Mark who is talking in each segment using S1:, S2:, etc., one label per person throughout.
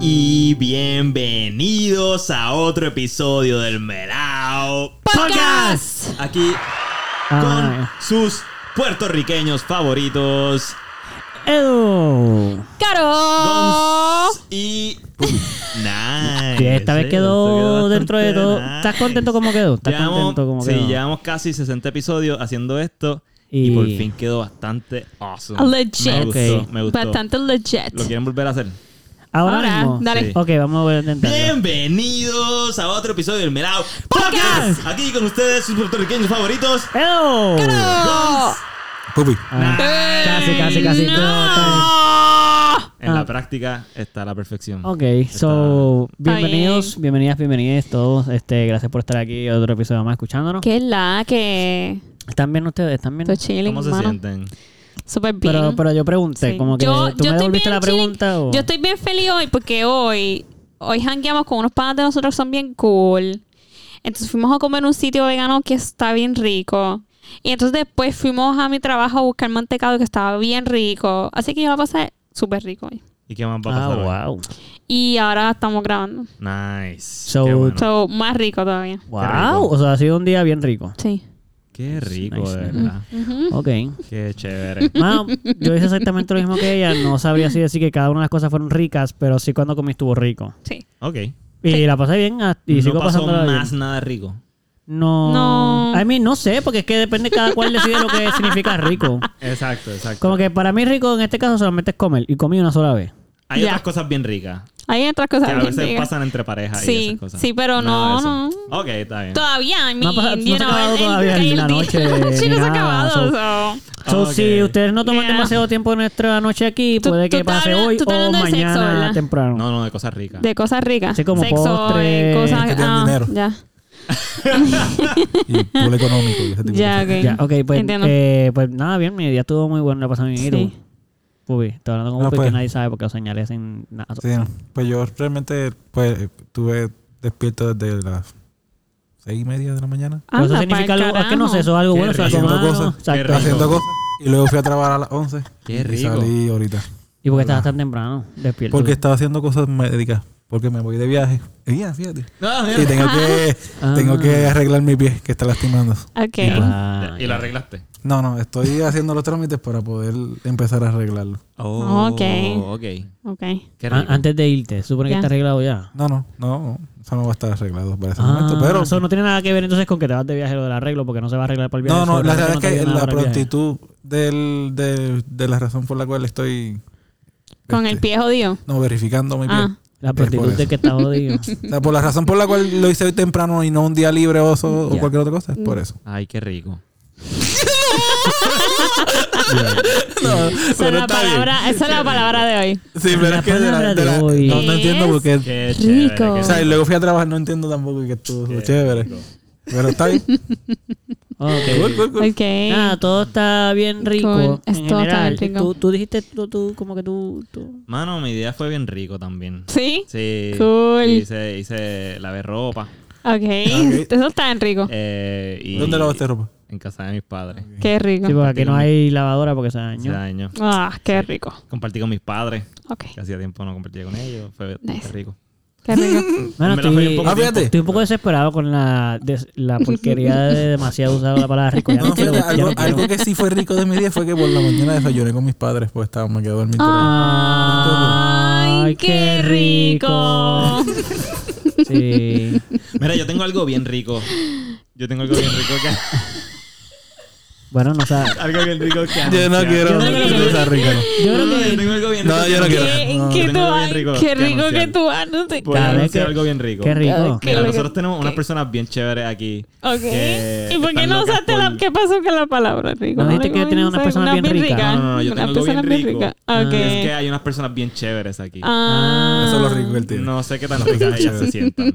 S1: Y bienvenidos a otro episodio del Melao
S2: Podcast.
S1: Aquí con
S2: Ah.
S1: sus puertorriqueños favoritos.
S2: Edu.
S1: Don
S3: ¡Caro!
S1: S- y. Nice.
S2: Que Oh. esta vez
S1: Sí,
S2: quedó,
S1: esto bastante
S2: dentro de todo.
S1: nice.
S2: ¿Estás contento como quedó? ¿Estás
S1: Llevamos-
S2: contento como
S1: sí,
S2: quedó?
S1: llevamos casi 60 episodios haciendo esto y,
S2: Y-
S1: por fin quedó bastante awesome.
S3: Legit.
S1: Me gustó,
S2: Ok.
S1: me gustó.
S3: Bastante legit.
S1: ¿Lo quieren volver a hacer?
S2: Ahora,
S3: Ahora,
S2: mismo.
S3: dale.
S1: Sí.
S2: Ok, vamos a volver a intentarlo.
S1: Bienvenidos a otro episodio del Melao Podcast.
S2: Podcast.
S1: Aquí con ustedes, sus puertorriqueños favoritos.
S2: ¡Edu!
S3: ¡Oh!
S4: Pupi.
S2: Ah,
S3: ¡Eh,
S2: casi, casi, casi.
S3: no!
S2: No,
S1: En la
S2: Ah.
S1: práctica está la perfección.
S2: Ok,
S1: Está-
S2: so,
S3: bien.
S2: bienvenidos, bienvenidas, bienvenidos todos. Este, gracias por estar aquí, otro episodio más escuchándonos.
S3: ¡Qué la que!
S2: ¿Están bien ustedes? ¿Están bien?
S3: Estoy chilling,
S1: ¿Cómo se
S3: mano.
S1: sienten?
S3: Súper bien.
S2: Pero, pero yo pregunté,
S3: Sí.
S2: como que
S3: Yo-
S2: tú
S3: yo
S2: me
S3: estoy
S2: devolviste
S3: bien
S2: la pregunta
S3: chilling.
S2: o
S3: Yo estoy bien feliz hoy porque hoy, hoy hangueamos con unos panas de nosotros que son bien cool. Entonces fuimos a comer en un sitio vegano que está bien rico. Y entonces después fuimos a mi trabajo a buscar mantecado que estaba bien rico. Así que yo la pasé súper rico hoy.
S1: ¿Y qué más va a pasar? hoy?
S2: Ah, wow.
S3: Y ahora estamos grabando.
S1: Nice.
S2: So-
S1: qué, bueno.
S3: So, más rico todavía.
S2: Wow, o sea, ha sido un día bien rico.
S3: Sí.
S1: Qué rico,
S2: Nice,
S1: de
S2: nice.
S1: verdad.
S3: Mm.
S2: Ok.
S1: Qué chévere.
S2: Mano, Ah, yo hice exactamente lo mismo que ella. No sabría si decir que cada una de las cosas fueron ricas, pero sí cuando comí estuvo rico.
S3: Sí.
S1: Ok.
S2: Y la pasé bien ah, y
S1: no
S2: sigo
S1: pasó
S2: pasándola bien.
S1: más nada rico.
S2: No.
S3: No.
S2: A mí no sé, porque es que depende cada cual decide lo que significa rico.
S1: Exacto, exacto.
S2: Como que para mí rico en este caso solamente es comer y comí una sola vez.
S1: Hay
S3: Ya.
S1: otras cosas bien ricas
S3: Hay otras
S1: que
S3: cosas
S1: a
S3: bien
S1: veces
S3: ricas.
S1: pasan entre parejas y
S3: Sí,
S1: esas cosas.
S3: sí, pero
S1: Nada
S3: no,
S1: de eso. Ok, está bien.
S3: Todavía, I mean,
S2: No ha pasado-
S3: you
S2: no se ha
S3: know,
S2: acabado
S3: el- el-
S2: todavía
S3: el
S2: la
S3: día-
S2: noche,
S3: Sí,
S2: ni
S3: no se ha
S2: nada,
S3: acabado. so.
S2: So,
S1: Ah, Ok.
S2: si ustedes no toman
S3: Yeah.
S2: demasiado tiempo de nuestra noche aquí,
S3: Tú-
S2: puede
S3: tú
S2: que
S3: estás
S2: pase
S3: hablando-
S2: hoy
S3: tú estás
S2: o
S3: hablando de sexo,
S2: mañana
S3: ¿verdad?
S2: temprano.
S1: No, no, de cosas ricas.
S3: De cosas ricas.
S2: Sí, como
S3: Sexo,
S2: postre,
S3: eh, cosas.
S2: que
S4: te dan
S3: ah,
S4: dinero.
S3: Ya.
S4: Y pool económico. y ese tipo de
S3: Ya,
S4: cosas.
S3: ok.
S2: Ya, ok, pues,
S3: Entiendo.
S2: eh, pues nada, bien, mi día estuvo muy bueno, la pasé bien. ¿Y tú?
S3: Sí.
S2: Pupi, estoy hablando con
S4: No,
S2: Pupi
S4: pues.
S2: que nadie sabe porque los señales en nada.
S4: Sí, no. pues yo realmente pues, estuve despierto desde las seis y media de la mañana
S2: Pero eso
S3: Anda,
S2: significa
S3: pa'l
S2: algo, es que no sé,
S3: carajo.
S2: eso es algo
S1: Qué
S2: bueno, eso es
S1: rico.
S2: algo malo.
S4: Haciendo cosas.
S2: Exacto.
S1: Qué rico.
S4: haciendo cosas. Y luego fui a trabajar a las 11.
S1: Qué
S4: Y
S1: rico.
S4: salí ahorita.
S2: ¿Y por qué estabas tan temprano? Despierto.
S4: Porque estaba haciendo cosas médicas. Porque me voy de viaje. Y ya, fíjate.
S1: No, mira.
S4: Y tengo que,
S2: Ah.
S4: tengo que arreglar mi pie que está lastimando.
S3: Ok.
S2: Ah,
S1: y lo arreglaste.
S4: No, no, estoy haciendo los trámites para poder empezar a arreglarlo.
S1: Oh,
S3: Ok.
S1: Ok.
S3: Ok.
S1: Qué
S2: Ah,
S1: rico.
S2: Antes de irte, supone que
S3: Ya.
S2: está arreglado ya.
S4: No, no, no, eso no va a estar arreglado para ese
S2: Ah,
S4: momento. Pero
S2: eso no tiene nada que ver entonces con que te vas de viaje lo del arreglo, porque no se va a arreglar para el viaje.
S4: No, no,
S2: eso
S4: la
S2: realmente
S4: verdad es
S2: no te
S4: que
S2: ayuda nada
S4: la
S2: para el viaje.
S4: prontitud del, de, de la razón por la cual estoy.
S3: Con
S4: este,
S3: el pie jodido.
S4: No, verificando mi pie.
S3: Ah.
S2: La
S4: es
S2: prostituta
S4: por
S2: es
S4: eso.
S2: que está jodido.
S4: O sea, por la razón por la cual lo hice hoy temprano y no un día libre o, so-
S2: Ya.
S4: o cualquier otra cosa, es por eso.
S1: Ay, qué rico.
S3: Esa es la
S4: está bien.
S3: palabra, esa es la palabra de hoy.
S4: Sí,
S2: pero La es que de la- palabra de de la- hoy
S4: no, no
S3: es-
S4: entiendo por qué.
S1: Qué chévere,
S3: Rico.
S1: qué
S4: O sea, y luego fui a trabajar, no entiendo tampoco que estuvo chévere. Pero está bien.
S2: Ok.
S4: Cool, cool, cool.
S3: Ok.
S2: Nada, todo está bien rico.
S3: Cool.
S2: En
S3: Es- todo está
S2: general.
S3: bien rico.
S2: Tú, tú dijiste, tú, tú, como que tú. tú-
S1: Mano, mi día fue bien rico también.
S3: ¿Sí?
S1: Sí.
S3: Cool.
S1: Hice, hice lavé ropa.
S2: Ah,
S3: Ok. Eso está bien rico.
S1: eh, y
S4: ¿Dónde lavaste ropa?
S1: En casa de mis padres.
S3: Qué rico.
S2: Sí, porque aquí no hay lavadora porque se dañó.
S1: Hace años.
S3: Ah, qué rico.
S1: Compartí con mis padres.
S3: Ok.
S1: Que hacía tiempo no compartía con ellos. Fue
S3: Nice.
S1: qué rico.
S3: Qué rico.
S2: Bueno,
S1: Me la fui un
S2: estoy,
S1: poco
S4: Ah, fíjate.
S2: estoy un poco desesperado con la, des- la porquería de demasiado usar la palabra rico. Ya no,
S4: No,
S2: quiero,
S4: fíjate,
S2: ya
S4: algo,
S2: no quiero.
S4: algo que sí fue rico de mi día fue que por la mañana desayuné con mis padres, pues estaba, me quedé dormido.
S3: Ah. Ay, qué rico.
S2: Sí.
S1: Mira, yo tengo algo bien rico. Yo tengo algo bien rico que...
S2: Bueno, no sabes.
S1: algo bien rico que
S4: Yo no
S1: anunciar.
S4: quiero
S2: Yo no quiero-
S4: cosas ricas.
S1: No,
S2: Yo creo
S1: no, yo
S2: que.
S1: tengo algo bien
S4: No,
S1: rico.
S4: yo no quiero.
S3: Qué,
S4: No,
S3: qué
S1: tengo
S3: tú,
S1: algo
S3: ay,
S1: bien rico
S3: qué
S1: que
S3: rico que
S1: anunciar.
S3: tú ah, no sé.
S1: Voy a
S2: Cada vez
S1: anunciar
S2: que-
S1: algo bien rico.
S2: Qué rico.
S3: Qué
S1: Mira,
S3: rico.
S1: nosotros tenemos unas
S3: Ok.
S1: personas bien chéveres aquí.
S3: Ok.
S1: que
S3: ¿Y por qué
S1: están
S3: no
S1: locas
S3: usaste
S1: por-
S3: la... ¿Qué pasó con la palabra rico?
S2: No,
S3: le
S2: dijiste que
S3: comienza
S2: tenía una persona bien rica.
S1: No,
S5: Ah,
S1: no, no, yo
S3: Una
S1: tengo algo bien
S3: persona
S1: rico.
S2: Ah.
S3: Ok.
S1: Es que hay unas personas bien chéveres aquí.
S3: Ah.
S4: Eso es lo rico que él tiene.
S1: No sé qué tan
S4: Las
S1: ricas
S4: personas
S3: Eh.
S1: ellas se sientan.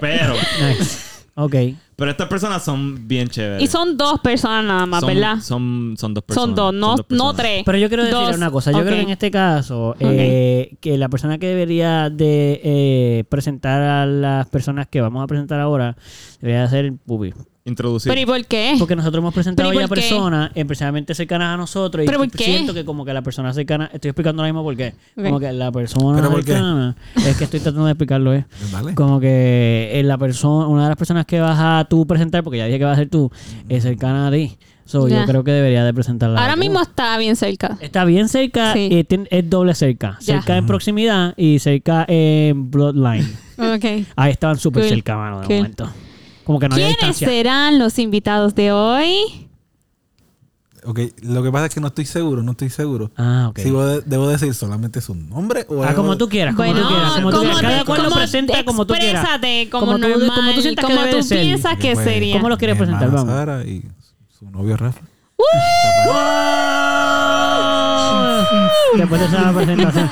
S1: Pero,
S2: Nice. Ok.
S5: Pero estas personas son bien chéveres.
S3: Y son dos personas nada más,
S5: Son-
S3: ¿verdad?
S5: Son, son dos personas.
S3: Son dos, no, no
S5: personas.
S3: tres.
S2: Pero yo quiero decir
S3: Dos.
S2: una cosa. Yo
S3: Ok.
S2: creo que en este caso, eh, que la persona que debería de eh, presentar a las personas que vamos a presentar ahora debería ser el pupi.
S5: Introducir.
S3: ¿Pero y por qué?
S2: Porque nosotros hemos presentado
S3: ¿Pero y
S2: ya
S3: por qué?
S2: personas eh, precisamente cercanas a nosotros y
S3: ¿Pero por qué?
S2: siento que como que la persona cercana... Estoy explicando ahora mismo por qué.
S3: Ok.
S2: Como que la persona
S4: ¿Pero por qué?
S2: cercana... Es que estoy tratando de explicarlo, ¿eh?
S4: Dale.
S2: Como que eh, la persona, una de las personas que vas a tú presentar, porque ya dije que vas a ser tú, es cercana a ti. So,
S3: Ya.
S2: Yo creo que debería de presentarla.
S3: Ahora
S2: tú.
S3: mismo está bien cerca.
S2: Está bien cerca,
S3: Sí.
S2: eh, tien- es doble cerca.
S3: Ya.
S2: Cerca en proximidad y cerca en Bloodline.
S3: Ok.
S2: Ahí estaban súper
S3: Cool.
S2: cerca, mano, de
S3: Cool.
S2: momento. Como que no había
S3: ¿Quiénes
S2: distancia.
S3: serán los invitados de hoy?
S4: Ok, lo que pasa es que no estoy seguro, no estoy seguro.
S2: Ah, ok.
S4: Si vos- debo decir solamente su nombre o
S2: Ah,
S4: algo-
S2: como tú quieras, como
S3: Bueno,
S2: tú quieras, como tú
S5: como
S2: quieras. Cada
S5: tú-
S2: cual lo
S5: como-
S2: presenta como tú quieras.
S3: exprésate como,
S2: Como tú-
S3: normal,
S2: como tú sientas que
S3: como
S2: debe
S3: tú
S2: de ser.
S3: piensas que
S4: Pues,
S3: sería.
S2: ¿Cómo lo quieres
S4: mi
S2: presentar?
S4: hermana
S2: Vamos.
S4: Sara y su novio Rafa.
S2: Oh. Después de esa presentación.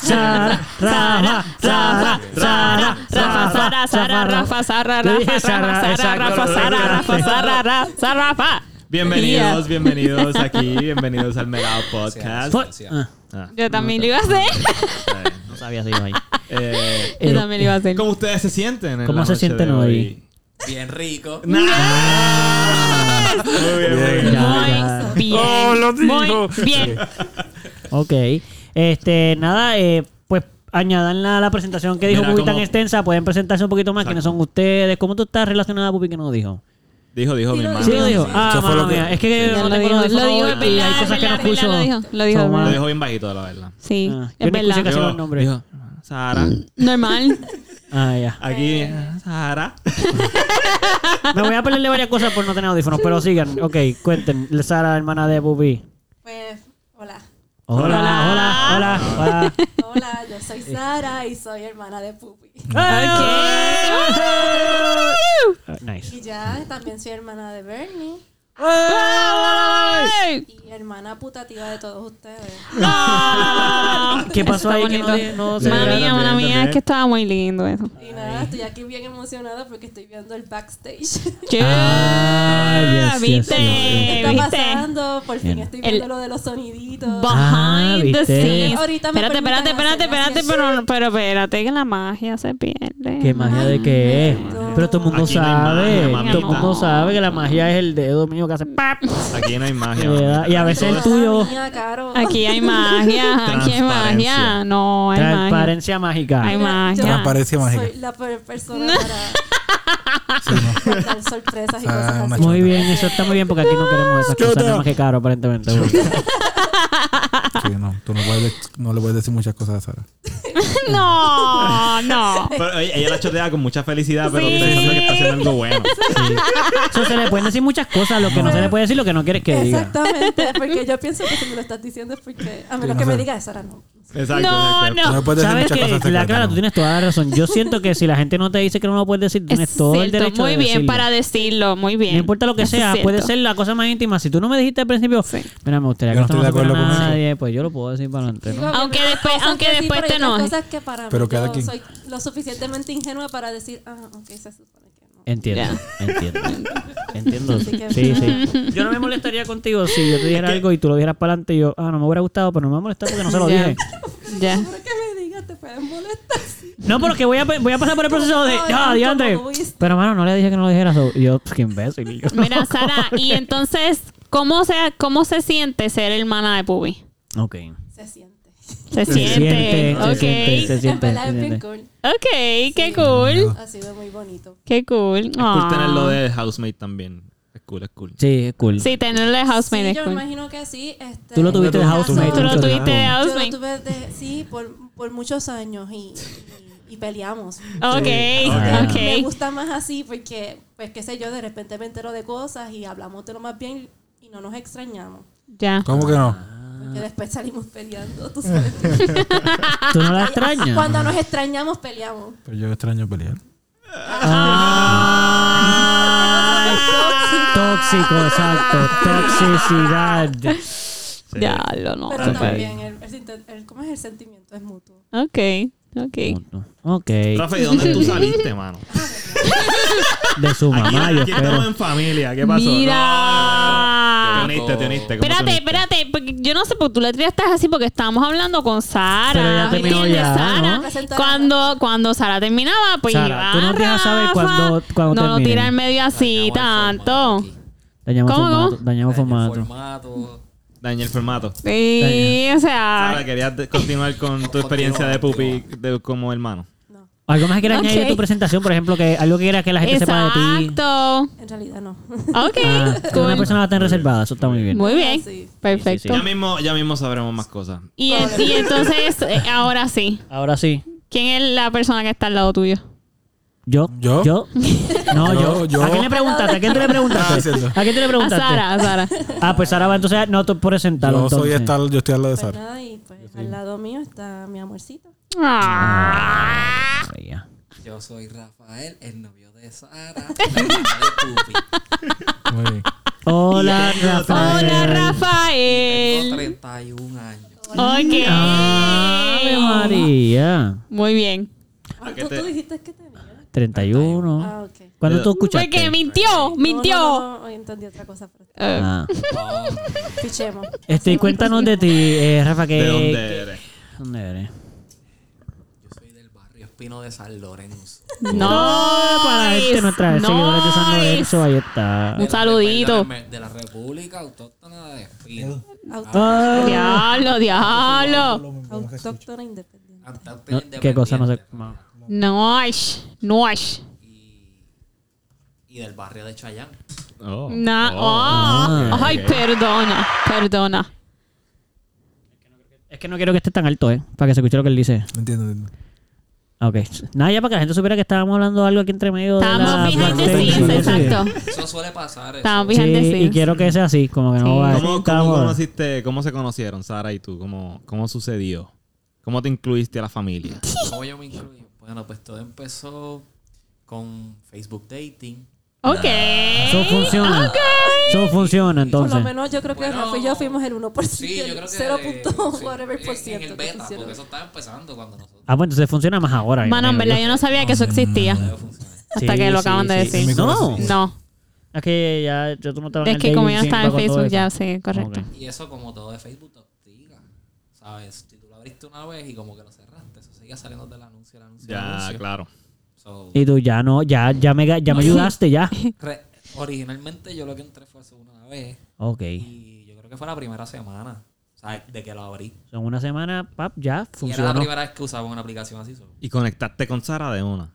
S2: Sara, Rafa, Sara,
S3: Sara,
S2: Sara,
S3: Rafa, Sara, Sara, Rafa, Sara,
S2: Yo
S3: Rafa,
S2: dije Sara,
S3: Sara, Sara,
S2: exacto,
S3: Rafa,
S2: lo
S3: Sara, Rafa,
S2: lograste.
S3: Sara, Ra- Sara, Rafa.
S5: Bienvenidos, bienvenidos aquí. Bienvenidos al Melao Podcast.
S2: Fue-
S3: Pues,
S2: Ah,
S5: Ah,
S3: Yo también lo iba a hacer.
S5: está bien.
S2: no sabía si iba ahí.
S5: Eh,
S3: Yo también lo iba a hacer.
S5: ¿Cómo ustedes se sienten? en
S2: ¿Cómo
S5: la
S2: se
S5: noche
S2: sienten
S5: de
S2: hoy?
S6: Bien rico.
S5: Nah. Muy bien, muy bien.
S2: Ya. Oh.
S3: Muy bien. Muy bien.
S2: Ok. Este, nada, eh, pues añadan la, la presentación que dijo
S5: Mira,
S2: Pupi tan
S5: como-
S2: extensa. Pueden presentarse un poquito más. ¿Quiénes son ustedes? ¿Cómo tú estás relacionada a Pupi que no dijo?
S5: Dijo, dijo mi hermano.
S2: Sí, lo dijo. Ah,
S4: Eso fue
S2: mano
S4: lo que-
S2: mía. Es que
S3: Lo
S2: no tengo
S3: dijo,
S2: los
S3: lo dijo,
S2: audífonos
S3: es
S2: y hay
S3: verdad,
S2: cosas
S3: es
S2: que no
S3: verdad, es
S2: escucho.
S3: verdad, lo dijo, lo dijo,
S2: So,
S3: es
S2: mano.
S5: Lo
S3: verdad.
S5: dejó bien bajito, la verdad.
S3: Sí,
S2: Ah, yo
S3: es
S2: no escuché
S3: verdad.
S2: casi-
S5: Dijo-
S2: los nombres.
S5: dijo, Sara.
S3: Normal.
S2: Ah, ya.
S5: Aquí, Sara.
S2: Me voy a perderle varias cosas por no tener audífonos, pero sigan. Ok, cuenten. Sara, hermana de Pupi.
S7: Pues, hola.
S2: Hola, hola, hola, hola.
S7: Hola, yo soy Sara y soy hermana de Pupi.
S2: Ah, Nice.
S7: Y ya también soy hermana de Bernie
S3: Ah.
S7: y hermana putativa de todos ustedes.
S3: Ah.
S2: ¿Qué pasó ahí que no
S3: Bonito.
S2: di- no se
S3: Mala
S5: vea
S3: mía,
S5: también,
S3: mala mía,
S5: también.
S3: es que estaba muy lindo eso.
S7: Y nada, estoy aquí bien emocionada porque estoy viendo el backstage.
S3: ¿Qué?
S2: Ah, yes, yes,
S3: ¿Viste?
S2: yes,
S7: ¿Qué está
S3: ¿Viste?
S7: pasando? Por fin
S2: Bien.
S7: estoy viendo
S3: El-
S7: lo de los soniditos.
S2: Ah,
S3: Behind the
S2: ¿viste?
S3: scenes.
S7: Ahorita me
S3: Espérate, espérate,
S7: permitan
S3: espérate,
S7: hacer
S3: espérate,
S7: así.
S3: pero, pero espérate que la magia se pierde.
S2: ¿Qué magia de qué es? Pero todo el mundo
S5: Aquí no hay
S2: sabe.
S5: magia, mamita.
S2: todo el mundo sabe que la magia es el dedo mío que hace pap.
S5: Aquí no hay magia.
S2: Le da- y a veces el
S7: Mala
S2: tuyo.
S7: mía, Caro.
S3: Aquí hay magia, aquí hay magia.
S5: Transparencia.
S3: No, hay magia.
S2: Transparencia mágica.
S3: Hay magia.
S7: Yo
S4: Transparencia mágica.
S7: Soy la peor persona para
S4: Sí, no.
S7: dar sorpresas y
S4: Ah,
S7: cosas así.
S4: una
S2: Muy bien, eso está muy bien porque aquí no queremos esas cosas nada más que caro, aparentemente.
S4: Sí, no. Tú no, puedes, no le puedes decir muchas cosas a Sara.
S3: No, no.
S5: Pero, oye, ella la chotea con mucha felicidad, pero
S3: Sí.
S5: pensando que está haciendo algo bueno.
S2: Eso se le pueden decir muchas cosas, lo que no se le puede decir, lo que no quieres que diga.
S7: Exactamente, porque yo pienso que si me lo estás diciendo es porque, a menos
S4: no
S7: que me
S4: sé.
S7: digas, Sara no.
S5: Exacto,
S3: No,
S5: exacto.
S4: Tú
S3: no.
S4: no le puedes decir
S2: Sabes
S4: muchas
S2: que,
S4: cosas
S2: la
S4: secretas,
S2: clara,
S4: no.
S2: tú tienes toda la razón. Yo siento que si la gente no te dice que no lo puedes decir, tienes
S3: Es
S2: todo el
S3: cierto,
S2: derecho
S3: muy
S2: de
S3: bien
S2: decirlo.
S3: para decirlo, muy bien.
S2: No importa lo que
S3: Eso es
S2: sea,
S3: cierto.
S2: puede ser la cosa más íntima. Si tú no me dijiste al principio,
S3: Sí.
S2: mira, me gustaría que
S4: Yo no
S2: esto no
S4: estoy de
S2: supiera
S4: acuerdo con eso.
S2: nadie, pues yo lo puedo decir para adelante.
S7: Digo,
S2: ¿no?
S3: Aunque
S7: habrá
S3: después-
S7: cosas
S3: aunque
S7: que sí,
S3: después
S7: pero
S3: te
S7: hay otras
S3: enojes.
S7: cosas que para
S4: Pero
S7: mí
S4: cada
S7: yo
S4: quien.
S7: soy lo suficientemente ingenua para decir, ah, ok, se supone que no.
S2: Entiendo, entiendo. Entiendo.
S7: Así que-
S2: Sí, sí. Yo no me molestaría contigo si yo te dijera algo y tú lo dijeras para adelante y yo, ah, no me hubiera gustado, pero no me molesta porque no se lo
S3: Ya.
S2: dije.
S3: Ya.
S7: Pero que me digas, te puedes molestar. sí.
S2: No, pero que voy a, voy a pasar por el proceso de,
S7: Ay,
S2: ah,
S7: como
S2: diantre.
S7: tú hiciste.
S2: Pero, mano, no le dije que no lo dijeras. so- y Yo, pues, qué imbécil. Yo,
S3: Mira, Sara, y entonces, ¿cómo se, cómo se siente ser hermana de Pubi?
S2: Ok.
S7: Se siente.
S3: Se, siente.
S2: se
S3: ok.
S2: siente, se
S7: En
S2: siente.
S7: verdad
S2: se
S7: es bien
S2: siente.
S7: cool.
S3: Ok, qué cool.
S7: Ha sido muy bonito.
S3: Qué cool.
S5: Es cool tenerlo
S3: Ah.
S5: de housemate también. Es cool, es cool.
S2: Sí, es cool.
S3: Sí, tenerlo de
S7: Sí,
S3: housemate
S7: yo
S3: es cool.
S7: imagino que sí. Este,
S2: Tú lo tuviste de
S7: en
S2: housemate.
S7: casa-
S3: Tú lo
S2: mucho
S3: tuviste de
S2: tiempo.
S7: Yo lo
S3: housemate.
S7: tuve de, sí, por, por muchos años y, y, y peleamos. Este,
S3: Ok,
S7: Me
S3: ok.
S7: gusta más así porque, pues qué sé yo, de repente me entero de cosas y hablamos de lo más bien y no nos extrañamos.
S3: Ya.
S4: ¿Cómo que no?
S2: Ah.
S6: Ah.
S7: Porque después salimos peleando, tú sabes.
S2: ¿Tú no la extrañas?
S7: Cuando nos extrañamos, peleamos.
S4: Pero yo extraño pelear.
S2: Ah, Ay,
S3: Ah.
S2: tóxico, exacto. Toxicidad.
S3: Ya, lo no.
S7: Pero
S3: se puede.
S7: también, el, el sinte- el- ¿cómo es el sentimiento? Es mutuo.
S3: Ok, ok.
S2: Ok.
S5: Rafa, ¿y de dónde tú saliste, mano?
S2: de su
S1: Aquí,
S2: mamá, yo
S1: aquí estamos
S2: espero.
S1: en familia. ¿Qué pasó?
S3: Mira.
S1: No, no, no, no. Te uniste, te uniste. ¿cómo te
S3: Espérate,
S1: uniste?
S3: espérate, porque yo no sé por qué tú la estás así porque estábamos hablando con Sara.
S2: Pero ella
S3: ¿me
S2: terminó
S3: entiendes,
S2: ya,
S3: Sara?
S7: ¿no?
S3: Cuando, cuando Sara terminaba, pues
S2: Sara,
S3: iba
S2: tú no quieras saber
S3: Rafa,
S2: cuándo- cuándo
S3: No lo
S2: termine.
S3: tira en medio así tanto.
S2: Dañamos
S3: ¿Cómo,
S2: formato.
S3: cómo?
S2: Dañamos formato.
S6: formato.
S1: Dañé el formato.
S3: Sí, o sea.
S1: Sara, querías de- continuar con tu experiencia de pupi de- como hermano.
S7: No,
S2: ¿Algo más que quieras
S3: Ok.
S2: añadir de tu presentación? Por ejemplo, que algo que quieras que la gente sepa de ti.
S3: Exacto.
S7: en realidad no.
S3: Ok,
S2: Ah, que
S3: cool.
S2: Una persona tan reservada, eso está muy bien.
S3: Muy bien.
S7: Sí.
S3: Perfecto.
S1: Ya mismo, ya mismo sabremos más cosas.
S3: Y, en- y entonces, eh, ahora sí.
S2: Ahora sí.
S3: ¿Quién es la persona que está al lado tuyo?
S2: ¿Yo?
S4: ¿Yo?
S2: ¿Yo? No,
S4: Yo,
S2: yo.
S4: yo.
S2: ¿A quién le preguntaste? ¿A quién tú le
S4: Ah,
S2: preguntaste?
S4: cierto.
S2: ¿A quién tú le
S3: A
S2: preguntaste?
S3: Sara, a Sara.
S2: Ah, pues Sara va entonces. No, tú por sentarlo.
S4: Yo soy
S2: entonces.
S4: estar, yo estoy al lado de
S7: Pues
S4: Sara.
S7: nada, y pues al lado mío está mi amorcito.
S3: Ah.
S2: Sabía.
S6: Yo soy Rafael, el novio de Sara. la mamá de Pupi.
S4: Muy bien.
S2: Hola, Rafael.
S3: Hola,
S6: Tengo
S3: Rafael.
S6: 31 años.
S2: Ah, Ave
S3: Ok.
S2: María.
S3: Muy bien.
S7: ¿Cuánto
S1: te-
S7: tú dijiste que tenía?
S2: 31.
S7: Ah, ok. No,
S2: ¿Cuándo tú escuchaste?
S3: Porque mintió,
S7: No,
S3: mintió.
S7: no, no, entendí otra cosa. pero
S3: Eh,
S2: Ah.
S6: Oh,
S7: Fichemos.
S2: Este, y cuéntanos de ti, eh, Rafa, que...
S1: ¿De dónde
S2: que-
S1: eres?
S2: ¿Dónde eres?
S6: yo soy del barrio Espino de San Lorenzo.
S3: No,
S2: Para gente, Este, nuestra
S3: nice,
S2: seguidores de San Lorenzo, ahí está.
S3: Un saludito.
S6: De la, de la República Autóctona de Espino.
S2: Ah,
S3: Diablo, diablo.
S7: Autóctona independiente.
S2: no, ¿Qué cosa? No sé. no.
S3: Nice, nice.
S6: Y, y del barrio de Chayán.
S1: Oh.
S3: Na-
S1: Oh,
S3: oh.
S1: ok,
S2: Ah.
S3: Ay,
S1: ok.
S3: perdona, perdona.
S2: Es que no quiero que esté tan alto, ¿eh? Para que se escuche lo que él dice.
S4: No entiendo. no entiendo.
S2: Ah, Ok. Nada, ya para que la gente supiera que estábamos hablando de algo aquí entre medio de la...
S3: Estamos behind the
S2: Black
S4: Black
S3: scenes,
S2: Panther.
S4: Panther.
S3: exacto.
S6: Eso suele pasar. Eso.
S3: Estamos behind the
S2: Sí, y
S3: scenes.
S2: quiero que sea así, como que no
S3: Sí.
S2: va a decir,
S1: ¿Cómo, cómo
S2: estábamos-
S1: conociste, cómo se conocieron, Sara y tú? ¿Cómo, ¿Cómo sucedió? ¿Cómo te incluiste a la familia?
S6: ¿Cómo yo me incluyo? Bueno, pues todo empezó con Facebook Dating.
S3: Ok.
S2: Eso funciona.
S3: Ok.
S2: Eso funciona,
S7: Por lo
S2: entonces.
S7: menos yo creo que
S6: Bueno,
S7: Rafa y yo fuimos el 1%.
S6: Sí, yo creo que... eh,
S7: 0.
S6: sí,
S7: whatever por
S6: en- En
S7: ciento. que
S6: el beta,
S7: funciona.
S6: porque eso estaba empezando cuando nosotros...
S2: Ah, bueno, entonces funciona más ahora.
S3: Mano, en
S2: imagino
S3: verdad
S2: yo.
S3: yo no sabía que eso existía.
S6: Debe funcionar.
S3: Hasta
S2: Sí,
S3: que lo
S2: sí,
S3: acaban de
S2: sí.
S3: decir.
S2: No.
S3: No.
S2: Es que ya yo tú no estaba
S3: Es que como ya estaba en Facebook, ya sí, correcto.
S6: Y eso como todo de Facebook te hostiga. ¿Sabes? Si tú lo abriste una vez y como que lo cerraste, eso seguía saliendo del anuncio, el anuncio, el
S1: Ya,
S6: anuncio.
S1: claro.
S6: So,
S2: Y tú ya no, ya, ya me, ga- ya me ayudaste ya.
S6: re- originalmente yo lo que entré fue hace una vez
S2: Ok.
S6: y yo creo que fue la primera semana, ¿sabes? De que lo abrí.
S2: Son una semana, pap, ya
S6: Y era la
S2: funcionó.
S6: primera vez que usaba una aplicación así. so.
S1: Y conectaste con Sara de una.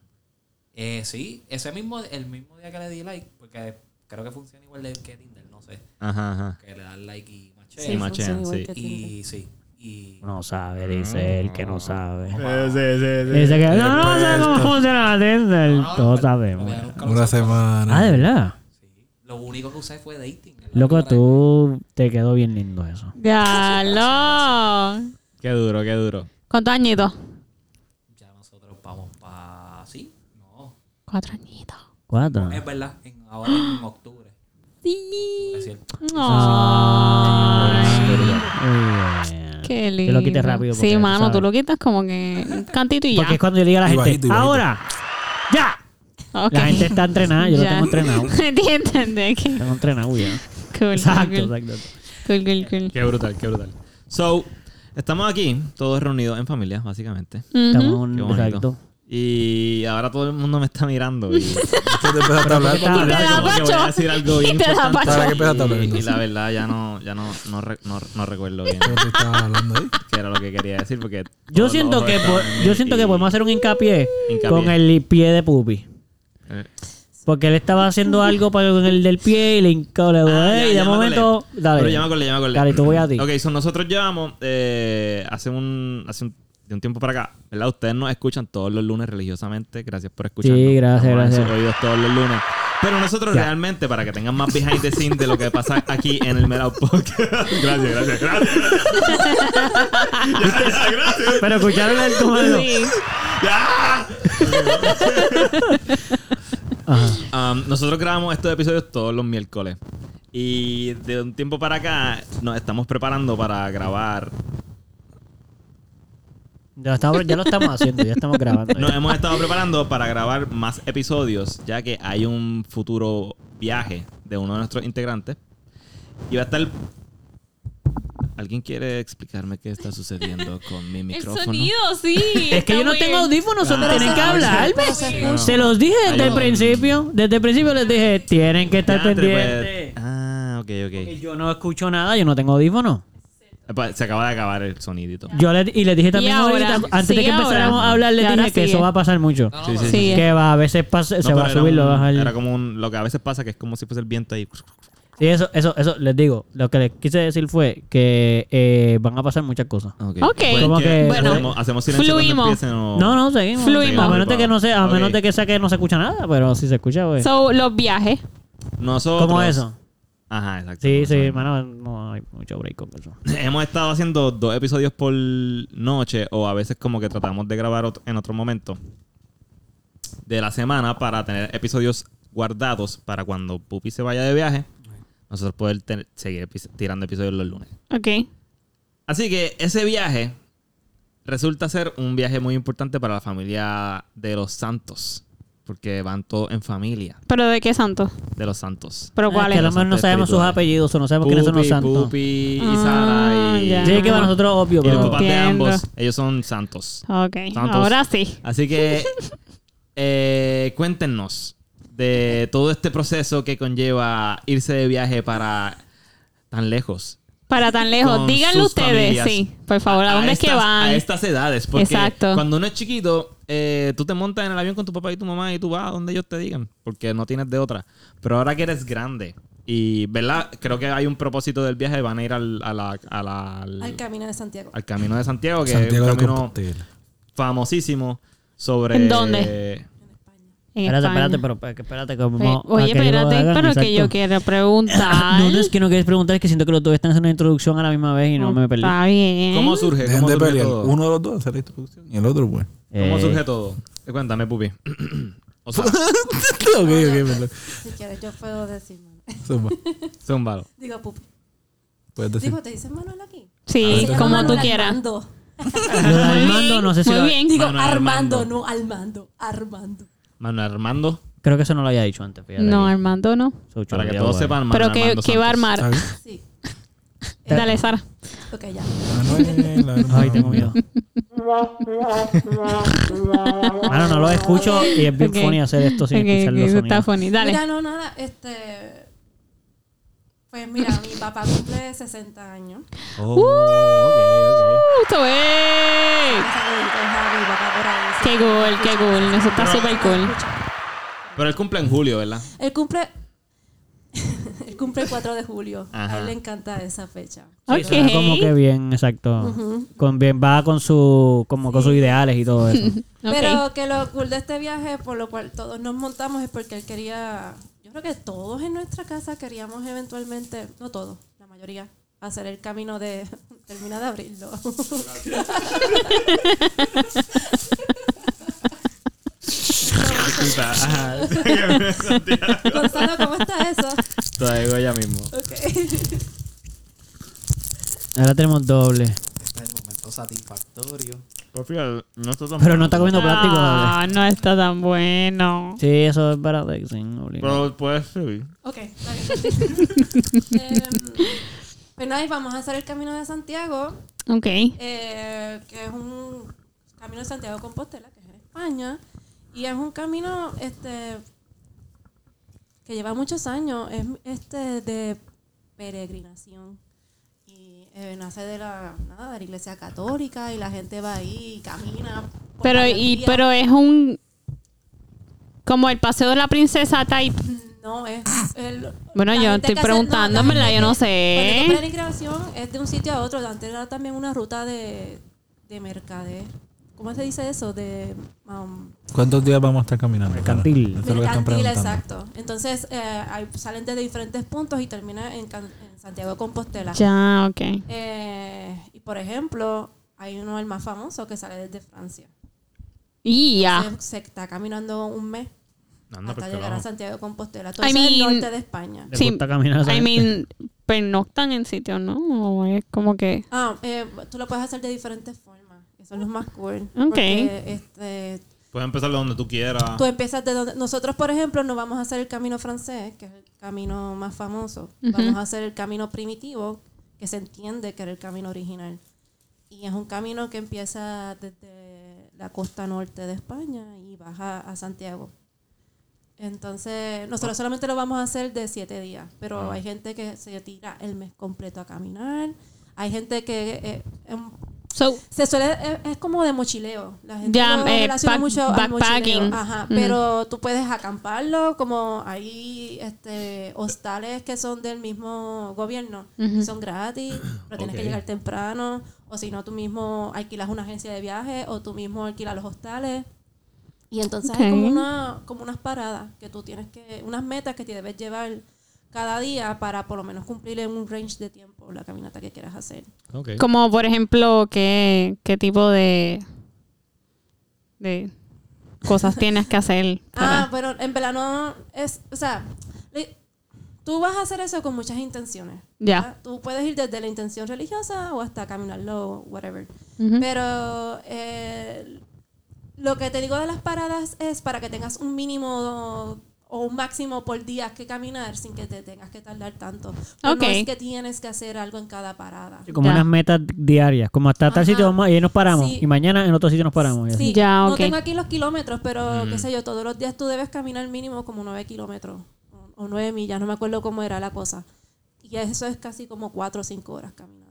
S6: Eh, sí, ese mismo, el mismo día que le di like, porque creo que funciona igual de que Tinder, no sé.
S1: Ajá, ajá.
S6: Que le das like y machea.
S1: Sí, machean,
S7: funciona igual
S1: sí.
S7: que Tinder.
S6: y sí. Y
S2: No sabe, dice él que no sabe.
S6: Ah.
S1: sí,
S2: Dice que no, no sé cómo funciona la Tinder.
S6: Eh, pues, No,
S2: Todos
S6: pues, Ah, pero-
S2: sabemos.
S6: porque nunca lo
S4: Una
S6: usé.
S4: semana.
S2: Ah, de verdad.
S6: Sí. Lo único que usé fue dating. Es la
S2: Loco,
S6: primera pues,
S2: tú te quedó bien lindo eso.
S3: Galo.
S1: Qué duro, qué duro.
S3: ¿Cuántos añitos?
S6: vez. Ya nosotros vamos para. Sí, no.
S3: Cuatro añitos.
S2: Cuatro.
S6: Es verdad, en, ahora en octubre.
S3: Sí.
S6: Es cierto.
S3: Ay,
S2: Muy bien.
S3: qué lindo.
S2: Que lo quites rápido. porque
S3: Sí,
S2: tú
S3: mano, tú
S2: sabes.
S3: lo quitas como que un cantito y ya.
S2: Porque es cuando yo le digo a la
S4: Y
S2: gente,
S4: bajito, y bajito.
S2: ahora, ya.
S3: Ok.
S2: La gente está entrenada, yo lo
S3: Ya.
S2: tengo entrenado.
S3: Entiende que-
S2: Tengo entrenado ya.
S3: Cool,
S2: Exacto,
S3: cool,
S2: exacto.
S3: cool, cool, cool.
S1: Qué brutal, qué brutal. So, estamos aquí, todos reunidos en familia, básicamente.
S2: Estamos en
S3: Ujú.
S1: Qué
S2: un
S1: bonito.
S2: exacto.
S1: Y ahora todo el mundo me está mirando. Y,
S4: Antes de empezar a hablar,
S2: Pero
S1: Como
S2: te
S1: que
S3: da
S1: voy
S3: pacho.
S1: a decir algo
S3: Y
S1: bien
S3: te da
S1: importante.
S4: pacho. Sara, ¿qué empezaste a hablar,
S1: Y- Y
S4: entonces?
S1: la verdad, ya no, ya no, no, re- no- no recuerdo bien
S4: ¿qué tú estabas hablando ahí?
S1: qué era lo que quería decir porque...
S2: Yo
S1: todos los
S2: siento,
S1: ojos
S2: que
S1: estaban
S2: po-
S1: en mí
S2: yo siento
S1: y-
S2: que podemos hacer un hincapié,
S1: Hincapié.
S2: con el pie de Pupi.
S1: Eh,
S2: Porque él estaba haciendo algo para- con el del pie y le hincó, le
S1: Ah,
S2: duele,
S1: ya,
S2: ¿eh? y de
S1: ya me
S2: momento,
S1: acordé.
S2: dale.
S1: Pero ya me acordé, ya me acordé.
S2: Dale, tú voy a ti.
S1: Ok, so nosotros llevamos eh, hace un hace un, de un tiempo para acá, ¿verdad? Ustedes nos escuchan todos los lunes religiosamente. Gracias por escucharnos.
S2: Sí, gracias,
S1: Estamos en
S2: gracias.
S1: sus oídos todos los lunes. Pero nosotros realmente, para que tengan más behind the scenes de lo que pasa aquí en el Melao Podcast. gracias, gracias, gracias. Ya, gracias.
S2: Pero escucharon el comando.
S3: Sí.
S1: Ya. Um, nosotros grabamos estos episodios todos los miércoles. Y de un tiempo para acá nos estamos preparando para grabar
S2: Ya lo estamos, ya lo estamos haciendo, ya estamos grabando.
S1: Nos hemos estado preparando para grabar más episodios, ya que hay un futuro viaje de uno de nuestros integrantes. Y va a estar. ¿Alguien quiere explicarme qué está sucediendo con mi
S3: El
S1: micrófono?
S3: sonido, sí.
S2: Es
S3: está
S2: que yo no
S3: muy
S2: tengo
S3: bien.
S2: audífonos, solo
S1: Claro.
S2: tienen que
S7: Pero se
S2: hablarme.
S7: escucha.
S2: Se los dije desde el
S1: Ayúdame.
S2: principio. Desde el principio les dije, tienen que estar
S1: Ya, entre-
S2: pendientes.
S1: Ah, ok,
S2: Porque
S1: ok.
S2: Yo no escucho nada, yo no tengo audífonos.
S1: Pa- Se acaba de acabar el sonidito.
S2: Yo le, y les dije también
S3: Y ahora,
S2: ahorita, antes de
S3: sigue
S2: que empezáramos
S3: ahora.
S2: a hablar,
S3: Y
S2: les
S3: ahora
S2: dije que
S3: sigue.
S2: eso va a pasar mucho.
S6: No, no,
S1: Sí,
S6: pero-
S1: sí,
S3: sí.
S2: Que va, a veces pasa-
S1: No,
S2: se va a
S1: pero era
S2: subir, lo
S1: un-
S2: va a
S1: Era
S2: bajar.
S1: como un- lo que a veces pasa, que es como si fuese el viento ahí.
S2: Sí, eso, eso, eso, les digo. Lo que les quise decir fue que eh, van a pasar muchas cosas.
S1: Ok.
S3: Ok.
S1: Pues,
S2: Como
S1: ¿qué?
S2: que-
S1: hacemos,
S3: Bueno,
S1: hacemos silencio cuando
S3: fluimos.
S1: empiecen o-
S2: No, no, seguimos.
S3: Fluimos.
S2: A menos de que no sea, a
S1: Ok.
S2: menos de que sea que no se escucha nada, pero si se escucha, pues.
S3: So, los viajes.
S1: Nosotros.
S2: ¿Cómo eso?
S1: Ajá, exacto.
S2: Sí,
S1: Nosotros.
S2: sí, hermano, no hay mucho break con eso.
S1: Hemos estado haciendo dos episodios por noche o a veces como que tratamos de grabar ot- en otro momento de la semana para tener episodios guardados para cuando Pupi se vaya de viaje, nosotros poder tener- seguir epi- tirando episodios los lunes.
S3: Ok.
S1: Así que ese viaje resulta ser un viaje muy importante para la familia de los Santos, porque van todos en familia
S3: ¿Pero de qué santo?
S1: de los Santos.
S3: ¿Pero
S2: Ah,
S3: cuál
S2: que a
S3: es?
S2: lo mejor no
S1: Santos
S2: sabemos sus
S1: espirituales.
S2: apellidos o no sabemos quiénes son los
S1: Pupi,
S2: santos.
S1: Pupi y
S3: Ah,
S1: Sara y-
S3: ya.
S2: Sí, que para nosotros es obvio,
S1: y los
S2: pero.
S1: papás de
S3: Entiendo.
S1: ambos, ellos son santos.
S3: Ok.
S1: Santos.
S3: Ahora sí.
S1: Así que eh, cuéntenos de todo este proceso que conlleva irse de viaje para tan lejos.
S3: Para tan lejos.
S1: con
S3: Díganlo
S1: sus
S3: ustedes,
S1: familias.
S3: sí. Por favor, ¿a, dónde es que
S1: estas-
S3: van?
S1: A estas edades, porque
S3: Exacto.
S1: cuando uno es chiquito, eh, tú te montas en el avión con tu papá y tu mamá y tú vas a donde ellos te digan, porque no tienes de otra. Pero ahora que eres grande y, ¿verdad? Creo que hay un propósito del viaje, van a ir al, a la- a la- al,
S7: Al camino de Santiago.
S1: al camino de Santiago, que es
S4: Santiago de
S1: un camino
S4: Compostela.
S1: famosísimo sobre...
S3: ¿En dónde? En
S2: Espérate,
S3: España.
S2: espérate, pero pa- que espérate. que
S3: Oye,
S2: vamos a
S3: Oye,
S2: que lo
S3: espérate,
S2: hagan,
S3: pero que yo
S2: exacto.
S3: quiero preguntar.
S2: No, no es que no quieres preguntar, es que siento que los dos están haciendo una introducción a la misma vez y no me perdí.
S3: Está bien.
S1: ¿Cómo surge?
S4: Dejen
S1: ¿Cómo
S4: de
S1: surge
S4: pelear.
S1: todo?
S4: Uno de los dos hace la introducción y el otro, pues.
S1: ¿Cómo
S2: Eh,
S1: surge todo? Eh, Cuéntame, Pupi. o sea,
S4: ok, ok, perdón.
S7: Si quieres, yo puedo decir, Manuel.
S4: Zumba.
S1: zúmbalo.
S7: Digo, pupi.
S4: Puedes decir.
S7: Digo, ¿te dicen Manuel aquí?
S3: Sí,
S7: Se llama
S3: como tú
S7: Manuel
S3: quieras.
S7: Armando.
S2: lo de Armando, no sé si
S3: Muy
S2: lo-
S3: bien.
S7: Digo,
S1: Manuel
S7: Armando,
S1: Armando.
S7: no Armando. Armando.
S1: Manuel Armando.
S2: Creo que eso no lo había dicho antes. fíjate.
S3: No, Armando no.
S2: So,
S1: Para que
S2: chulo,
S1: todos
S2: ya,
S1: sepan, Manuel
S3: Pero que,
S1: Armando
S3: que va a
S1: Santos.
S3: armar.
S4: ¿Sabes?
S7: Sí.
S3: Dale, Sara.
S7: Ok, ya.
S4: Manuel,
S2: guay. Ay, tengo miedo. Mano, no los escucho y es bien
S3: Ok.
S2: funny hacer esto sin
S3: Ok,
S2: escuchar
S3: ok,
S2: los
S3: eso está
S2: sonidos.
S3: funny. Dale.
S7: Mira, no, nada. Este. Pues mira, mi papá cumple 60 años.
S1: Oh,
S3: Uh,
S1: ok, ok.
S3: Justo, ey.
S7: Esa que dijo, "Ah, mi papá por ahí, sí".
S3: Qué cool, qué cool. Eso está súper cool.
S1: Pero él cumple en julio, ¿verdad?
S7: Él cumple. él cumple el 4 de julio.
S1: Ajá.
S7: A él le encanta esa fecha.
S2: Sí, suena
S3: Ok.
S2: como que bien, exacto. Con bien, va con su, como con sus ideales y todo eso.
S3: Ok.
S7: Pero que lo cool de este viaje, por lo cual todos nos montamos, es porque él quería. Yo creo que todos en nuestra casa queríamos eventualmente, no todos, la mayoría, hacer el camino de. Termina de abrirlo.
S1: Disculpa. Ajá.
S7: Gonzalo, ¿cómo está eso?
S1: Te digo ella mismo.
S7: Ok.
S2: Ahora tenemos doble.
S6: Este es el momento satisfactorio.
S5: Pues
S1: Papi, no está tan
S2: Pero no está comiendo plástico doble.
S3: Ah, no está tan bueno.
S2: Sí, eso es barato. sí, no obliga.
S1: Pero puedes subir.
S7: Ok, está bien. Em, pues nada, y vamos a hacer el camino de Santiago,
S3: Ok.
S7: eh, que es un camino de Santiago de Compostela, que es en España, y es un camino este que lleva muchos años, es este de peregrinación. Y eh, nace de la, nada, de la iglesia católica y la gente va ahí y camina. por
S3: Pero,
S7: varios
S3: y,
S7: días.
S3: pero es un. Como el paseo de la princesa type.
S7: No, es. el-
S3: Bueno,
S7: la
S3: yo
S7: gente
S3: estoy ¿Eh?
S7: que hace-
S3: preguntando,
S7: la
S3: ¿verdad?
S7: gente
S3: Yo no
S7: que-
S3: sé.
S7: Cuando tú peregrinación es de un sitio a otro. Antes era también una ruta de, de mercader. ¿Cómo se dice eso? De. um,
S4: ¿Cuántos días vamos a estar caminando?
S2: Mercantil.
S4: Eso es lo que están
S7: mercantil,
S4: preguntando.
S7: exacto. Entonces eh, hay- salen de diferentes puntos y termina en, Can- en Santiago de Compostela.
S3: Ya, ok.
S7: Eh, y por ejemplo, hay uno el más famoso que sale desde Francia.
S3: Y ya.
S7: Se, se está caminando un mes
S1: Anda,
S5: pues
S7: hasta
S1: porque
S7: llegar a
S1: vamos.
S7: Santiago de Compostela. Todo
S3: I
S7: eso es el
S3: mean-
S7: norte de España.
S2: Le gusta caminar,
S3: I
S2: ¿sabes?
S3: mean, pues pernoctan en sitio, ¿no? O es como que.
S7: Ah, eh, tú lo puedes hacer de diferentes formas. que son los más cool.
S3: Ok.
S7: Porque, este,
S5: Puedes empezar de donde tú
S1: Ah.
S5: quieras.
S7: tú empiezas de donde... Nosotros, por ejemplo, no vamos a hacer el camino francés, que es el camino más famoso. Vamos a hacer el camino primitivo, que se entiende que era el camino original. Y es un camino que empieza desde la costa norte de España y baja a Santiago. Entonces, nosotros solamente lo vamos a hacer de siete días, pero hay gente que se tira el mes completo a caminar. Hay gente que eh, em-
S3: So,
S7: se suele es, es como de mochileo la gente
S3: Ya,
S7: lo
S3: eh,
S7: relaciona
S3: pack-
S7: mucho al
S3: backpacking.
S7: mochileo. Ajá,
S3: Ujú.
S7: pero tú puedes acamparlo como hay este hostales que son del mismo gobierno
S3: Ujú.
S7: son gratis pero tienes
S5: Ok.
S7: que llegar temprano o si no tú mismo alquilas una agencia de viaje o tú mismo alquilas los hostales y entonces hay como,
S3: Ok.
S7: una, como unas paradas que tú tienes que, unas metas que te debes llevar cada día para por lo menos cumplir en un range de tiempo la caminata que quieras hacer.
S5: Ok.
S3: como por ejemplo, ¿qué, qué tipo de, de cosas tienes que hacer?
S7: Ah,
S3: para-
S7: pero en verano es, o sea, le- tú vas a hacer eso con muchas intenciones.
S3: Ya.
S7: ¿verdad? Tú puedes ir desde la intención religiosa o hasta caminarlo, whatever.
S3: Ujú.
S7: Pero eh, lo que te digo de las paradas es para que tengas un mínimo o un máximo por día que caminar sin que te tengas que tardar tanto. Pero
S3: Ok.
S7: No es que tienes que hacer algo en cada parada.
S2: Como
S3: Ya.
S2: unas metas diarias, como hasta tal
S7: Ajá.
S2: sitio vamos y ahí nos paramos
S7: Sí.
S2: y mañana en otro sitio nos paramos. y así.
S7: Sí,
S3: Ya,
S7: no
S3: ok.
S7: tengo aquí los kilómetros, pero qué sé yo, todos los días tú debes caminar mínimo como nueve kilómetros o- o nueve millas, no me acuerdo cómo era la cosa. Y eso es casi como cuatro o cinco horas caminando.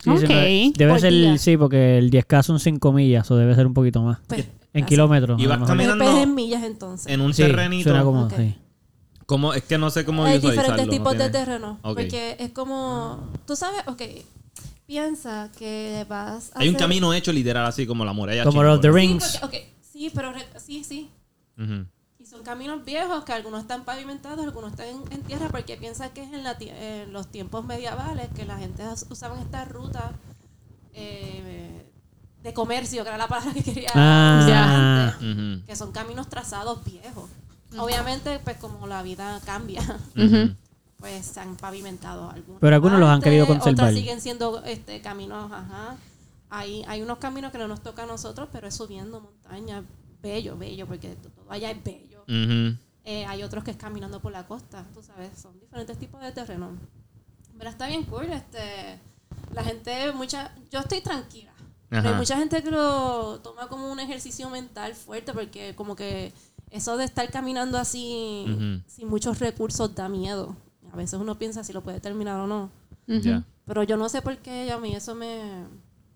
S2: Sí, sí,
S3: Ok.
S2: no- debe
S7: Por
S2: ser,
S7: día.
S2: sí, porque el 10K son 5 millas, o debe ser un poquito más.
S7: Pues,
S2: En
S7: gracias.
S2: kilómetros. a
S5: Y
S2: lo
S5: vas
S2: mejor.
S5: caminando.
S7: Depende en millas entonces.
S5: En un
S2: Sí,
S5: terrenito.
S2: suena como,
S7: Ok.
S2: sí.
S5: como- es que no sé cómo
S7: Hay
S5: visualizarlo,
S7: diferentes
S5: no
S7: tipos de
S5: tiene-
S7: terreno.
S5: Ok.
S7: Porque es como, tú sabes, ok, piensa que vas a
S5: Hay un
S7: hacer-
S5: camino hecho literal así como la muralla.
S2: Como
S5: china,
S2: los The
S5: ¿verdad?
S7: Sí,
S2: Rings.
S7: porque- ok, sí, pero re- sí, sí,
S5: Ujú.
S7: Y son caminos viejos que algunos están pavimentados, algunos están en, en tierra, porque piensa que es en, la, tie- en los tiempos medievales que la gente as- usaban esta ruta eh, de comercio, que era la palabra que quería
S2: Ah.
S7: usar
S2: Ya.
S7: antes,
S5: Ujú.
S7: que son caminos trazados viejos. Obviamente, pues como la vida cambia,
S5: Ujú.
S7: pues se han pavimentado algunos.
S2: Pero algunos los han querido conservar.
S7: Otras siguen siendo este, caminos, ajá. Hay, hay unos caminos que no nos toca a nosotros, pero es subiendo montañas, bello, bello, porque todo allá es bello.
S5: Ujú.
S7: Eh, hay otros que es caminando por la costa, tú sabes, son diferentes tipos de terreno. Pero está bien cool, este, la gente, mucha, yo estoy tranquila. Pero hay
S5: Ajá.
S7: mucha gente que lo toma como un ejercicio mental fuerte porque como que eso de estar caminando así
S5: Ujú.
S7: sin muchos recursos da miedo. A veces uno piensa si lo puede terminar o no.
S3: Ujú.
S5: Ya.
S7: Pero yo no sé por qué a mí eso me...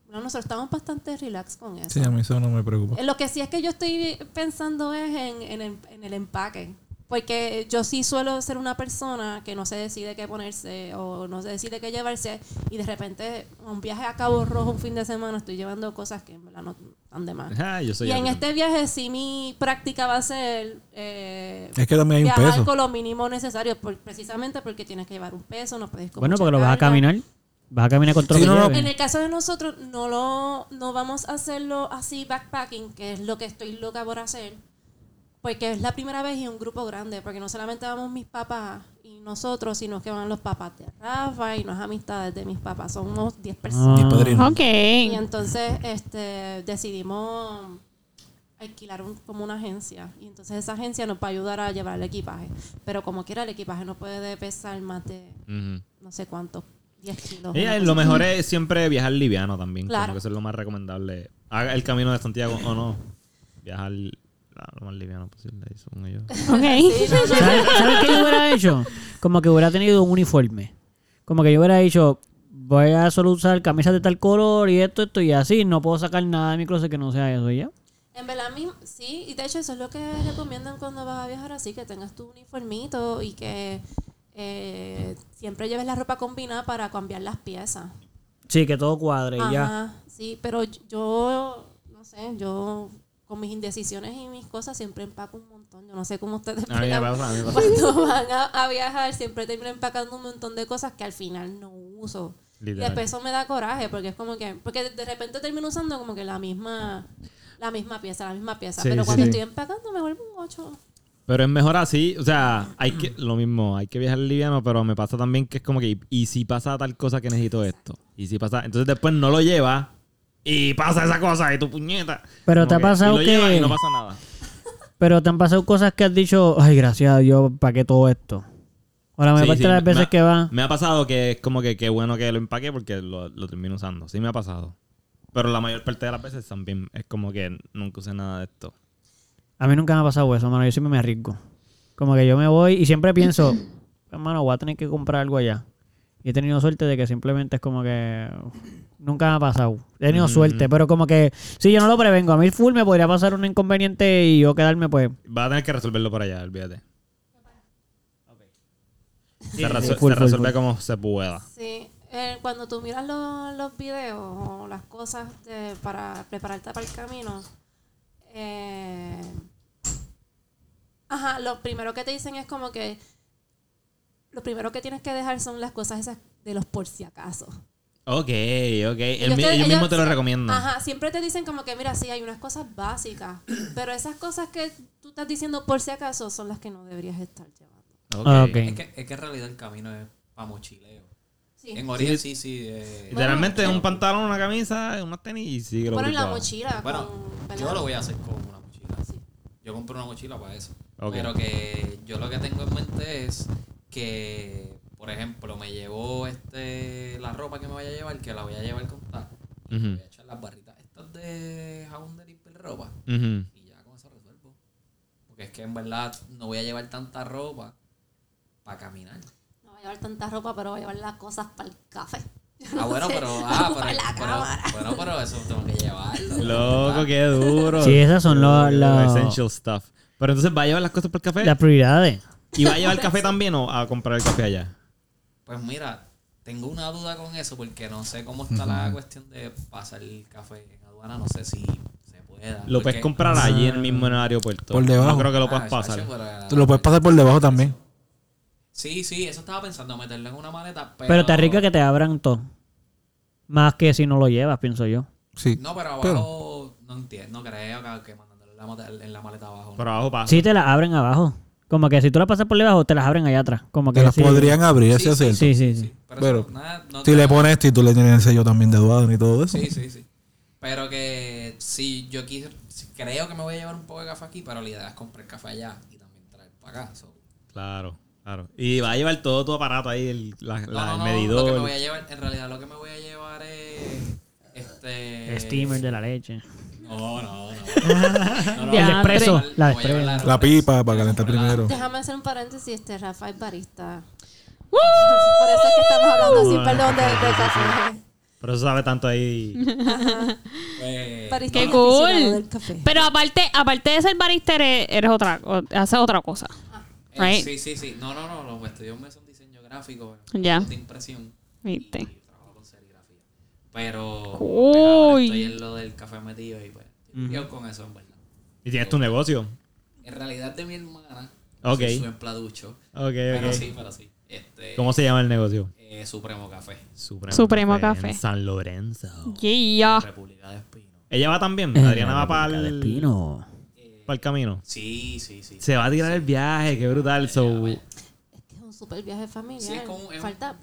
S7: Bueno, nosotros estamos bastante relax con eso.
S4: Sí, a mí eso no me preocupa.
S7: Eh, Lo que sí es que yo estoy pensando es en, en el, en el empaque. Porque yo sí suelo ser una persona que no se decide qué ponerse o no se decide qué llevarse. Y de repente, un viaje a Cabo Rojo un fin de semana, estoy llevando cosas que en verdad no están de más.
S5: Ajá, yo soy
S7: Y en
S5: Adrián.
S7: este viaje sí mi práctica va a ser eh,
S4: Es que también hay un
S7: viajar
S4: peso.
S7: con lo mínimo necesario, por- precisamente porque tienes que llevar un peso, no puedes ir con
S2: Bueno,
S7: mucha
S2: porque lo vas a
S7: carga.
S2: caminar. Vas a caminar con todo
S4: Sí,
S2: lo que
S4: no, no.
S7: En
S2: lleves.
S7: el caso de nosotros, no lo no vamos a hacerlo así backpacking, que es lo que estoy loca por hacer, porque es la primera vez y es un grupo grande, porque no solamente vamos mis papás y nosotros, sino que van los papás de Rafa y las amistades de mis papás, somos 10 personas.
S4: Mis
S2: Ah.
S4: padrinos.
S3: Ok.
S7: Y entonces este, decidimos alquilar un- como una agencia. Y entonces esa agencia nos va a ayudar a llevar el equipaje. Pero como quiera, el equipaje no puede pesar más de
S5: Ujú.
S7: no sé cuánto, 10 kilos.
S5: Eh,
S7: una
S5: eh,
S7: cosa
S5: lo mejor es siempre viajar liviano también.
S7: Claro.
S5: Como que eso es lo más recomendable. Haga el camino de Santiago o no. Viajar ah, lo más liviano posible, ahí según ellos.
S3: Ok.
S2: ¿Sabes, sabes qué yo hubiera hecho? Como que hubiera tenido un uniforme. Como que yo hubiera dicho, voy a solo usar camisas de tal color y esto, esto y así. No puedo sacar nada de mi closet que no sea eso y ya.
S7: En verdad, mi- sí, y de hecho eso es lo que recomiendan cuando vas a viajar así, que tengas tu uniformito y que eh, siempre lleves la ropa combinada para cambiar las piezas.
S2: Sí, que todo cuadre y ya.
S7: Ajá, sí, pero yo, no sé, yo con mis indecisiones y mis cosas siempre empaco un montón. Yo no sé cómo ustedes
S1: Ah,
S5: A mí me
S7: pero
S5: pasa, a mí me pasa.
S7: cuando van a, a viajar siempre termino empacando un montón de cosas que al final no uso. Y
S5: Literal.
S7: después eso me da coraje porque es como que, porque de- de repente termino usando como que la misma, la misma pieza, la misma pieza.
S2: Sí,
S7: Pero
S2: sí,
S7: cuando
S2: sí.
S7: estoy empacando me vuelvo un 8.
S5: Pero es mejor así, o sea, hay que, lo mismo, hay que viajar liviano, pero me pasa también que es como que, y, y si pasa tal cosa que necesito esto, y si pasa, entonces después no lo lleva,
S1: y pasa esa cosa y tu puñeta.
S2: Pero te ha
S1: y
S2: pasado
S1: lo llevas
S2: que-
S1: Y no pasa nada.
S2: Pero te han pasado cosas que has dicho, ay, gracias a Dios, ¿para qué todo esto? O la mayor
S1: Sí,
S2: parte
S1: sí,
S2: de las
S1: me
S2: veces
S1: ha-
S2: que va.
S1: Me ha pasado que es como que qué bueno que lo empaqué porque lo, lo termino usando. Sí me ha pasado. Pero la mayor parte de las veces también es como que nunca usé nada de esto.
S2: A mí nunca me ha pasado eso, mano. Yo siempre me arriesgo. Como que yo me voy y siempre pienso, hermano, voy a tener que comprar algo allá. Y he tenido suerte de que simplemente es como que. Nunca me ha pasado. He tenido
S1: Mm.
S2: suerte, pero como que. Si yo no lo prevengo, a mí full me podría pasar un inconveniente y yo quedarme, pues.
S1: Vas a tener que resolverlo por allá, olvídate. Se, resu-
S2: sí, full,
S1: se
S2: full,
S1: resuelve
S2: full.
S1: como se pueda.
S7: Sí, eh, cuando tú miras lo- los videos o las cosas de- para prepararte para el camino, eh, ajá, lo primero que te dicen es como que lo primero que tienes que dejar son las cosas esas de los por si acaso.
S1: Ok, ok. El,
S7: Ellos
S1: mi-
S7: te-
S1: ellos mismo
S7: ellos-
S1: te lo recomiendo.
S7: Ajá, siempre te dicen como que mira, sí, hay unas cosas básicas, pero esas cosas que tú estás diciendo por si acaso son las que no deberías estar llevando.
S1: Ok.
S2: Ah, ok.
S6: Es que, es que en realidad el camino es para mochileo.
S7: Sí.
S6: En Oriente sí, sí. eh,
S1: Literalmente un pantalón, una camisa, unos tenis y sigue lo
S7: Bueno, en la
S1: ubicado.
S7: mochila.
S6: Bueno,
S7: con-
S6: yo
S7: ¿verdad?
S6: lo voy a hacer con una mochila. Yo compré una mochila para eso.
S1: Ok.
S6: Pero que yo lo que tengo en mente es que, por ejemplo, me llevo este, la ropa que me vaya a llevar, que la voy a llevar con taco. Y
S1: Ujú.
S6: Voy a echar las barritas estas de jabón de limpiar ropa.
S1: Ujú.
S6: Y ya con eso resuelvo. Porque es que en verdad no voy a llevar tanta ropa para caminar.
S7: No va a llevar tanta ropa, pero va a llevar las cosas para el café.
S6: Ah, bueno,
S7: sé.
S6: pero, ah, pero,
S7: Para la cámara.
S6: pero, bueno, pero eso tengo que llevarlo.
S1: Loco, qué duro.
S2: Sí, esas son lo- lo-
S1: Essential stuff. Pero entonces va a llevar las cosas para el café.
S2: Las prioridades.
S1: ¿Y va a llevar el café también o a comprar el café allá?
S6: Pues mira, tengo una duda con eso porque no sé cómo está la cuestión de pasar el café en aduana. No sé si se pueda.
S1: Lo puedes
S6: porque-
S1: comprar allí en el mismo en el aeropuerto.
S4: Por debajo.
S1: No creo que lo
S6: Ah,
S1: puedas pasar.
S6: chacho, pero-
S4: Tú lo puedes pasar por debajo también.
S6: Sí, sí, eso estaba pensando, meterlo en una maleta. Pero,
S2: Pero te arriesgas que te abran todo. Más que si no lo llevas, pienso yo.
S4: Sí.
S6: No, pero abajo no entiendo, no creo que, que mandándolo en la, mate- en la maleta abajo.
S1: Por abajo pasa.
S2: Sí, te las abren abajo. Como que si tú las pasas por debajo, te las abren allá atrás. Como que
S4: Te las
S2: sí.
S4: podrían abrir, ese acierto.
S2: Sí, sí, sí.
S6: Pero,
S4: Pero,
S6: eso, nada, no
S4: Si
S6: te-
S4: le pones esto y tú le tienes el sello también de aduana y todo eso.
S6: Sí, sí, sí. Pero que si yo quise, si- creo que me voy a llevar un poco de café aquí, pero la idea es comprar café allá y también traer para acá. so.
S1: Claro, claro. Y va a llevar todo tu aparato ahí, el, la-
S6: No,
S1: la-
S6: no,
S1: el
S6: no,
S1: medidor.
S6: Lo que me voy a llevar, en realidad lo que me voy a llevar es este
S3: Eh,
S2: El steamer de la leche.
S6: No, no, no.
S2: El expreso, la expreso.
S4: La pipa para calentar primero.
S7: Déjame hacer un paréntesis, este Rafa es barista. Por eso es que estamos hablando así, perdón, de, de café.
S1: Pero eso sabe tanto ahí.
S7: Barista
S3: Qué
S7: aficionado
S3: cool.
S7: del café.
S3: Pero aparte, aparte de ser barista, eres, eres otra, o- haces otra cosa. Right.
S6: Eh, Sí, sí, sí. No, no, no. Los estudios me son diseño gráfico.
S3: Ya.
S6: De impresión.
S3: Viste.
S6: Y trabajo con serigrafía. Pero pues, ahora
S3: Uy.
S6: estoy en lo del café metido y pues yo con eso en verdad.
S1: Y tienes tu negocio.
S6: En realidad de mi hermana,
S1: Ok.
S6: soy su empladucho.
S1: Ok,
S6: Pero
S1: ok.
S6: sí, pero sí. Este,
S1: ¿Cómo se llama el negocio?
S6: eh, Supremo Café,
S1: Supremo,
S3: Supremo Café.
S1: En San Lorenzo.
S3: Yeah.
S6: República de Espino.
S1: Ella va también. Adriana va para
S2: República de
S1: el,
S2: Espino.
S1: camino.
S6: Sí, sí, sí.
S1: Se va a tirar el viaje, qué brutal. So,
S7: Es que es un super viaje familiar.
S6: Sí, es como- es
S7: Falta.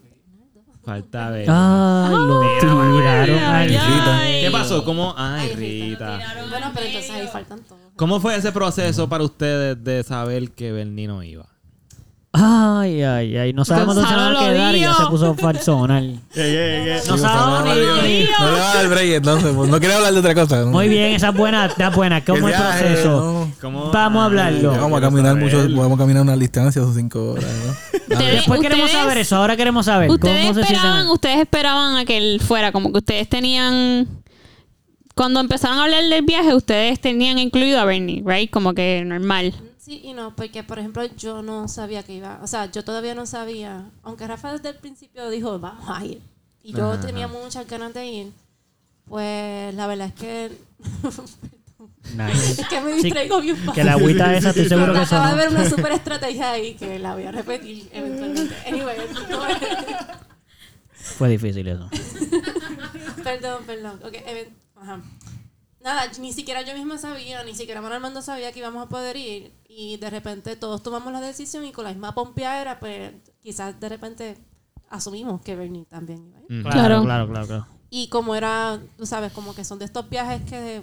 S1: falta ver.
S2: Ay, lo tiraron al
S3: Eh, ay,
S2: río.
S3: ay.
S1: ¿Qué pasó? ¿Cómo? Ay,
S7: Rita.
S1: Rita.
S7: Bueno, pero entonces ahí faltan todos.
S1: ¿Cómo fue ese proceso para ustedes de saber que Bernino iba?
S2: Ay, ay, ay. No sabemos dónde se
S3: Gonzalo
S2: va a
S3: lo
S2: quedar y ya
S3: dio.
S2: se puso falsonal.
S4: Eh,
S2: No
S4: Sí,
S2: sabemos
S4: Gonzalo,
S2: ni-
S4: no le
S2: ni-
S4: va a dar el break, entonces. pues, no quería hablar de otra cosa. ¿no?
S2: Muy bien, esa es buena, está buena. ¿Cómo
S4: El
S2: es el
S4: viaje,
S2: proceso?
S4: ¿no?
S1: ¿Cómo?
S2: Vamos a hablarlo.
S1: Ay,
S4: Vamos a
S1: quiero
S4: caminar
S1: saber.
S4: mucho, vamos a caminar una distancia de cinco horas. ¿no?
S2: Después queremos
S3: ustedes-
S2: saber eso, ahora queremos saber.
S3: Ustedes
S2: ¿Cómo se
S3: esperaban,
S2: sienten?
S3: ustedes esperaban a que él fuera, como que ustedes tenían. Cuando empezaron a hablar del viaje, ustedes tenían incluido a Bernie, right? Como que normal.
S7: Sí y no, porque por ejemplo yo no sabía que iba, o sea, yo todavía no sabía, aunque Rafa desde el principio dijo, vamos a ir, y yo tenía muchas ganas de ir, pues la verdad es que,
S2: Nice.
S7: es que me
S2: Sí,
S7: distraigo bien fácil.
S2: Que la agüita esa, estoy seguro que
S7: Acaba de
S2: sonó.
S7: haber una super estrategia ahí que la voy a repetir eventualmente. Anyway, el punto es-
S2: Fue difícil eso.
S7: perdón, perdón. Ok, even- ajá. Nada, ni siquiera yo misma sabía, ni siquiera Manuel Armando sabía que íbamos a poder ir. Y de repente todos tomamos la decisión y con la misma pompeadera, pues quizás de repente asumimos que Bernie también iba a ir.
S1: Mm.
S3: Claro.
S2: claro, claro. claro.
S7: Y como era, tú sabes, como que son de estos viajes que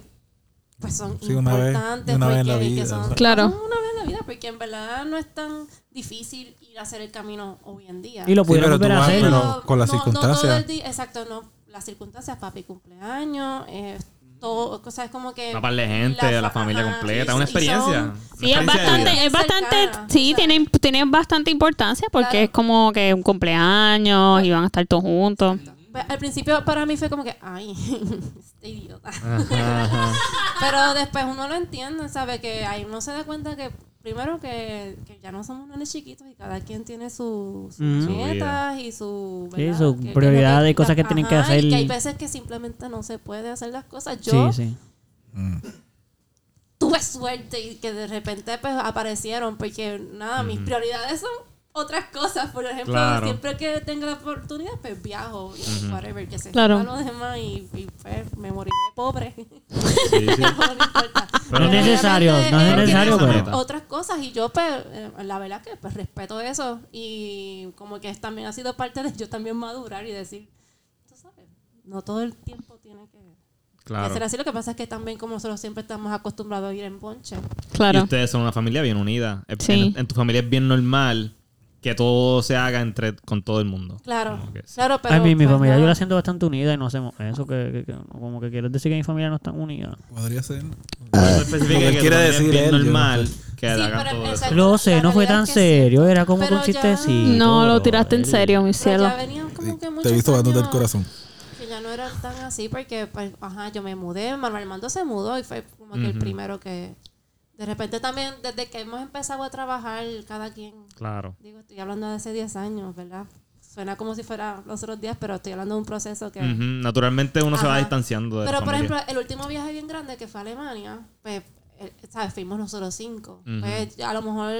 S7: pues son
S4: Sí, una vez-
S7: importantes.
S4: una vez en la
S7: porque- que
S4: vida,
S7: son-
S4: o sea.
S3: Claro.
S7: son una vez en la vida, porque en verdad no es tan difícil ir a hacer el camino hoy en día.
S2: Y lo
S4: Sí,
S2: pudieron
S4: pero tú
S2: volver a
S4: vas-
S2: hacer.
S4: pero-
S7: No,
S4: con las
S7: no, no todo
S4: circunstancias.
S7: el día- exacto, no. Las circunstancias, papi cumpleaños, eh, todo, cosas como que...
S5: Una par de gente, la,
S7: fama-
S5: familia
S7: ajá,
S5: completa,
S7: sí,
S5: una
S7: sí, y son-
S5: experiencia.
S3: Sí, es bastante, es bastante,
S7: Cercana,
S3: sí,
S7: o sea.
S3: tiene, tiene bastante importancia porque
S7: Claro.
S3: es como que un cumpleaños y van a estar todos juntos.
S7: Pues, al principio para mí fue como que, ay, este idiota.
S5: Ah.
S7: Pero después uno lo entiende, ¿sabe? Que ahí uno se da cuenta que, primero, que, que ya no somos nenes chiquitos y cada quien tiene su- sus
S5: Mm.
S2: Ujú.
S7: metas y su...
S2: Sí,
S7: ¿verdad?
S2: su
S7: Que- que lo
S2: prioridad de cosas que tienen que
S7: Ajá,
S2: hacer.
S7: Y que hay veces que simplemente no se puede hacer las cosas. Yo
S2: Sí, sí.
S7: tuve suerte y que de repente pues aparecieron porque nada, mis prioridades son otras cosas, por ejemplo,
S5: Claro.
S7: siempre que tenga la oportunidad pues viajo, whatever, que se
S3: Claro.
S7: jodan los demás y, y, pues me moriré pobre.
S5: Sí, sí.
S7: no importa.
S5: Pero-
S2: No es necesario,
S7: obviamente,
S2: no es
S7: él tiene
S5: necesario,
S7: esa
S5: pero-
S7: meta. otras cosas y yo pues eh, la verdad que pues respeto eso y como que también ha sido parte de yo también madurar y decir, tú sabes, no todo el tiempo tiene que
S5: Claro.
S7: hacer así. Lo que pasa es que también, como nosotros siempre estamos acostumbrados a ir en ponche.
S5: Y
S3: Claro.
S5: ustedes son una familia bien unida. En-
S3: Sí.
S5: En, en tu familia es bien normal que todo se haga entre con todo el mundo.
S7: Claro.
S5: Como que sí.
S7: Claro, pero.
S2: a mí, mi
S7: pues,
S2: familia,
S7: nada.
S2: yo la siento bastante unida y no hacemos eso. Que, que- que- como que quieres decir que mi familia no está unida.
S4: Podría ser.
S5: Eso especifica
S4: Lo que
S5: que
S4: él
S5: tu
S4: quiere
S5: familia es
S4: decir
S5: bien
S4: él, yo no
S5: normal
S4: sé.
S5: que
S7: Sí,
S5: hagan
S7: pero
S5: todo eso.
S7: exacto.
S2: Lo sé,
S7: La
S2: no fue
S7: realidad
S2: tan
S7: es que sí.
S2: serio. Era como que
S7: Pero
S2: un
S7: ya-
S2: chistecito.
S3: No, lo tiraste en serio, mi
S7: Pero
S3: cielo.
S7: ya venían como que muchos
S4: Te he visto bastante el
S7: años
S4: corazón.
S7: Que ya no era tan así, porque, pues, ajá, yo me mudé. Manuel Armando se mudó y fue como que el primero que. De repente también, desde que hemos empezado a trabajar, cada quien.
S5: Claro.
S7: Digo, estoy hablando de hace 10 años, ¿verdad? Suena como si fuera los otros días, pero estoy hablando de un proceso que.
S5: Ujú. Naturalmente uno se va
S7: Ajá.
S5: distanciando de la
S7: Pero por
S5: familia.
S7: ejemplo, el último viaje bien grande que fue a Alemania, pues, eh, ¿sabes? Fuimos nosotros cinco.
S5: Ujú.
S7: Pues a lo mejor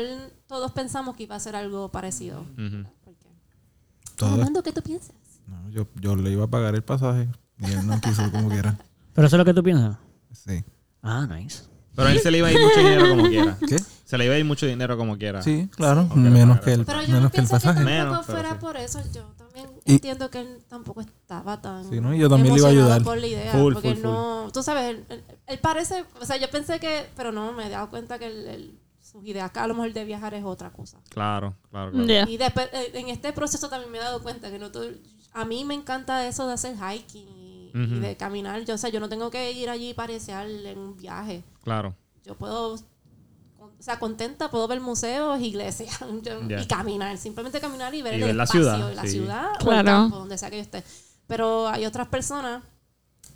S7: todos pensamos que iba a ser algo parecido.
S5: Ujú.
S7: Porque-
S4: Todo.
S7: Armando, ¿qué tú piensas?
S4: No, yo, yo le iba a pagar el pasaje y él no quiso como quiera.
S2: Pero eso es lo que tú piensas.
S4: Sí.
S2: Ah, nice.
S5: Pero a él se le iba a ir mucho dinero como quiera.
S4: ¿Qué?
S5: Se le iba a ir mucho dinero como quiera.
S4: Sí, claro.
S5: Ok,
S4: Menos
S5: para-
S4: que el,
S7: Pero yo no
S4: menos que el
S7: pienso que
S4: pasaje.
S7: tampoco
S5: Menos, pero
S7: fuera
S5: sí.
S7: por eso. Yo también
S4: Y-
S7: entiendo que él tampoco estaba tan
S4: Sí, ¿no? Y yo también le iba a
S7: emocionado
S4: ayudar.
S7: por la idea.
S5: Full,
S7: porque
S5: full, full.
S7: no... Tú sabes, él, él- él parece... O sea, yo pensé que... Pero no, me he dado cuenta que él- él- sus ideas acá a lo mejor de viajar es otra cosa.
S5: Claro, claro, claro.
S3: Ya.
S7: Y después, eh, en este proceso también me he dado cuenta que no todo- a mí me encanta eso de hacer hiking y, y
S5: Ujú.
S7: de caminar. Yo, o sea, yo no tengo que ir allí y parecer en un viaje.
S5: Claro.
S7: Yo puedo, con- o sea, contenta, puedo ver museos, iglesias yo-
S5: Ya.
S7: y caminar. Simplemente caminar y ver,
S5: Y
S7: el
S5: ver la
S7: espacio,
S5: ciudad,
S7: y la
S5: sí.
S7: ciudad o el
S3: Claro.
S7: campo, donde sea que yo esté. Pero hay otras personas,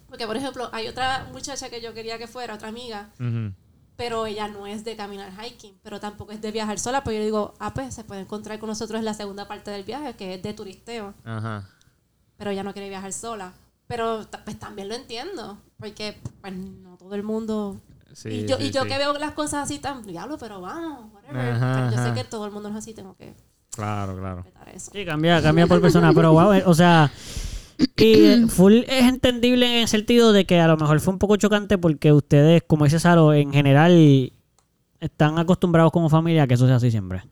S7: porque por ejemplo, hay otra muchacha que yo quería que fuera, otra amiga,
S5: Ujú.
S7: pero ella no es de caminar hiking, pero tampoco es de viajar sola, pero yo le digo, ah, pues se puede encontrar con nosotros en la segunda parte del viaje, que es de turisteo,
S5: Ajá.
S7: pero ella no quiere viajar sola. Pero ta- pues también lo entiendo, porque pues, no todo el mundo...
S5: Sí,
S7: y yo,
S5: sí,
S7: y yo
S5: sí.
S7: que veo las cosas así tan, diablo, pero vamos, whatever.
S5: Ajá,
S7: pero yo
S5: ajá.
S7: sé que todo el mundo no es así, tengo que
S5: Claro, claro.
S7: respetar eso.
S2: Sí, cambia, cambia por persona, pero wow, eh, o sea, y full es entendible en el sentido de que a lo mejor fue un poco chocante porque ustedes, como dice Saro, en general están acostumbrados como familia a que eso sea así siempre.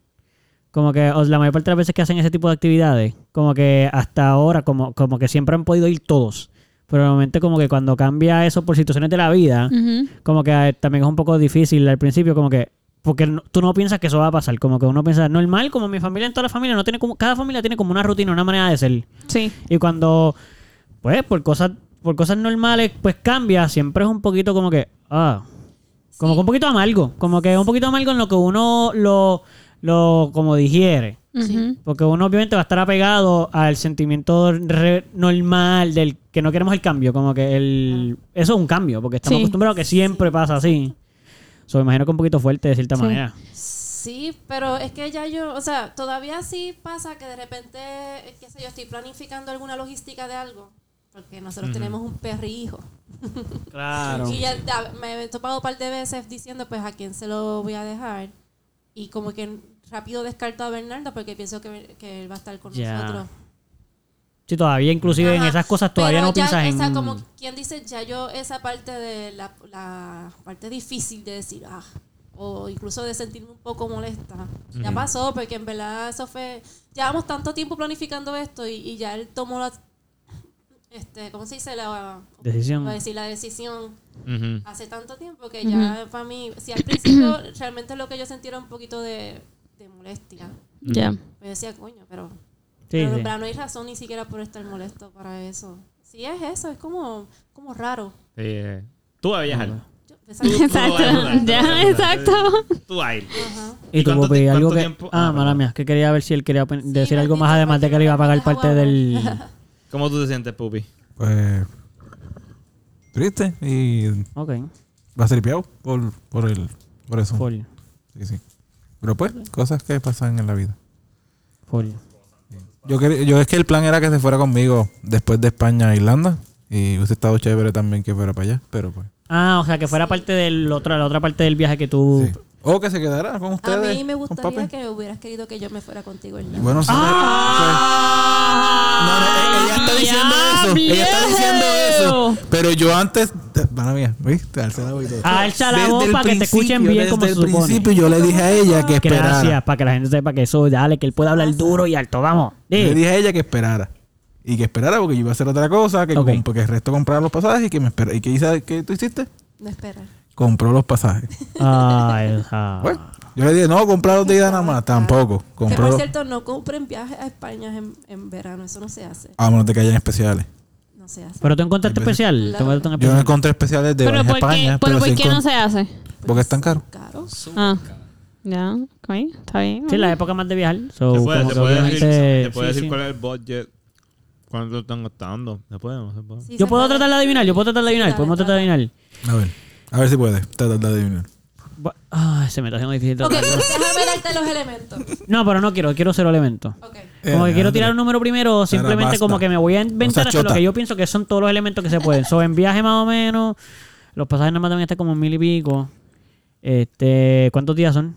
S2: Como que o la mayor parte de las veces que hacen ese tipo de actividades, como que hasta ahora, como, como que siempre han podido ir todos. Pero realmente como que cuando cambia eso por situaciones de la vida,
S3: Ujú.
S2: como que eh, también es un poco difícil al principio, como que, porque no- tú no piensas que eso va a pasar, como que uno piensa, normal, como mi familia en toda la familia, no tiene como, cada familia tiene como una rutina, una manera de ser.
S3: Sí.
S2: Y cuando, pues, por cosas, por cosas normales, pues cambia, siempre es un poquito como que, ah, como que un poquito amargo, como que un poquito amargo en lo que uno lo, lo como digiere.
S3: Ujú.
S2: Porque uno obviamente va a estar apegado al sentimiento re- normal del que no queremos el cambio, como que el
S7: Ah.
S2: eso es un cambio, porque estamos
S3: Sí.
S2: acostumbrados a que siempre pasa así. So, me imagino que un poquito fuerte de cierta
S3: Sí.
S2: manera.
S7: Sí, pero es que ya yo, o sea, todavía sí pasa que de repente, eh, qué sé yo, estoy planificando alguna logística de algo, porque nosotros tenemos un perrijo.
S2: Claro.
S7: Y ya ya me he topado un par de veces diciendo, pues, ¿a quién se lo voy a dejar? Y como que rápido descarto a Bernardo porque pienso que, que él va a estar con
S2: Ya.
S7: nosotros.
S2: Sí, todavía inclusive en
S7: Ajá.
S2: esas cosas todavía
S7: Pero
S2: no
S7: ya,
S2: piensas en
S7: O sea, como quien dice, ya yo esa parte de la, la parte difícil de decir, ah, o incluso de sentirme un poco molesta. Ya pasó, porque en verdad eso fue. Llevamos tanto tiempo planificando esto y, y ya él tomó la, este, ¿cómo se dice? La,
S2: Decisión.
S7: iba a decir, la decisión
S5: Ujú.
S7: hace tanto tiempo que ya para mí, si al principio realmente lo que yo sentí era un poquito de, de molestia.
S3: Ya.
S7: Yo decía, coño, pero,
S2: Sí,
S7: pero,
S2: sí.
S7: pero no hay razón ni siquiera por estar molesto para eso. Sí, es eso, es como, como raro.
S5: Sí, eh, Tú vas a viajar.
S7: Yo- esa-
S5: Tú vas a
S3: Exacto.
S5: ayudar, tú vas a
S3: Ya,
S5: ayudar.
S3: exacto.
S5: Tú vas a ir.
S7: Ajá.
S2: Y,
S5: ¿Y
S2: tú,
S5: cuánto
S2: Popi,
S5: ti-
S2: algo
S5: cuánto
S2: que...
S5: tiempo?
S2: Ah,
S5: Ah,
S2: mala
S5: perdón.
S2: mía, que quería ver si él quería opi-
S7: Sí,
S2: decir algo más
S7: maldito,
S2: además de que le iba a pagar
S7: maldita
S2: parte del...
S5: ¿Cómo tú te sientes, Pupi?
S4: Pues. Triste y
S2: Ok,
S4: va a ser piado por, por, el, por eso.
S2: full,
S4: Sí, sí. Pero pues, cosas que pasan en la vida.
S2: full.
S4: Yo, quería- yo es que el plan era que se fuera conmigo después de España a Irlanda. Y hubiese estado chévere también que fuera para allá, pero pues.
S2: Ah, o sea, que fuera parte del otro, la otra parte del viaje que tú...
S4: sí. O que se quedara con
S7: Mm. A
S4: ustedes.
S7: mí me
S4: con
S7: gustaría
S4: papi.
S7: que hubieras querido que yo me fuera contigo. Hernán.
S4: Bueno, sí,
S2: Ah.
S4: pues- No, no, eh, ella está diciendo eso. Ella está diciendo eso. Pero yo antes. Mano mía, ¿viste? Alza la voz y todo.
S2: Alza la
S4: Desde
S2: voz
S4: el
S2: para que te
S4: principio,
S2: escuchen bien como
S4: desde
S2: se
S4: el
S2: supone.
S4: principio yo le dije a ella que esperara.
S2: Gracias, para que la gente sepa que eso, dale, que él puede hablar duro y alto, vamos.
S4: Yo Le
S2: Sí.
S4: dije a ella que esperara. Y que esperara porque yo iba a hacer otra cosa, que,
S2: Ok.
S4: comp- que el resto comprara los pasajes y que me espera. ¿Y qué, hice, qué tú hiciste?
S7: No espera.
S4: Compró los pasajes.
S2: Ah, esa-
S4: Bueno, yo le dije, no, comprar los de ida nada más. Tampoco.
S7: Que
S4: Compró
S7: por
S4: los-
S7: cierto, no compren viajes a España en, en verano. Eso no se hace.
S4: A menos Ah, de que hayan especiales.
S7: No se hace.
S2: Pero tú encontraste especial. ¿Tú encontraste un
S4: Yo no
S2: especial?
S4: encontré especiales de
S3: Pero
S4: Orange
S3: ¿por qué,
S4: España.
S3: pero ¿por
S4: sí
S3: qué no
S4: encont-
S3: se hace?
S4: Porque están caros.
S7: Caro.
S3: Ah. Ya, ok, está bien.
S2: Sí, la época más de viajar. So,
S5: Se puede,
S2: como Oh, que
S5: se puede decir,
S2: obviamente-
S5: se puede
S2: sí,
S5: decir
S2: sí.
S5: cuál es el budget. ¿Cuánto están gastando? ¿Se puede o no se puede?
S7: Sí
S2: Yo
S7: se
S2: puedo
S7: puede.
S2: tratar de adivinar, yo puedo tratar de adivinar,
S7: dale,
S2: podemos tratar de adivinar.
S4: A ver. A ver si puede. Trata de adivinar.
S2: Bu- Ay, se me está haciendo difícil
S7: Ok,
S2: tratar.
S7: déjame darte los elementos.
S2: No, pero no quiero, quiero cero elementos.
S7: Ok.
S2: Como que
S4: Eh,
S2: quiero
S4: Andrea.
S2: tirar un número primero, o simplemente
S4: basta.
S2: como que me voy a inventar
S4: No seas
S2: hasta lo
S4: chota.
S2: que yo pienso que son todos los elementos que se pueden. So, en viaje más o menos, los pasajes nada más también están como en mil y pico. Este, ¿cuántos días son?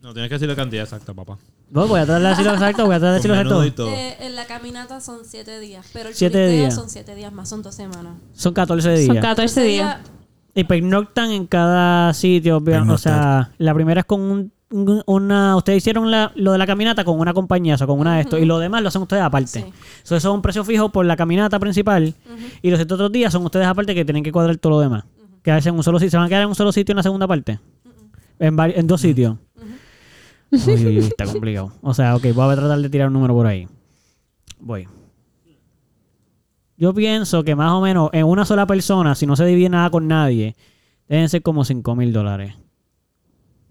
S5: No, tienes que decir la cantidad exacta, papá.
S2: No, voy a tratar de decirlo exacto, voy a tratar de decirlo
S5: Con menudo y
S2: exacto.
S5: todo.
S7: Eh, en la caminata son siete días, pero el
S2: Siete
S7: turisteo
S2: días.
S7: son siete días más, son dos semanas.
S2: Son 14
S3: Son
S2: días.
S3: 14 días.
S2: Y pernoctan en cada sitio, obvio. O sea, la primera es con un- un- una... Ustedes hicieron la- lo de la caminata con una compañía, o sea, con una de estos. Y lo demás lo hacen ustedes aparte.
S7: Sí.
S2: So, eso es un precio fijo por la caminata principal. Y los otros días son ustedes aparte que tienen que cuadrar todo lo demás. Quedarse en un solo sitio. ¿Se van a quedar en un solo sitio en la segunda parte? En, vari- en dos sitios. Uy, uy, uy, está complicado. O sea, ok, voy a tratar de tirar un número por ahí. Voy. Yo pienso que más o menos en una sola persona, si no se divide nada con nadie, deben ser como 5 mil dólares.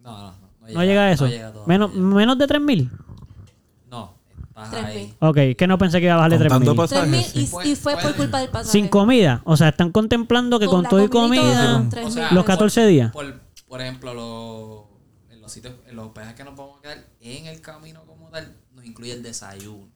S6: No, no, no.
S2: ¿No llega a eso?
S6: No llega todavía.
S2: menos, menos de 3 mil.
S6: No, estás
S7: Tres
S6: ahí.
S7: mil.
S2: Ok, que no pensé que iba a bajarle 3
S4: Contando
S2: mil.
S7: Tres mil
S4: pasajes.
S7: y, y fue por culpa del pasaje.
S2: Sin comida. O sea, están contemplando que con,
S7: la
S2: todo y
S7: todo,
S2: comida.
S7: tres
S6: O
S7: mil
S6: sea,
S2: Los
S7: pesos.
S2: 14 días.
S6: Por, por ejemplo, los, en los sitios, en los hospedajes que nos vamos a quedar en el camino como tal, nos incluye el desayuno.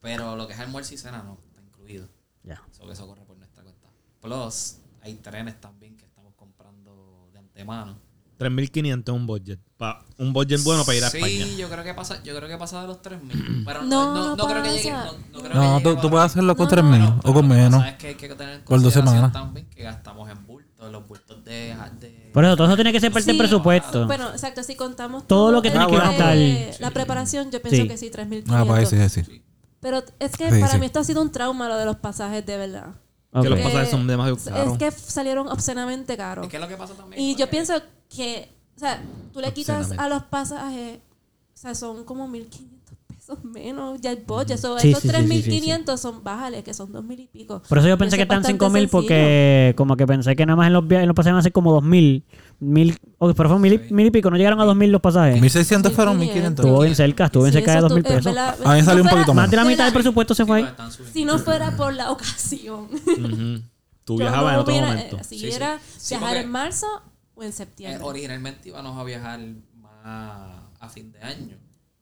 S6: Pero lo que es almuerzo y cena no está incluido.
S2: Ya.
S6: Eso que eso corre por nuestra cuenta. Plus, hay trenes también que estamos comprando de antemano.
S5: 3.500 es un budget. Pa- un budget bueno para ir a
S6: sí,
S5: España.
S6: yo creo que pasa, yo creo que pasa de los 3000, pero
S7: No,
S6: no, no, no,
S7: no
S6: creo que
S7: pasa.
S6: llegue, no, no creo que
S4: No,
S6: llegue
S4: tú, tú
S6: para-
S4: puedes hacerlo con
S7: No,
S4: 3
S6: Bueno,
S4: mil o
S6: pero lo
S4: con
S6: que pasa
S4: menos.
S6: es que hay que tener en
S4: Por dos
S6: consideración
S4: semanas.
S6: también que gastamos en bultos, los bultos de, de-
S2: Por eso, todo eso tiene que ser parte del
S7: Sí.
S2: presupuesto.
S7: Bueno, exacto, si contamos
S2: Todo lo que
S7: el-
S2: tiene
S4: que
S7: eh,
S2: gastar.
S7: La preparación, yo pienso
S2: Sí.
S7: que sí, 3.500.
S4: Ah, pues sí, sí. sí.
S7: Pero es que
S4: Sí,
S7: para
S4: sí.
S7: mí esto ha sido un trauma lo de los pasajes, de verdad.
S5: Que los
S2: Ok.
S5: pasajes son demasiado
S7: Es-
S5: caros.
S7: Es que salieron obscenamente caros.
S6: Es que es lo que pasa también.
S7: Y
S6: porque
S7: yo pienso que, o sea, tú le quitas a
S4: Obscenamente.
S7: los pasajes, o sea, son como 1.500 pesos menos ya el budget. So,
S2: Sí,
S7: esos
S2: sí, sí, sí, sí,
S7: 3.500 son bájale, que son 2.000 y pico.
S2: Por eso yo
S7: Pero
S2: pensé
S7: es
S2: que están
S7: bastante
S2: 5 mil
S7: sencillo.
S2: porque como que pensé que nada más en los, via- en los pasajes van a ser como 2 mil. mil o- pero fueron mil, y- mil y pico, no llegaron a 2 mil los pasajes.
S4: 1600 fueron
S7: 1500.
S4: 1500.
S2: Estuvo bien cerca, estuvo bien
S7: Sí,
S2: cerca de
S7: eso
S2: 2 mil
S7: tú- es
S2: pesos.
S7: verdad,
S4: A mí
S7: si
S4: salió
S7: no
S4: un poquito
S2: Más de la
S7: si
S2: mitad del
S7: no-
S2: presupuesto se fue ahí.
S6: están subiendo. Eh,
S7: Si no fuera por la ocasión.
S5: Ujú. Tú
S7: yo
S5: viajabas
S7: no
S5: en otro
S7: hubiera-
S5: momento.
S7: eh, Si
S6: Sí, sí.
S7: hubiera
S6: Sí,
S7: viajar
S6: porque-
S7: en marzo o en
S6: Eh,
S7: septiembre.
S6: originalmente íbamos a viajar más a fin de año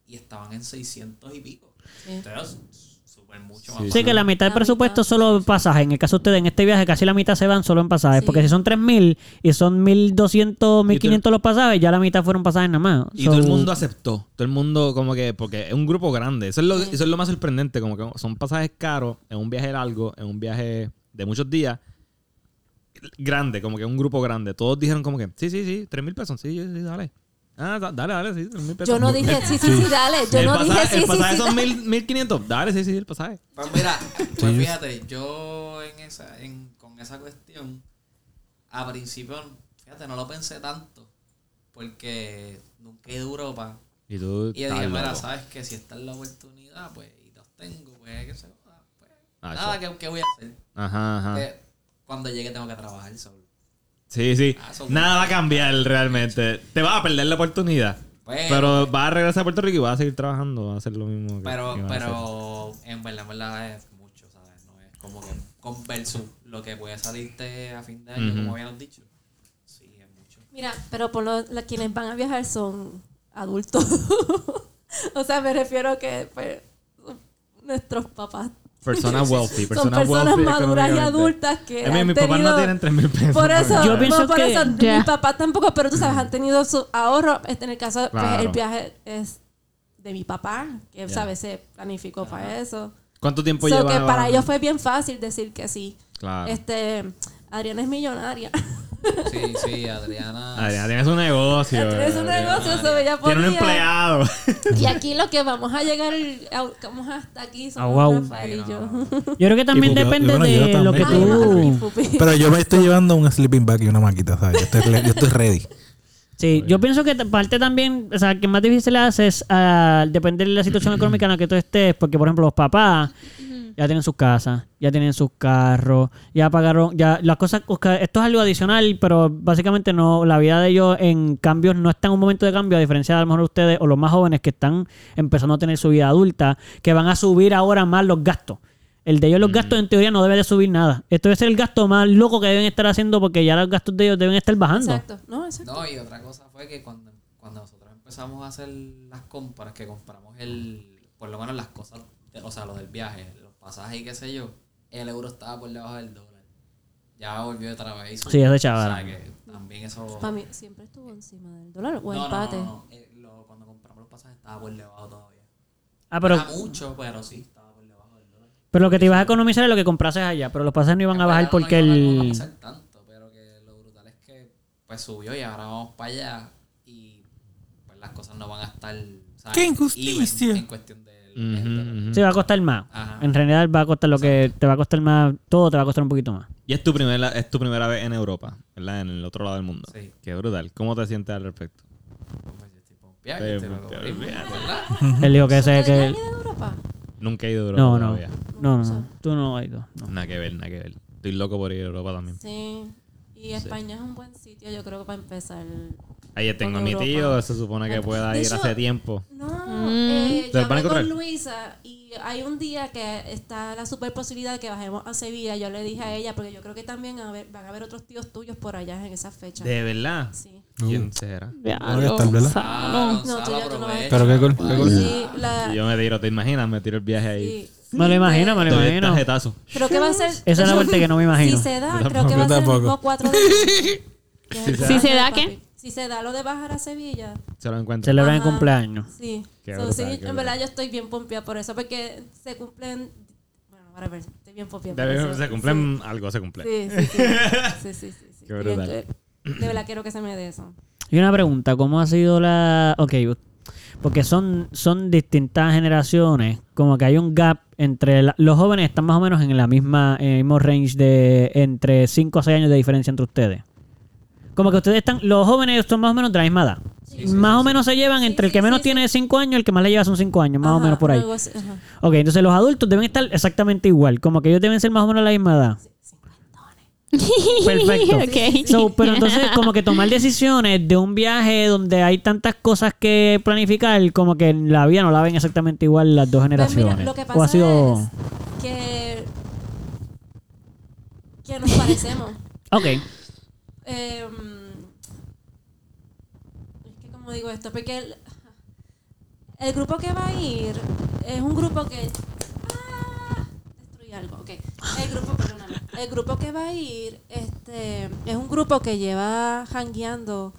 S6: y estaban en 600 y pico.
S7: Sí.
S6: Entonces, súper mucho más.
S5: Sí,
S6: barato.
S2: Sí, que la mitad del
S7: La
S2: presupuesto
S7: mitad.
S2: solo pasaje. En el caso de ustedes, en este viaje, casi la mitad se van solo en pasajes.
S7: Sí.
S2: Porque si son 3.000 y son 1.200,
S5: Y
S2: 1.500 los pasajes, ya la mitad fueron pasajes nada más.
S5: Y
S2: So,
S5: todo el mundo aceptó. Todo el mundo, como que, porque es un grupo grande. Eso es lo, eso es lo más sorprendente. Como que son pasajes caros en un viaje largo, en un viaje de muchos días. Grande, como que un grupo grande. Todos dijeron como que, sí, sí, sí, tres mil pesos, sí, sí, sí, dale. Ah, da- dale, dale, sí. son mil pesos.
S7: Yo no dije, sí, sí, sí, dale. Yo
S5: el
S7: no
S5: pasaje,
S7: dije, sí,
S5: el
S7: sí,
S5: pasaje
S7: sí.
S5: son
S7: dale.
S5: mil, 1500. Dale, sí, sí, el pasaje.
S6: Pues mira, pues
S4: Sí.
S6: fíjate, yo en esa, en, con esa cuestión, a principio, fíjate, no lo pensé tanto, porque nunca he ido a Europa.
S5: Y tú.
S6: Y yo
S5: estás
S6: dije, mira,
S5: loco.
S6: sabes que si está en la oportunidad, pues, y los tengo, pues, que se joda, pues,
S5: Ah,
S6: nada, que, que voy a hacer?
S5: Ajá,
S1: Ah.
S5: ajá.
S6: Eh, cuando llegue tengo que trabajar solo.
S5: Sí, sí.
S6: Ah, son-
S5: Nada va a cambiar realmente. Te vas a perder la oportunidad.
S6: Pero-
S5: Pero vas a regresar a Puerto Rico y vas a seguir trabajando, vas a hacer lo mismo. que-
S6: Pero,
S5: que vas a hacer.
S6: pero en verdad, en verdad es mucho, ¿sabes? No es como que con versus lo que puede salirte a fin de año,
S5: Ujú.
S6: como habíamos dicho. Sí, es mucho.
S7: Mira, pero por lo, la- quienes van a viajar son adultos. o sea, me refiero que pues, nuestros papás
S5: Personas wealthy,
S7: son
S5: personas
S7: personas
S5: wealthy.
S7: maduras y
S5: económicamente.
S7: adultas que
S5: A mí,
S7: han
S5: mis papás no
S7: tenido-
S5: tienen 3 mil pesos. pues.
S7: Por eso,
S2: Yo
S7: no,
S2: pienso
S7: por
S2: que-
S7: eso, mi
S3: Ya.
S7: papá tampoco, pero tú sabes, han tenido su ahorro. Este, En el caso, pues,
S5: Claro.
S7: el viaje es de mi papá, que,
S5: Ya.
S7: ¿sabes? Se planificó para eso.
S5: ¿Cuánto tiempo
S7: So
S5: lleva?
S7: que para ellos fue bien fácil decir que sí.
S5: Claro.
S7: Este, Adriana es millonaria.
S6: Sí, sí, Adriana.
S5: Adriana, tienes un negocio.
S7: es un
S5: Adriana.
S7: negocio, so ella
S5: Tiene
S7: podía.
S5: un empleado.
S7: Y aquí lo que vamos a llegar, a- vamos hasta aquí, somos
S2: Ah, wow.
S7: Rafael y yo.
S2: Yo creo que también
S4: Fupi-
S2: depende
S4: bueno, yo
S2: de lo que
S4: también.
S7: Ay, papi,
S2: tú...
S7: pupi.
S4: Pero yo me estoy llevando un sleeping bag y una maquita, ¿sabes? Yo estoy, yo estoy ready.
S2: Sí, yo pienso que te- parte también, o sea, que más difícil haces al ah, depender de la situación económica en la que tú estés, porque por ejemplo los papás ya tienen sus casas, ya tienen sus carros, ya pagaron, ya las cosas, o sea, esto es algo adicional, pero básicamente no, la vida de ellos en cambios no está en un momento de cambio, a diferencia de a lo mejor ustedes o los más jóvenes que están empezando a tener su vida adulta, que van a subir ahora más los gastos. El de ellos los gastos en teoría no debe de subir nada. Esto debe ser el gasto más loco que deben estar haciendo porque ya los gastos de ellos deben estar bajando.
S7: Exacto, no, exacto.
S6: No, y otra cosa fue que cuando, cuando nosotros empezamos a hacer las compras, que compramos el. Por lo menos las cosas, de- o sea, lo del viaje, los pasajes y qué sé yo, el euro estaba por debajo del dólar. Ya volvió otra vez.
S2: Sí, ese chaval.
S6: O sea, que también eso.
S7: Para mí siempre estuvo encima del dólar o
S6: No, no,
S7: empate.
S6: No, no, Eh, lo- cuando compramos los pasajes estaba por debajo todavía.
S2: Ah, pero
S6: Era mucho, pero sí, estaba por debajo del dólar.
S2: Pero lo que te ibas a economizar es lo que comprases allá, pero los pases no iban a bajar
S6: En verdad no
S2: porque
S6: iban a
S2: el...
S6: economizar tanto, pero que lo brutal es que pues subió y ahora vamos para allá y pues las cosas no van a estar... ¿sabes?
S4: ¡Qué injusticia!
S6: even En cuestión del... del-
S2: Sí, va a costar más.
S6: Ajá.
S2: En realidad va a costar lo que... Te va a costar más... Todo te va a costar un poquito más.
S5: Y es tu primera, es tu primera vez en Europa, ¿verdad? En el otro lado del mundo.
S6: Sí.
S5: Qué brutal. ¿Cómo te sientes al respecto?
S6: pues, yo estoy pompeado,
S5: Sí,
S6: yo estoy loco
S5: pompeado,
S6: por irme,
S5: olvídate.
S6: ¿verdad?
S2: Él dijo que
S7: ¿Ustedes
S2: ese...
S7: ya han
S2: Que...
S7: ido a Europa?
S5: Nunca he ido a Europa
S2: No, no.
S5: todavía.
S2: No, no, no. Tú no has ido. no.
S5: Nada que ver, nada que ver. Estoy loco por ir a Europa también.
S7: Sí. Y España es un buen sitio, yo creo que para empezar.
S5: Ahí tengo a
S7: Con
S5: mi
S7: Europa.
S5: tío, se supone que
S7: De
S5: pueda ir
S7: hecho-
S5: hace tiempo.
S7: No,
S2: Mm.
S7: eh,
S5: ¿Te
S7: yo
S5: van a
S7: hablé
S5: correr?
S7: con Luisa y hay un día que está la super posibilidad de que bajemos a Sevilla. Yo le dije a ella, porque yo creo que también a ver- van a haber otros tíos tuyos por allá en esa fecha.
S5: ¿De verdad?
S7: Sí.
S2: Uh.
S5: ¿Quién será?
S3: Ya,
S4: Voy a estar,
S3: lo
S4: ¿verdad?
S3: Gonzalo.
S6: Ah, Gonzalo,
S7: No, tú ya tú no vas a
S6: aprovecha.
S4: Pero qué cool, qué cool.
S7: Sí, la-
S5: Y Yo me tiro, ¿te imaginas? Me tiro el viaje Ah. ahí.
S7: Ah. sí.
S2: Me lo imagino, me lo
S5: Doy el
S2: imagino.
S5: Tajetazo.
S7: Creo que va a ser. Esa
S2: es la parte que no me imagino.
S7: Si se da,
S5: Yo
S7: creo que va a
S4: tampoco.
S7: ser el
S4: Yo
S7: mismo
S4: tampoco.
S7: 4 de julio.
S5: Si se
S3: da. ¿Si se da
S7: Papi.
S3: qué?
S7: Si se da lo de bajar a Sevilla.
S5: Se lo encuentro.
S2: Celebran el
S7: Ajá.
S2: cumpleaños.
S7: Sí.
S5: Qué
S7: So,
S5: brutal,
S7: sí,
S5: qué
S7: en
S5: brutal.
S7: verdad yo estoy bien pompeada por eso, porque se cumplen. Bueno, para ver, estoy bien pompeada. por
S5: Debe-
S7: eso.
S5: Se cumplen algo, se cumple.
S7: Sí, sí, sí. sí, sí, sí, sí, sí.
S5: Qué brutal.
S7: De verdad quiero que se me dé eso.
S2: Y una pregunta, ¿cómo ha sido la... Ok, porque son, son distintas generaciones, como que hay un gap entre... la- Los jóvenes están más o menos en la misma, en el mismo range de entre 5 a 6 años de diferencia entre ustedes. Como que ustedes están, los jóvenes son más o menos de la misma edad. más o menos se llevan
S7: Sí,
S2: entre el
S7: sí,
S2: que menos
S7: sí,
S2: tiene 5 años y el que más le lleva son 5 años, más o
S7: Ajá,
S2: menos por ahí.
S7: algo así, ajá. Pues
S2: Ok, entonces los adultos deben estar exactamente igual, como que ellos deben ser más o menos la misma edad. Perfecto.
S3: Ok.
S2: So, pero entonces, como que tomar decisiones de un viaje donde hay tantas cosas que planificar, como que en la vida no la ven exactamente igual las dos
S7: Pues
S2: generaciones.
S7: mira, lo que
S2: o
S7: pasa
S2: ha sido.
S7: es que, que nos parecemos.
S2: Ok.
S7: Eh, es que como digo esto, porque el, el grupo que va a ir es un grupo que... ¡Ah! Destruí algo, ok. El grupo, perdóname. El grupo que va a ir este, es un grupo que lleva jangueando,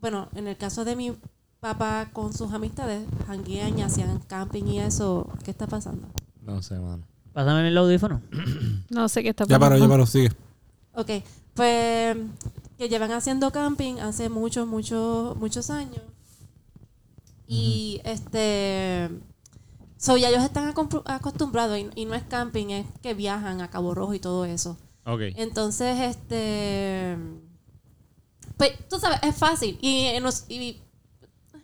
S7: bueno, en el caso de mi papá con sus amistades, janguean y hacían camping y eso. ¿Qué está pasando?
S5: No sé, mano.
S2: Pásame el audífono.
S3: No sé qué está
S4: Ya
S3: pasando.
S4: paró, ya paró, sigue.
S7: Ok, pues que llevan haciendo camping hace muchos, muchos, muchos años. Y este. So ya ellos están acompru- acostumbrados y, y no es camping, es que viajan a Cabo Rojo y todo eso.
S5: Ok.
S7: Entonces, este. Pues tú sabes, es fácil. Y, eh, nos- y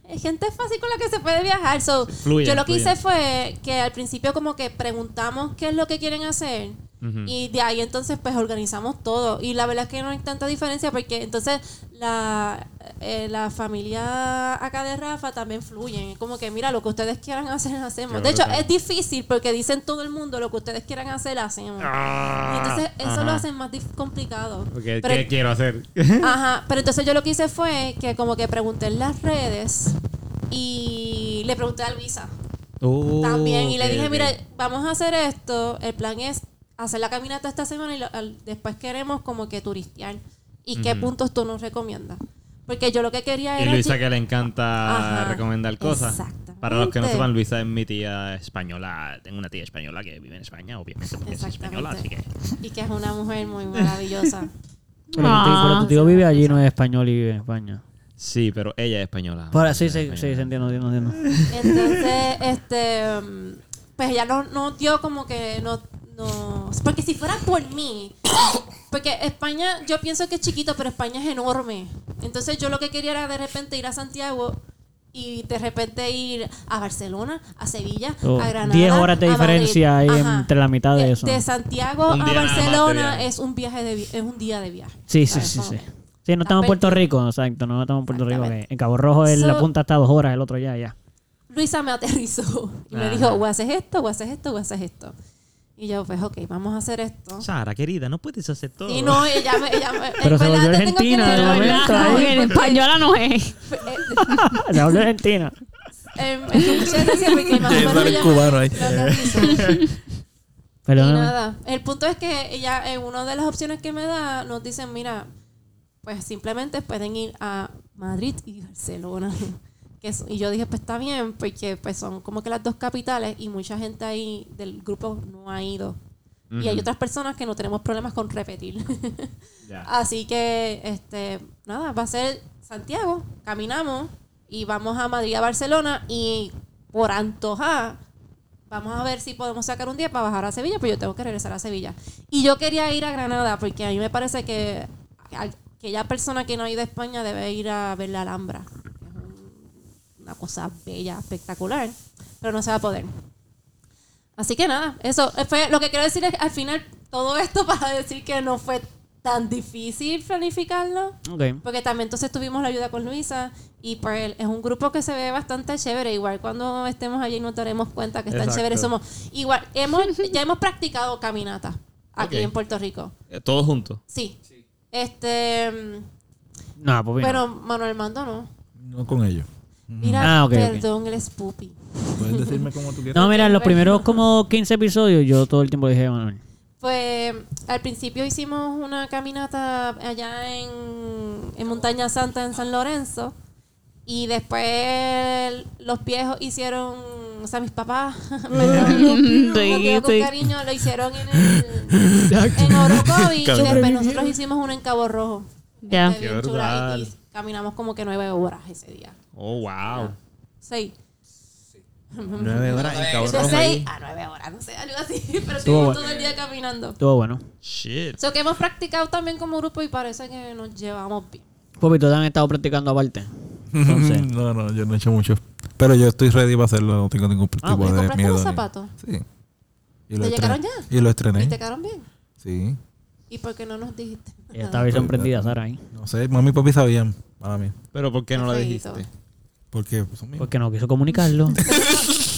S7: hay gente fácil con la que se puede viajar. So,
S5: Fluye,
S7: yo lo que
S5: fluye.
S7: hice fue que al principio, como que preguntamos qué es lo que quieren hacer.
S5: Ujú.
S7: Y de ahí entonces pues organizamos todo. Y la verdad es que no hay tanta diferencia porque entonces la, eh, la familia acá de Rafa también fluyen. Es como que mira, lo que ustedes quieran hacer, hacemos.
S5: Qué
S7: De hecho,
S5: brutal.
S7: es difícil porque dicen todo el mundo lo que ustedes quieran hacer, hacemos.
S1: Ah,
S2: Ah.
S7: Y entonces eso lo hace más dif- complicado.
S5: Porque,
S7: Pero-
S5: ¿Qué quiero hacer?
S7: Ajá, pero entonces yo lo que hice fue que como que pregunté en las redes y le pregunté a Luisa también y le
S5: Uh, Ok,
S7: dije,
S5: ok.
S7: mira, vamos a hacer esto, el plan es hacer la caminata esta semana y lo- al- después queremos como que turistear. ¿Y qué
S5: Ujú.
S7: puntos tú nos recomiendas? Porque yo lo que quería
S5: Y
S7: era...
S5: Luisa que le encanta
S7: Ajá,
S5: recomendar cosas.
S7: exactamente.
S5: Para los que no sepan, Luisa es mi tía española. Tengo una tía española que vive en España, obviamente, porque es española, así que...
S7: Exactamente. Y que es una mujer muy maravillosa.
S2: Pero, tu tío- pero tu
S7: Ah.
S2: tío vive allí, no es español y vive en España.
S5: Sí, pero ella es española.
S2: Por, sí, sí,
S5: Española.
S2: sí, se entiendo, entiendo, entiendo.
S7: Entonces, este, mm, pues ella no, no dio como que no, no, porque si fuera por mí, porque España, yo pienso que es chiquito, pero España es enorme. Entonces yo lo que quería era de repente ir a Santiago y de repente ir a Barcelona, a Sevilla,
S2: Oh,
S7: a Granada.
S2: 10 horas de
S7: a Madrid.
S2: diferencia hay
S7: Ajá.
S2: entre la mitad de eso.
S7: De Santiago
S5: Un
S7: a
S5: día nada más de
S7: Barcelona
S5: viaje.
S7: es un viaje de vi- es un día de viaje.
S2: Sí, sí,
S7: ¿Sabes?
S2: sí,
S7: Como
S2: sí.
S7: que-
S2: Sí, no estamos en
S7: Aparte-
S2: Puerto Rico, exacto, no estamos en Puerto Rico. que
S7: Exactamente.
S2: En Cabo Rojo el- la
S7: So-
S2: punta está a dos horas, el otro ya, ya.
S7: Luisa me aterrizó y me
S5: Ajá.
S7: dijo, o haces esto, o haces esto, o haces esto. Y yo, pues, ok, vamos a hacer esto.
S5: Sara, querida, no puedes hacer todo.
S7: Y no, ella me... Ella me
S2: Pero
S7: en
S2: se
S7: verdad,
S2: volvió
S7: te tengo que
S2: argentina de
S7: decir la
S2: momento,
S7: verdad,
S2: ¿eh?
S3: En española no es.
S7: porque,
S2: Se volvió Ah, Argentina.
S7: eh, eh, muchas gracias, porque más o menos
S4: sale
S7: ella
S4: cubano ahí.
S7: me lo aterrizó. Y
S2: Perdóname.
S7: nada, el punto es que ella, en una de las opciones que me da, nos dicen, mira, pues simplemente pueden ir a Madrid y Barcelona. Que es- y yo dije, pues está bien, porque pues son como que las dos capitales y mucha gente ahí del grupo no ha ido. Y hay otras personas que no tenemos problemas con repetir. Así que, este, nada, va a ser Santiago, caminamos y vamos a Madrid, a Barcelona y por antojar, vamos a ver si podemos sacar un día para bajar a Sevilla, pues yo tengo que regresar a Sevilla. Y yo quería ir a Granada porque a mí me parece que a- aquella persona que no ha ido a España debe ir a ver la Alhambra. que es un- Una cosa bella, espectacular, pero no se va a poder. Así que nada, eso eh, fue lo que quiero decir es al final todo esto para decir que no fue tan difícil planificarlo.
S2: Ok.
S7: Porque también entonces tuvimos la ayuda con Luisa y pues es un grupo que se ve bastante chévere. Igual cuando estemos allí nos daremos cuenta que tan
S5: Exacto.
S7: chéveres somos. Igual, hemos, ya hemos practicado caminatas aquí
S5: Ok.
S7: en Puerto Rico.
S5: Eh, Todos juntos.
S7: Sí. Este, mm,
S2: No, pues bien.
S7: pero Manuel Mando no.
S4: No con ellos.
S7: Mira,
S2: Ah, ok, ok.
S7: perdón, él es pupi.
S4: Puedes decirme cómo tú quieras.
S2: No, mira, en los primeros como 15 episodios yo todo el tiempo dije, Manuel.
S7: Pues al principio hicimos una caminata allá en, en Montaña Santa, en San Lorenzo. Y después los viejos hicieron, o sea, mis papás, perdón, los primos, los viejos con
S3: Sí, sí.
S7: cariño, lo hicieron en, el, en Orocovi. Y después nosotros hicimos una en Cabo Rojo.
S3: Ya.
S7: Este, bien chula, y-
S5: brutal.
S7: y caminamos como que nueve horas ese día.
S5: Oh, wow.
S7: Sí.
S4: Nueve horas en Cabo
S7: De
S4: Rojo
S7: seis
S4: ahí.
S7: a nueve horas, no sé, algo así. Pero estuvimos
S2: bueno.
S7: todo el día caminando.
S2: Todo bueno.
S5: Shit.
S7: So que hemos practicado también como grupo y parece que nos llevamos bien.
S2: Popi, todos han estado practicando aparte. Entonces,
S4: No, no, yo no he hecho mucho. Pero yo estoy ready para hacerlo, no tengo ningún tipo
S2: Ah,
S7: ¿Te
S4: de
S7: compraste
S4: miedo.
S7: los
S4: ni-
S7: zapatos?
S4: Sí. Y
S7: ¿Te llegaron
S4: estrené.
S7: ya?
S4: Y lo
S7: ¿Y
S4: estrené.
S7: te quedaron bien?
S4: Sí.
S7: ¿Y por qué no nos dijiste?
S2: ella estaba bien sorprendida, Sara, ahí.
S4: No sé, mami y papi sabían, para mí.
S5: Pero ¿por qué no lo
S7: Feíto.
S5: dijiste?
S4: Porque son míos.
S2: Porque no quiso comunicarlo.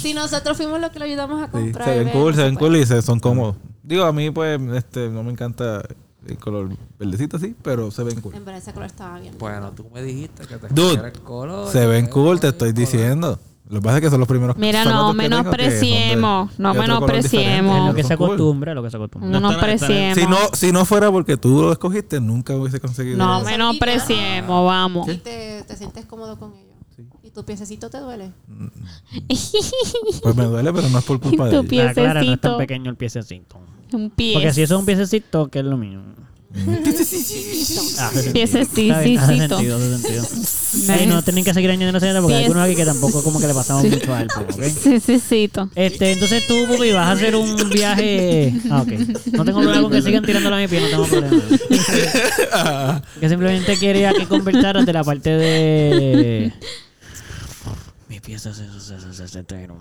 S7: Si nosotros fuimos los que lo ayudamos a
S4: Sí,
S7: comprar. pues,
S4: se ven
S7: ¿ves?
S4: cool, se
S7: No
S4: ven
S7: puede.
S4: cool y se son cómodos. Digo, a mí pues este no me encanta el color verdecito así, pero se ven cool.
S7: En verdad ese color estaba bien.
S6: Bueno, tú me dijiste que te
S4: Dude,
S6: cambiara el color.
S4: Se ven cool, te estoy diciendo. Lo que pasa es que son los primeros
S3: Mira,
S4: zapatos
S3: no
S4: que tengo que son de-
S3: menospreciemos, no
S4: de otro color
S3: menospreciemos.
S4: diferente.
S2: lo que
S4: Son
S2: se
S4: cool.
S2: acostumbra, lo que se acostumbra.
S3: No
S5: No
S3: nos
S5: están- están-
S3: preciemos.
S4: Si no, si no fuera porque tú lo escogiste, nunca hubiese conseguido.
S3: No
S4: eso.
S3: menospreciemos, vamos.
S7: Y te, te sientes cómodo con ello. ¿Y tu piececito te duele?
S4: Mm. Pues me duele, pero no es por culpa de
S3: Tu
S4: ella.
S3: pie.
S2: La clara no es
S3: Piececito.
S2: tan pequeño el piececito.
S3: Un pie.
S2: Porque si eso es un piececito, que es lo mío. Ah, hace
S3: Sí, ese sí,
S2: Está
S3: sí,
S2: bien, hace
S3: sí.
S2: sentido, hace sentido. Ey, no tienen que seguir añadiendo señora porque
S3: Sí,
S2: hay algunos
S3: es-
S2: aquí que tampoco como que le pasamos mucho a él.
S3: Sí, sí, cito.
S2: Este, entonces tú, Pupi, vas a hacer un viaje. Ah, ok. No tengo problema con que sigan tirándola a mi pie, no tengo problema. Yo simplemente quería que conversaras de la parte de. Mis piezas se, se, se- se- se trajeron.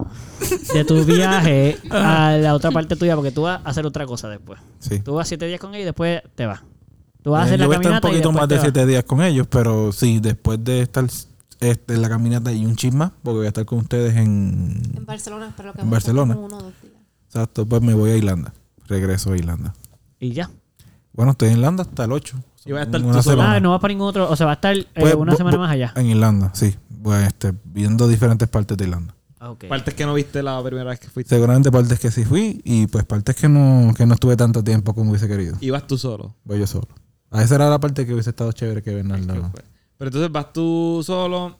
S2: De tu viaje a la otra parte tuya, porque tú vas a hacer otra cosa después.
S4: Sí.
S2: Tú vas siete días con ella y después te vas. Tú vas a
S4: Eh,
S2: hacer
S4: yo
S2: la
S4: voy a estar
S2: caminata.
S4: un
S2: y
S4: poquito
S2: después
S4: más
S2: te
S4: de
S2: vas.
S4: 7 días con ellos, pero sí, después de estar este, en la caminata y un chisme más, porque voy a estar con ustedes en.
S7: En Barcelona, pero lo que
S4: En
S7: voy a estar
S4: Barcelona.
S7: como uno o dos días.
S4: Exacto, pues me voy a Irlanda. Regreso a Irlanda.
S2: Y ya.
S4: Bueno, estoy en Irlanda hasta el 8.
S5: Y vas a estar
S4: Una
S5: tú solo.
S4: semana.
S2: Ah, no vas para ningún otro. O sea, va a estar eh,
S4: Pues,
S2: una
S4: bo-
S2: semana
S4: bo-
S2: más allá.
S4: En Irlanda, sí. Pues, este, viendo diferentes partes de Irlanda.
S2: Ah, ok.
S5: Partes que no viste la primera vez que fuiste.
S4: Seguramente partes que sí fui y pues partes que no, que no estuve tanto tiempo como hubiese querido.
S5: Ibas tú solo.
S4: Voy yo solo. A esa era la parte que hubiese estado chévere que Bernardo. ¿no?
S5: Pues, Pero entonces vas tú solo.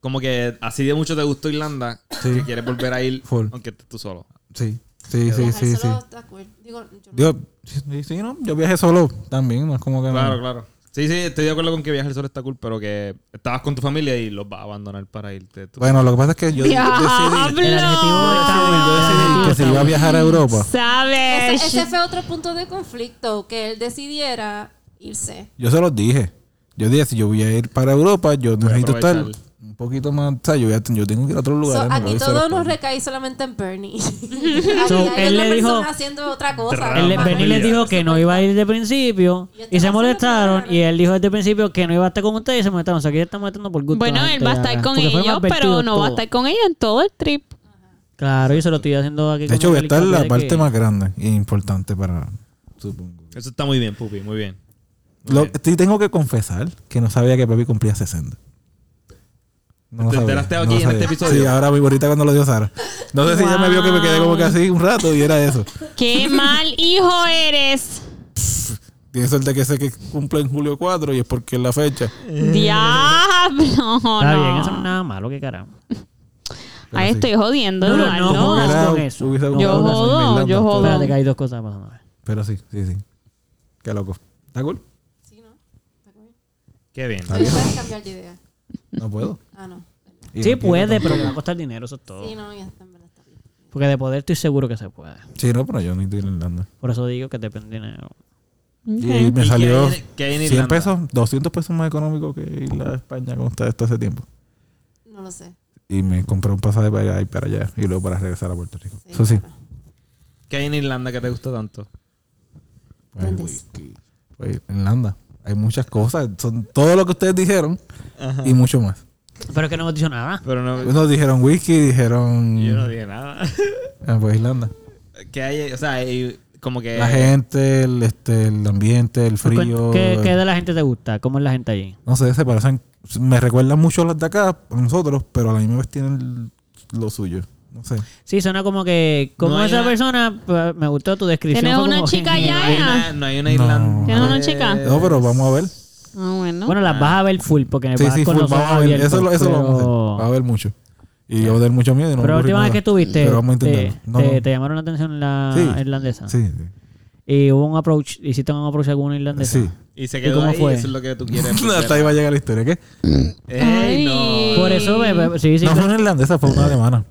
S5: Como que así de mucho te gustó Irlanda.
S4: Sí.
S5: Que quieres volver a ir.
S4: Full.
S5: Aunque estés tú solo.
S4: Sí, sí, sí,
S7: Viajar
S4: sí, sí.
S7: solo está cool. Digo, yo no-
S4: Digo, sí, sí, no, yo viajé solo también, no es como que
S5: Claro,
S4: no.
S5: claro. Sí, sí, estoy de acuerdo con que viajar el sol está cool, pero que estabas con tu familia y los vas a abandonar para irte tú.
S4: Bueno, lo que pasa es que yo yo decidí,
S2: El adjetivo
S3: ¡Diablo!
S2: está bueno,
S4: yo
S2: el
S4: decidí
S2: adjetivo
S4: que
S2: está
S4: si iba a
S2: bueno.
S4: viajar a Europa,
S3: ¿Sabes?
S7: Ese, ese fue otro punto de conflicto, que él decidiera irse.
S4: yo se los dije. Yo dije, si yo voy a ir para Europa, yo necesito estar
S5: aprovechar.
S4: un poquito más, o sea, yo, voy a- yo tengo que ir a otros
S7: So,
S4: lugares. ¿eh? me
S7: aquí
S4: voy solo
S7: todo
S4: para-
S7: nos recae solamente en Bernie.
S2: So,
S7: Aquí hay
S2: él
S7: otra
S2: le dijo-
S7: persona haciendo otra cosa.
S2: Él, le-
S7: normal.
S5: Ah,
S2: Bernie le
S5: familia.
S2: dijo que no iba a ir de principio
S7: Y este
S2: y
S7: va
S2: se
S7: a ser
S2: molestaron
S7: otra.
S2: y él dijo desde el principio que no iba a estar con ustedes y se molestaron. O sea, que ya están molestando por gusto.
S3: Bueno,
S2: la
S3: él
S2: gente
S3: va a
S2: ya.
S3: estar con
S2: Porque fueron
S3: ellos, pero
S2: advertidos
S3: no va a
S2: todos.
S3: estar con ella en todo el trip.
S2: Claro, yo se lo estoy haciendo aquí.
S4: De hecho, voy a estar en la parte
S2: más
S4: más grande e importante para, supongo.
S5: Eso está muy bien, Pupi, muy bien. Muy
S4: Lo,
S5: bien.
S4: sí tengo que confesar que no sabía que papi cumplía 60. No
S5: ¿Te enteraste aquí
S4: lo
S5: en este
S4: sabía.
S5: episodio?
S4: Sí, ahora mi bonita cuando lo dio Sara. No sé si ella me vio que me quedé como que así un rato y era eso.
S3: ¡Qué mal hijo eres!
S4: Tiene suerte que sé que cumple en julio 4 y es porque es la fecha.
S3: ¡Diablo!
S2: Está bien, eso no es
S3: No.
S2: nada malo, qué carajo.
S3: Ahí estoy jodiendo,
S2: No, no,
S3: Eduardo.
S2: no,
S4: Como que era-
S2: con eso.
S4: hubiese
S2: Yo
S4: jugado con
S3: jodo,
S4: Irlanda,
S3: yo
S4: pero-
S3: jodo.
S2: Espérate que hay dos cosas pasando.
S4: Pero sí, sí, sí. Qué loco. ¿Está cool?
S7: Sí, ¿no? Está cool.
S5: Qué bien.
S4: Está bien.
S7: Puedes cambiar de idea.
S4: No puedo.
S7: Ah, no.
S4: Y
S2: sí
S4: no quiero
S2: puede, pero
S4: tampoco.
S2: me va a costar dinero, eso es todo.
S7: Sí, no, ya está, en verdad está bien.
S2: Porque de poder estoy seguro que se puede.
S4: Sí, no, pero yo no estoy en Irlanda.
S2: Por eso digo que depende de dinero.
S4: Y me
S5: ¿Y qué
S4: salió
S5: hay en- qué hay en
S4: 100
S5: Irlanda?
S4: pesos, 200 pesos más económico que ir a España como está esto hace tiempo.
S7: No lo sé.
S4: Y me compré un pasaje para allá y para allá y luego para regresar a Puerto Rico. Eso sí.
S7: claro.
S5: ¿Qué hay en Irlanda que te gusta tanto?
S4: Pues,
S7: ¿Dónde
S4: güey, que- pues, en Irlanda hay muchas cosas. Son todo lo que ustedes dijeron y mucho más.
S2: Pero es que no hemos dicho nada.
S5: Pero no,
S4: Unos dijeron whisky, dijeron...
S5: yo no dije nada.
S4: Ah, pues Irlanda.
S5: ¿Qué hay? O sea, hay como que...
S4: La gente, el, este, el ambiente, el frío.
S2: Pues, ¿Qué, qué de la gente te gusta? ¿Cómo es la gente allí?
S4: No sé, se parecen. Me recuerdan mucho a las de acá, a nosotros, pero a la misma vez tienen lo suyo. No sé.
S2: Sí, suena como que, como
S5: No hay
S2: esa
S5: una-
S2: persona, pues, me gustó tu descripción.
S3: Tienes
S2: fue
S3: una
S2: como-
S3: chica
S5: No
S3: allá.
S5: hay una, no hay una
S4: No.
S5: Irlanda.
S4: ¿Tienes
S3: una
S2: Ah.
S3: chica?
S5: Eh,
S4: No, pero vamos a ver.
S3: Ah, bueno.
S2: Bueno, las vas a ver full porque
S4: Sí,
S2: Eh, vas
S4: sí,
S2: con
S4: full,
S2: los ojos
S4: vamos a ver.
S2: abiertos.
S4: Eso, lo- eso lo vamos a hacer.
S2: pero-
S4: Va a haber mucho. Y yo voy a tener mucho miedo. y no
S2: pero
S4: voy
S2: la
S4: a ocurrir
S2: última vez
S4: nada.
S2: que tuviste,
S4: Pero vamos a intentarlo.
S2: te,
S4: No,
S2: te-
S4: no.
S2: te llamaron la atención la
S4: Sí.
S2: irlandesa.
S4: Sí, sí.
S2: Y hubo un approach, hiciste un approach a alguna irlandesa.
S4: Sí.
S5: Y se
S2: ¿Y
S5: quedó
S2: cómo
S5: ahí,
S2: fue?
S5: eso es lo que tú quieres.
S4: Hasta ahí va a llegar la historia, ¿qué?
S5: ¡Ey, no!
S2: Por eso, ve- ve- sí, sí.
S4: no
S2: pero-
S4: fue una irlandesa, fue una alemana.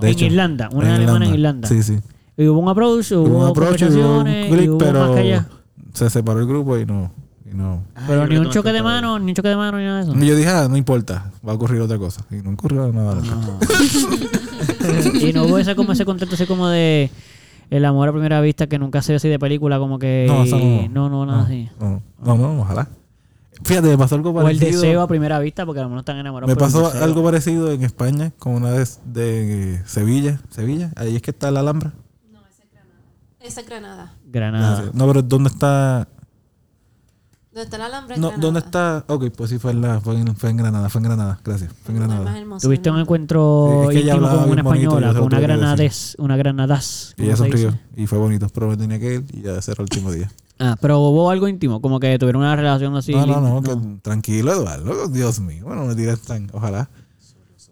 S4: De
S2: en
S4: hecho.
S2: Irlanda, una alemana en Irlanda.
S4: Sí, sí.
S2: Y hubo un approach, hubo,
S4: Hubo un approach, y hubo un
S2: conversaciones, y
S4: click,
S2: hubo más
S4: pero
S2: que allá. Ah,
S4: se separó el grupo y no. Y no.
S5: Ay,
S2: Pero
S5: yo
S2: ni
S5: creo
S2: un
S5: que
S2: choque
S5: no
S2: de
S5: está bien.
S2: mano, ni un choque de mano, ni nada de eso.
S4: Y yo dije, ah, no importa, va a ocurrir otra cosa. Y no ocurrió nada. loco.
S2: Ah, y no hubo ese, como ese contexto así como de el amor a primera vista que nunca se ve así de película, como que
S4: No, eso no.
S2: no, no, nada así.
S4: No, no, no, ojalá. Fíjate, me pasó algo
S2: O el
S4: parecido.
S2: deseo a primera vista, porque a lo mejor no están enamorados.
S4: me
S2: pero el
S4: pasó
S2: deseo.
S4: algo parecido en España con una de, de Sevilla. Sevilla, ahí es que está la Alhambra.
S7: Esa es Granada.
S2: Granada.
S4: No, pero ¿dónde está?
S7: ¿Dónde está la Alhambra?
S4: No, ¿dónde está? Ok, pues sí, fue en, la, fue, en, fue en Granada, fue en Granada, gracias. Fue en Granada.
S2: Tuviste un encuentro
S4: Sí, es que ella
S2: íntimo
S4: hablaba
S2: con una
S4: bien bonito,
S2: española,
S4: yo se lo
S2: con una
S4: tuve que
S2: granadez, una granadaz.
S4: Y ella
S2: ¿cómo se dice?
S4: sonrió y fue bonito, pero me tenía que ir y ya ese era el último día.
S2: Ah, pero hubo algo íntimo, como que tuvieron una relación así.
S4: no, no, no,
S2: íntima.
S4: que- tranquilo, Eduardo. Dios mío, bueno, no me tiras tan, ojalá.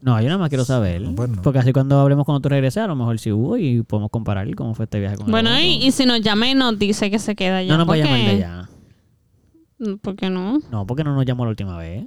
S2: No, yo nada más quiero saber.
S4: Bueno.
S2: Porque así cuando hablemos cuando tú regreses, a lo mejor si hubo y podemos comparar cómo fue este viaje con el
S3: Bueno,
S2: otro.
S3: y, y si nos llama y nos dice que se queda allá.
S2: No nos va a
S3: ¿por qué?
S2: llamar de allá.
S3: ¿Por qué no?
S2: No, porque no nos llamó la última vez.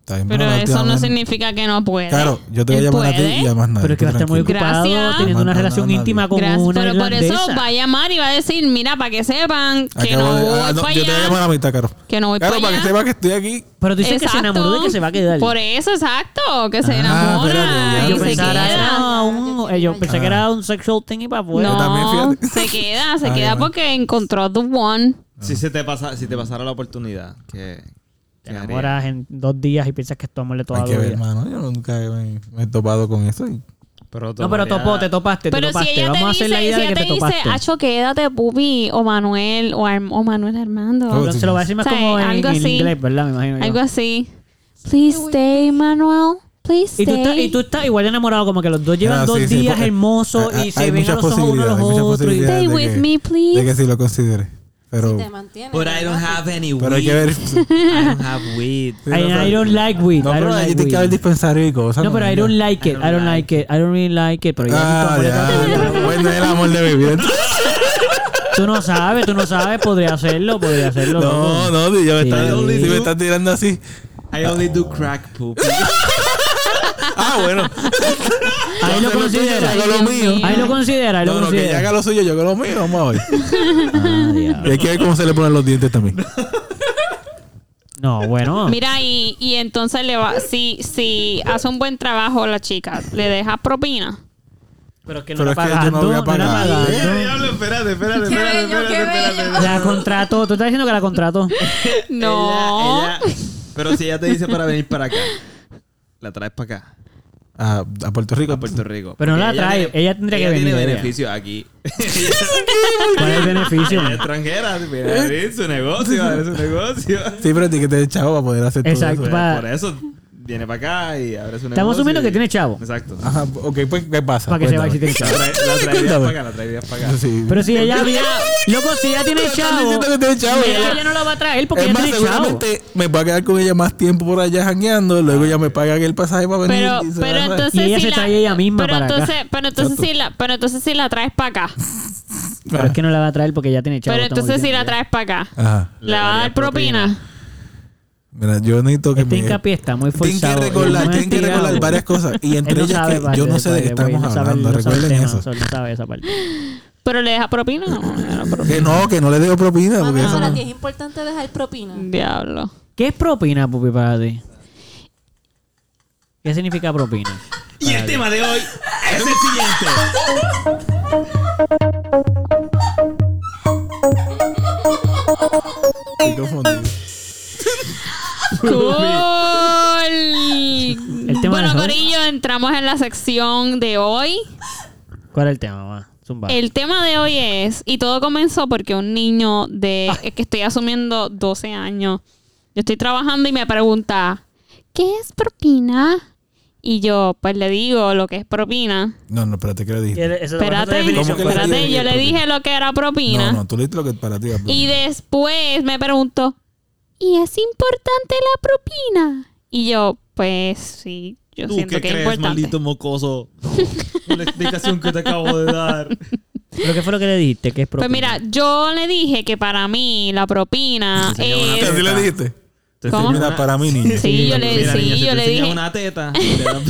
S4: Está bien,
S3: Pero
S4: bueno, la
S3: eso
S4: última
S3: no
S4: vez-
S3: significa que no puede.
S4: Claro, yo te voy a
S3: Él
S4: llamar a ti
S3: puede.
S4: y a más nadie.
S2: Pero es que va a
S4: tú
S2: estar muy
S4: tranquilo.
S2: ocupado
S3: Gracias.
S2: teniendo una
S4: No, no,
S2: relación
S4: no,
S2: íntima con
S3: Gracias,
S2: una
S3: pero por eso
S2: irlandesa.
S3: va a llamar y va a decir, mira, para que sepan que
S4: Acabo
S3: no
S4: de-
S3: voy
S4: ah, no,
S3: pa'
S4: yo te voy a
S3: allá.
S4: llamar a mitad, Caro.
S3: Que no voy
S4: Caro,
S3: pa'
S4: para que
S3: allá.
S4: sepas que estoy aquí.
S2: Pero tú dices que se
S3: Exacto.
S2: enamoró de que se va a quedar.
S3: Por eso, exacto, que se
S4: Ah, espérate,
S3: enamora
S4: ya
S2: yo
S3: y se
S2: pensaba,
S3: queda.
S2: ah, un- eh, yo pensé que era un sexual thing y para afuera.
S4: Yo
S3: No,
S4: también, fíjate.
S3: se queda, se
S4: Ah,
S3: queda
S4: ya.
S3: porque encontró the one.
S5: Si, se te pasa, si te pasara la oportunidad, que.
S2: Te enamoras en dos días y piensas que es tu amor de toda
S4: Hay
S2: la
S4: que ver,
S2: vida.
S4: hermano. Yo nunca me, me he topado con eso. y-
S5: Pero
S2: No, pero topó, te topaste, te
S3: Pero si
S2: topaste.
S3: ella
S2: Vamos a
S3: te
S2: hacer
S3: dice,
S2: la idea
S3: si
S2: de
S3: ella
S2: que
S3: te
S2: te,
S3: dice,
S2: topaste.
S3: Acho, quédate, pupi, o Manuel, o, Ar- o Manuel Armando.
S4: Oh,
S2: Pero se lo va a decir más
S3: O sea,
S2: como en,
S3: algo
S2: en
S3: así.
S2: inglés, ¿verdad? Me imagino. yo.
S3: Algo así. Please stay, Manuel. Please stay.
S2: Y tú, estás, y tú estás igual de enamorado, como que los dos llevan
S4: Ah,
S2: dos
S4: sí, sí,
S2: días
S4: porque-
S2: hermosos
S4: hay-
S2: y se
S4: hay
S2: ven a
S4: muchas
S2: los ojos uno a los
S4: posibilidades, hay muchas
S2: otros. y-
S4: posibilidades
S3: Stay
S4: de
S3: with
S4: que-
S3: me, please.
S4: De que sí lo considere. Pero,
S7: te mantiene.
S5: But I don't
S7: ¿verdad?
S5: have any weed.
S4: pero hay que ver.
S5: I don't have weed.
S2: I, I don't like weed.
S4: No,
S2: I
S4: pero
S2: don't
S4: ahí
S2: like
S4: tiene que haber
S2: weed.
S4: dispensario y cosas.
S2: No, pero I don't like it. I don't like it. I don't really like it. Pero ya
S4: Ah,
S2: ni
S4: ya.
S2: tampoco-
S4: no, Bueno, el amor de mi vida.
S2: Tú no sabes, tú no sabes. Podría hacerlo, podría hacerlo.
S4: No,
S2: loco.
S4: no, si, ya me
S2: Sí.
S4: estás- si me estás tirando así.
S5: I only do crack poop.
S4: Ah, bueno.
S2: Ahí lo
S4: Entonces,
S2: considera.
S4: Yo hago lo mío.
S2: Ahí lo considera. Ahí lo
S4: No, no, que ella haga
S2: considera.
S4: lo suyo, yo hago lo mío. Vamos a ver.
S2: Ah,
S4: Y
S2: diablo.
S4: hay que ver cómo se le ponen los dientes también.
S2: No, bueno.
S3: Mira, y, y entonces le va, si, si hace un buen trabajo la chica, le deja propina.
S2: Pero es que no
S4: Pero
S2: la
S4: es que yo no
S2: pagando.
S4: voy a
S2: no la
S4: pagar.
S2: pagando.
S5: Diablo, espérate, espérate,
S7: Qué bello, qué bello.
S2: La contrató. Tú estás diciendo que la contrató.
S3: No.
S5: Ella- ella- pero si ella te dice para venir para acá, la traes para acá,
S4: A, a Puerto Rico.
S5: a Puerto Rico.
S2: Pero no
S5: Porque
S2: la trae, ella tendría que venir,
S5: tiene
S2: ella.
S5: beneficio aquí.
S2: ¿Cuál es el beneficio?
S5: Ella es extranjera, viene a abrir su negocio, a abrir su negocio.
S4: Sí, pero tiene que tener chavo para poder hacer
S2: Exacto.
S4: todo eso.
S2: Va.
S5: Por eso viene para acá y abre su negocio.
S2: Estamos asumiendo que
S5: y-
S2: tiene chavo.
S5: Exacto. La
S4: Ajá, ok, pues, ¿qué pasa?
S2: Para que se vaya
S4: Cuéntame.
S2: si tiene
S5: trae-
S2: chavo.
S5: la traerías
S4: Cuéntame.
S5: para acá, la traerías para acá.
S4: Sí.
S2: Pero si ella había. Loco, si ella tiene
S4: Estás
S2: chavo.
S4: diciendo que tiene chavo.
S2: Ella ya no la va a traer porque
S4: es
S2: ella
S4: más,
S2: tiene chavo.
S4: seguramente me va a quedar con ella más tiempo por allá jangueando. Luego ella me paga el pasaje para venir.
S3: Pero,
S4: y se
S3: pero
S4: va a-
S3: entonces
S2: Y ella
S3: si
S2: se
S3: la,
S2: trae ella misma
S3: pero
S2: para acá.
S3: entonces, Pero entonces, si la, pero entonces si la traes para acá.
S2: Pero es que no la va a traer porque ella tiene chavo.
S3: pero
S2: estamos
S3: entonces si
S2: diciendo.
S3: la traes para acá.
S4: Ajá.
S5: Le
S3: ¿La va a dar
S5: daría propina.
S3: propina?
S4: Mira, yo necesito que
S2: Este
S4: me-
S2: hincapié está muy
S4: Tienen que
S2: forzado.
S4: recordar,
S2: Muy
S4: tienen que
S2: estirado.
S4: recordar varias cosas. Y
S2: Él
S4: entre
S2: no
S4: ellas
S2: sabe,
S4: que
S2: vale,
S4: yo no sé de
S2: vale,
S4: qué
S2: güey,
S4: estamos
S2: no sabe-
S4: hablando.
S2: no sabe el
S4: Recuerden
S2: tema,
S4: eso.
S2: solo sabe esa parte.
S3: ¿Pero le deja propina? o No, no, no,
S4: Que no, que no le dejo propina.
S7: Mano,
S4: Porque eso
S7: para
S4: no-
S7: ti es importante dejar propina.
S3: Diablo.
S2: ¿Qué es propina, Pupi, para ti? ¿Qué significa propina?
S5: Y el tema de hoy es el siguiente.
S4: estoy confundido.
S3: Cool.
S2: El tema
S3: bueno,
S2: de hoy.
S3: Corillo, entramos en la sección de hoy.
S2: ¿Cuál es el tema, mamá? Zumba.
S3: El tema de hoy es, y todo comenzó porque un niño de
S2: Ah.
S3: es que estoy asumiendo 12 años, yo estoy trabajando y me pregunta, ¿qué es propina? Y yo pues le digo lo que es propina.
S4: No, no, espérate, ¿qué le
S2: Que
S4: dije?
S2: de- eso- esa
S3: Espérate,
S2: definición,
S4: ¿Cómo que le
S2: ¿cuál es?
S3: espérate,
S4: dije?
S3: yo le dije lo que era propina.
S4: No, no, tú le dijiste lo que para ti.
S3: Y después me preguntó, ¿y es importante la propina? Y yo, pues sí, yo
S5: ¿Tú
S3: siento
S5: qué
S3: que
S5: crees,
S3: es importante.
S5: maldito mocoso? Con la explicación que te acabo de dar.
S2: ¿Pero qué fue lo que le dijiste? ¿Qué es propina?
S3: Pues mira, yo le dije que para mí la propina
S5: Sí, señora,
S3: es...
S5: pero
S4: ¿Así le dijiste?
S5: Te
S3: ¿Cómo?
S5: enseño
S4: Mira,
S5: una-
S4: para mí, niño.
S3: Sí, yo le,
S5: Mira,
S3: Eh, sí,
S5: niña, si
S3: yo
S5: te
S3: le
S5: enseñan
S3: dije.
S5: una teta. te dan-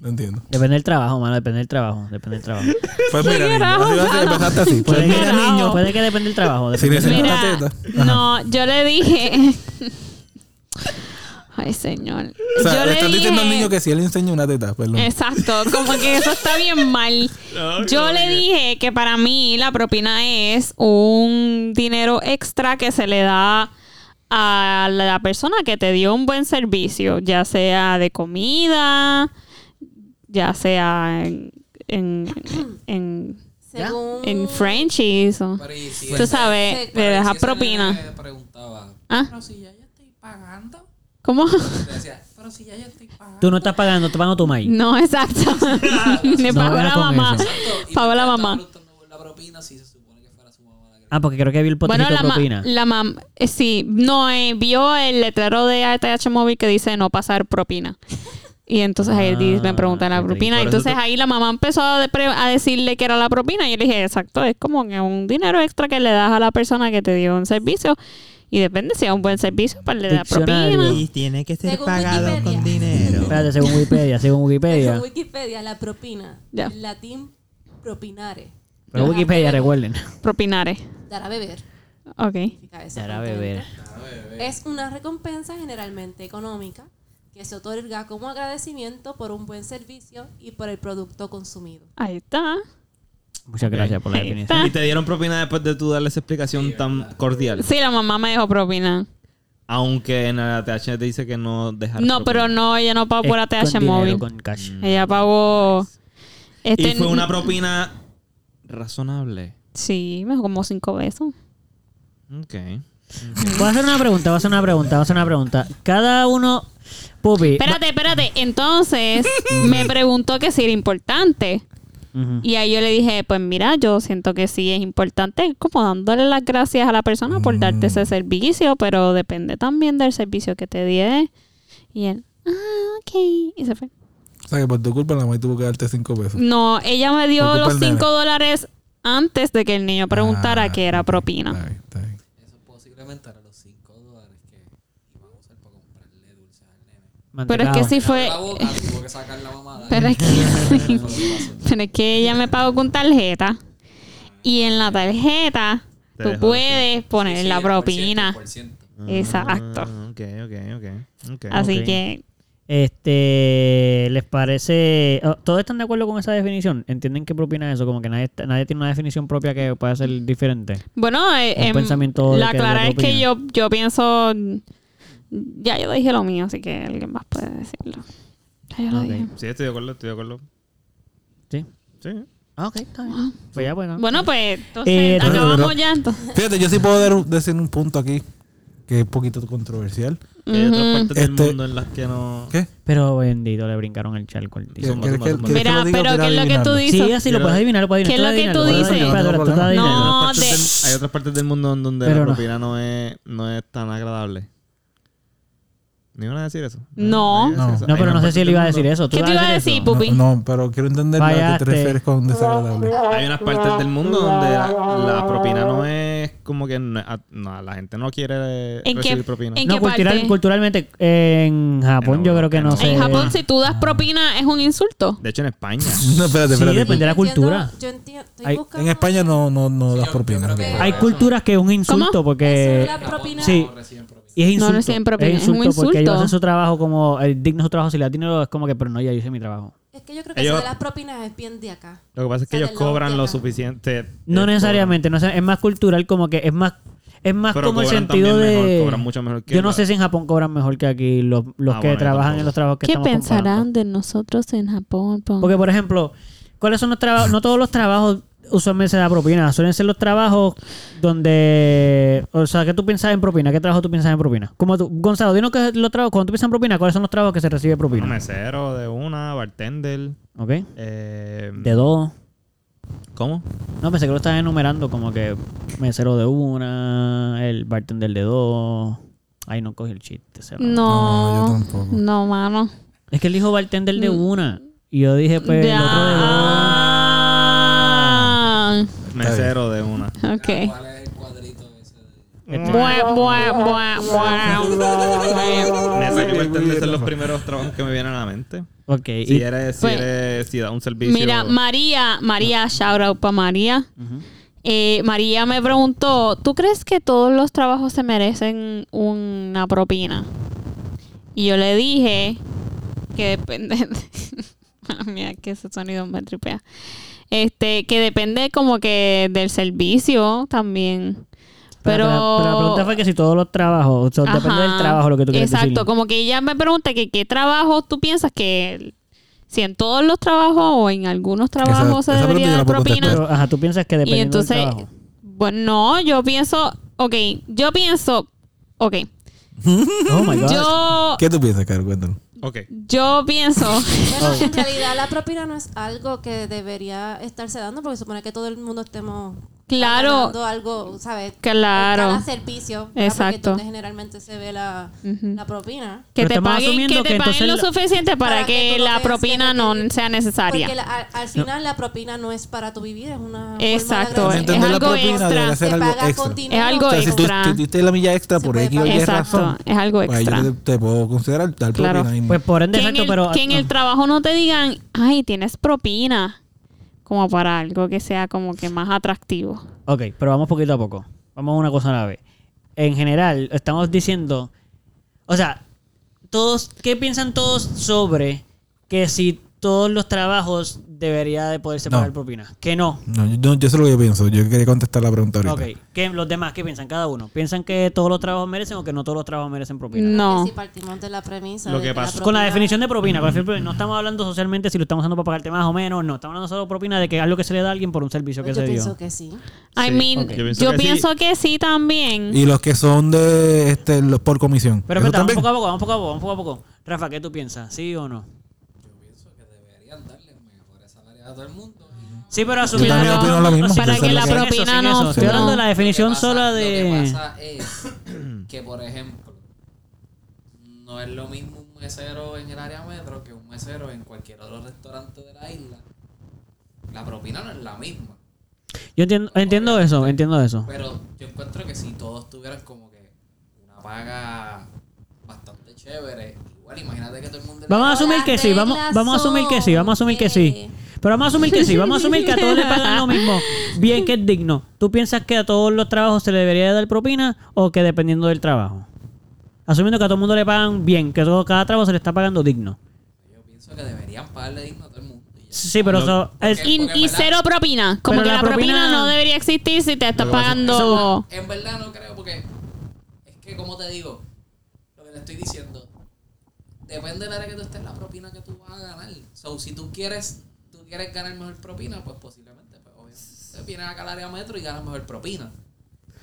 S4: No entiendo.
S2: Depende del trabajo, mano. Depende del trabajo. Depende del trabajo.
S4: Pues mira, niño,
S3: carajo,
S4: así vas a-
S3: mano?
S4: empezaste así. Pues
S2: Puede
S3: ¿Qué
S4: mira,
S2: que,
S3: carajo?
S2: niño, puede que depende del trabajo.
S4: si
S2: depende del trabajo.
S4: necesitas una
S3: Mira,
S4: teta. Ajá.
S3: no, yo le dije. Ay, señor.
S4: O sea,
S3: yo
S4: le
S3: le
S4: estás
S3: dije.
S4: diciendo al niño que si él le enseña una teta, perdón.
S3: Exacto, como que eso está bien mal.
S5: No,
S3: Yo
S5: como
S3: le
S5: que-
S3: dije que para mí la propina es un dinero extra que se le da a la persona que te dio un buen servicio, ya sea de comida, ya sea en, en, en,
S7: Según.
S3: en Frenchies. o-
S6: Pero y si
S3: Tú
S6: ese-
S3: sabes, le
S6: pero y si
S3: dejas
S6: ese
S3: propina.
S6: nene preguntaba,
S3: ¿Ah?
S6: pero si ya yo estoy pagando.
S3: ¿Cómo?
S6: Te decía, pero si ya yo estoy pagando.
S2: Tú no estás pagando, te pagando tu maíz.
S3: No, exacto. Me
S2: No
S3: pagó
S2: venga
S3: la
S2: con
S3: mamá.
S2: eso.
S6: Exacto, ¿y
S3: Pagó
S6: por qué
S3: la
S6: está
S3: mamá.
S6: preguntando por La propina si se supone que fuera su mamá la que-
S2: Ah, porque creo que vi el potecito
S3: Bueno, la,
S2: de
S3: ma-
S2: propina.
S3: la mamá, eh, sí, no, eh, vio el letrero de ATH móvil que dice no pasar propina. Y entonces ahí di-
S2: Ah,
S3: me preguntan la
S5: ok.
S3: propina.
S5: Por eso
S3: Entonces
S5: tú-
S3: ahí la mamá empezó a, de- pre- a decirle que era la propina. Y yo le dije, exacto, es como que un dinero extra que le das a la persona que te dio un servicio. Y depende si es un buen servicio, pues le das
S2: Diccionario.
S3: propina.
S1: Y tiene que ser
S7: Según
S1: pagado
S7: Wikipedia.
S1: con dinero.
S2: Espérate, según Wikipedia, según Wikipedia.
S7: Según Wikipedia, la propina,
S3: Ya.
S7: en latín propinare,
S2: Pero Wikipedia, recuerden.
S3: Propinare.
S7: dar a beber,
S3: Ok.
S7: significa eso,
S2: Será
S7: aparentemente.
S2: beber.
S7: Es una recompensa generalmente económica que se otorga como agradecimiento por un buen servicio y por el producto consumido.
S3: Ahí está.
S2: Muchas gracias por la
S3: Ahí
S2: definición.
S3: está.
S5: Y te dieron propina después de tú darle esa explicación tan cordial.
S3: Sí, la mamá me dejó propina.
S5: Aunque en la TH te dice que no dejar
S3: No, pero no, ella no pagó por
S2: Es con
S3: ATH
S2: dinero,
S3: móvil.
S2: Con cash.
S3: Ella pagó. Este,
S5: Y fue una propina razonable.
S3: Sí, me dejó como cinco
S4: Eh,
S3: besos.
S5: Ok.
S2: Voy a hacer una pregunta, voy a hacer una pregunta, voy a hacer una pregunta. Cada uno. Pupi.
S3: Espérate, espérate. Entonces me preguntó que si era importante.
S2: Ujú.
S3: Y ahí yo le dije, pues mira, yo siento que sí es importante, como dándole las gracias a la persona por darte
S4: Mm.
S3: ese servicio, pero depende también del servicio que te die. Y él, ah, ok. Y se fue.
S4: O sea, que por tu culpa la mamá tuvo que darte cinco pesos.
S3: No, ella me dio
S4: Por culpa
S3: los
S4: del
S3: 5 dólares antes de que el niño preguntara
S4: Ah,
S3: qué era
S4: Está
S3: propina.
S4: bien, está bien.
S6: Eso posiblemente era los 5 dólares que iban a usar para comprarle dulces al nene.
S4: Ah.
S3: Pero es
S2: Mantecado.
S3: que sí fue.
S6: La boca tuvo que sacar la mamada.
S3: Pero es que. pero es que ella me pagó con tarjeta. Y en la tarjeta,
S5: Te
S3: tú
S5: dejó
S3: puedes poner
S6: Sí,
S3: la
S6: el
S3: propina. Mm.
S6: por ciento, el por ciento.
S3: Exacto. Ah.
S5: Ah, ok, ok, ok. ok.
S3: Así
S2: Ok.
S3: que.
S2: Este, ¿les parece? oh, ¿Todos están de acuerdo con esa definición? ¿Entienden qué propina es eso? Como que nadie, está- nadie tiene una definición propia que pueda ser diferente.
S3: Bueno, eh,
S2: Un
S3: em,
S2: pensamiento de
S3: la
S2: que es la
S3: clara es que
S2: propina.
S3: yo, yo pienso. Ya yo dije lo mío, así que alguien más puede decirlo. Ya yo lo dije.
S5: Sí, estoy de acuerdo, estoy de acuerdo.
S2: ¿Sí?
S5: Sí.
S2: Ah, ok, está bien. Pues ya, bueno.
S3: Bueno, pues entonces
S2: Eh, no,
S3: acabamos
S4: no, no.
S3: ya. Entonces.
S4: Fíjate, yo sí puedo dar un- decir un punto aquí que es un poquito controversial.
S5: Que Hay otras partes del
S4: Este-
S5: mundo en las que no.
S4: ¿Qué?
S2: Pero bendito, le brincaron el charco al tío.
S4: ¿Quieres que-
S5: zumba, zumba.
S4: quieres que
S3: Mira,
S4: lo diga o
S3: pero
S4: quieres
S3: ¿qué es lo que tú
S4: adivinarlo?
S3: dices?
S2: Sí, así lo puedes adivinar, lo puedes
S3: ¿Qué es
S2: adivinar.
S3: lo que tú
S2: adivinarlo,
S3: dices?
S2: puedes adivinar,
S4: No,
S2: espérate, espérate,
S3: no, de-
S2: tú estás adivinando.
S5: Hay otras partes del- hay otras partes del mundo en donde
S2: Pero
S5: la
S2: no.
S5: propina no. es, no es tan agradable. ¿No iban a decir eso?
S3: No.
S5: iban a decir eso.
S2: No,
S5: Hay
S2: pero no sé si
S5: unas partes
S2: él
S5: del
S2: iba a
S5: mundo-
S2: decir eso. ¿Tú
S3: ¿Qué te
S2: ibas
S3: iba a
S2: eso?
S3: decir, Pupi?
S4: No, no, pero quiero entender a qué
S2: Fallaste.
S4: te refieres con desagradable.
S5: Hay unas partes del mundo donde la, la propina no es como que no- a- no, la gente no quiere
S3: ¿En qué-
S5: Eh, recibir propina.
S3: en-
S2: No,
S3: qué
S2: cultural-
S3: parte?
S2: culturalmente en Japón
S5: En
S2: yo
S5: Europa,
S2: creo que
S5: en
S2: no
S5: Europa.
S2: sé. Ah.
S3: En Japón, si tú das propina, es un insulto.
S5: De hecho, en España.
S4: No, espérate,
S2: Sí,
S7: pues,
S4: espérate.
S2: depende de la
S7: Entiendo-
S2: cultura.
S7: Yo entiendo, estoy
S2: Hay-
S7: buscando-
S4: En España no, no, no das
S6: yo
S4: propinas.
S6: creo que-
S2: Hay culturas que es un insulto
S3: ¿Cómo?
S2: porque...
S7: Eso es la propina.
S2: Sí.
S6: No reciben propina.
S2: Y es
S3: No,
S2: insulto.
S3: no es siempre propina,
S2: es
S3: es un
S2: insulto porque
S3: insulto.
S2: ellos hacen su trabajo como el digno su trabajo. Si le da dinero es como que, pero no, ya yo hice mi trabajo.
S7: Es que yo creo que
S5: Ellos-
S7: eso de las propinas es bien de acá.
S5: Lo que pasa es que
S7: Sale
S5: ellos
S7: la
S5: cobran lo
S7: boca.
S5: suficiente.
S2: No
S5: eh,
S2: necesariamente, no sé, es más cultural, como que es más, es más
S5: Pero
S2: como el
S5: cobran
S2: sentido
S5: también mejor,
S2: de.
S5: cobran mucho mejor que
S2: yo no
S5: la-
S2: sé si en Japón cobran mejor que aquí los, los
S5: Ah,
S2: que
S5: bueno, yo
S2: trabajan
S5: tampoco.
S2: en los trabajos que
S3: ¿Qué
S2: estamos
S3: pensarán
S2: comparando.
S3: de nosotros en Japón? po?
S2: Porque, por ejemplo, ¿cuáles son los trabajos? No todos los trabajos usualmente se da propina, suelen ser los trabajos donde. O sea, ¿qué tú piensas en propina? ¿Qué trabajo tú piensas en propina? Como tú, Gonzalo, dinos que los trabajos, cuando tú piensas en propina, ¿cuáles son los trabajos que se recibe
S5: Un
S2: propina?
S5: mesero de una, bartender.
S2: ¿Ok?
S5: eh,
S2: De dos.
S5: ¿Cómo?
S2: No, pensé que lo estabas enumerando como que mesero de una, el bartender de dos. Ay, no cogí el chiste. se va.
S3: No,
S4: No, yo
S3: no,
S4: tampoco.
S3: mano.
S2: Es que él dijo bartender de
S3: Mm.
S2: una. Y yo dije, pues, el otro de dos.
S3: Ya.
S5: Mesero de una.
S3: Ok.
S6: ¿Cuál es el cuadrito ese? de-
S2: Este,
S3: Buah, buah, buah, buah.
S5: Mesero y bartender son los primeros trabajos que me vienen a la mente.
S2: Ok.
S5: Si
S2: y-
S5: eres, si
S3: Pues-
S5: eres, si da un servicio.
S3: Mira, María, María, shout out para María. Eh, María me preguntó, ¿tú crees que todos los trabajos se merecen una propina? Y yo le dije que depende... Mala mía, que ese sonido me tripea. Este, que depende como que del servicio también. Pero...
S2: pero, la, pero la pregunta fue que si todos los trabajos, o sea, depende del
S3: Ajá.
S2: trabajo lo que tú quieres
S3: Exacto,
S2: decir.
S3: como que ella me pregunta que qué trabajo tú piensas que si en todos los trabajos o en algunos trabajos
S4: esa
S3: se
S4: pregunta
S3: debería
S4: yo la
S3: dar
S4: puedo
S3: propina.
S4: contestar.
S2: Pero, ajá, tú piensas que
S3: Y
S2: depende
S3: entonces,
S2: del trabajo.
S3: bueno, no, yo pienso, ok, yo pienso, ok,
S2: Oh my God.
S3: yo,
S4: ¿Qué tú piensas, Caro? Cuéntanos.
S5: Ok.
S3: yo pienso,
S7: Bueno, en realidad la propina no es algo que debería estarse dando porque supone que todo el mundo estemos
S3: Claro,
S7: pagando algo, ¿sabes?
S3: Claro.
S7: Cada servicio. ¿verdad? Porque
S3: Exacto.
S7: donde generalmente se ve la, la propina.
S3: que
S2: Pero
S3: te
S2: estamos
S3: paguen,
S2: asumiendo
S3: que
S2: que
S3: te
S2: entonces
S3: paguen lo
S2: la-
S3: suficiente para,
S7: para
S3: que,
S7: que tú no
S3: la
S7: tengas que
S3: propina no
S7: repetir.
S3: sea necesaria.
S7: Porque la- al, al final la propina no es para tu vivir, es una. forma de
S3: Exacto,
S7: agradecimiento.
S3: es Entender la algo propina extra.
S4: debería
S7: Se
S4: ser algo
S7: paga
S4: extra.
S7: con dinero.
S3: Es algo
S4: O sea, si tú,
S3: extra.
S4: tú diste la milla extra
S7: Se
S4: por
S7: puede
S4: X o Y
S7: pagar.
S3: Exacto,
S4: razón,
S3: es algo
S4: pues
S3: extra.
S4: yo te, te puedo considerar tal
S3: Claro.
S4: propina. y-
S2: Pues por ende,
S3: que, en
S2: exacto,
S3: el,
S2: pero.
S3: que en el trabajo no te digan, ay, tienes propina. Como para algo que sea como que más atractivo.
S2: Ok, pero vamos poquito a poco. Vamos una cosa a la vez. En general, estamos diciendo. O sea, todos, ¿qué piensan todos sobre que si todos los trabajos debería de poderse
S4: No.
S2: pagar propina? Que no.
S4: No, yo, yo- yo sé lo que yo pienso. Yo quería contestar la pregunta ahorita.
S2: Ok, ¿qué, los demás qué piensan? Cada uno. ¿Piensan que todos los trabajos merecen o que no todos los trabajos merecen propina?
S3: No.
S7: Si partimos de la premisa.
S5: Lo
S7: de
S5: que
S7: la
S5: pasó-
S2: Con la
S7: propina-
S2: definición de propina, con la definición de
S4: Mm.
S2: propina, no estamos hablando socialmente si lo estamos usando para pagarte más o menos, no, estamos hablando solo de propina de que algo que se le da a alguien por un servicio que
S7: Yo
S2: se dio.
S7: pienso que sí.
S3: I
S5: Sí,
S3: mean,
S5: ok.
S3: yo
S5: Yo pienso
S3: pienso,
S5: que
S3: que,
S5: sí.
S3: sí también.
S4: Y los que son de este, los por comisión.
S2: Pero
S4: ¿Eso
S2: espera, vamos
S4: también?
S2: poco a poco, vamos poco a poco, vamos poco a poco. Rafa, ¿qué tú piensas? ¿Sí o no?
S6: pienso que deberían darle mejores salarios a todo el mundo.
S2: Sí, pero
S4: Yo también
S2: asumir
S4: opino lo mismo.
S2: No, sin
S4: Para
S2: eso,
S4: que la
S2: sin eso,
S3: propina
S2: sin
S3: no-
S2: eso. Estoy
S3: no.
S2: hablando de la
S6: Lo que
S2: definición
S6: pasa-
S2: sola
S6: Lo que
S2: de.
S6: pasa es que, por ejemplo, no es lo mismo un mesero en el área metro que un mesero en cualquier otro restaurante de la isla. La propina no es la misma.
S2: Yo entiendo, entiendo eso, entiendo eso.
S6: Pero yo encuentro que si todos tuvieran como que una paga bastante chévere, igual imagínate que todo el mundo...
S2: Vamos a
S7: Pero
S2: asumir
S7: las
S2: que sí, vamos,
S7: reglas
S2: vamos a asumir que sí, vamos a asumir que sí. Pero vamos a asumir que sí, vamos a asumir que a todos les pagan lo mismo. Bien que es digno. ¿Tú piensas que a todos los trabajos se le debería dar propina o que dependiendo del trabajo? Asumiendo que a todo el mundo le pagan bien, que todo, cada trabajo se le está pagando digno.
S6: Yo pienso que deberían pagarle digno a todo el mundo. y ya.
S2: Sí, pero eso es-
S6: porque-
S3: Y, y
S6: ¿verdad?
S3: cero propina. Como
S2: Pero
S3: que
S2: la
S3: la propina,
S2: propina-
S3: no debería existir si te estás
S4: Lo que pasa-
S3: pagando.
S6: En verdad no creo porque es que como te digo, lo que te estoy diciendo, depende del área que tú estés, la propina que tú vas a ganar. So, si tú quieres, tú quieres ganar mejor propina, pues posiblemente, pues obviamente, vienes acá al área metro y ganas mejor propina.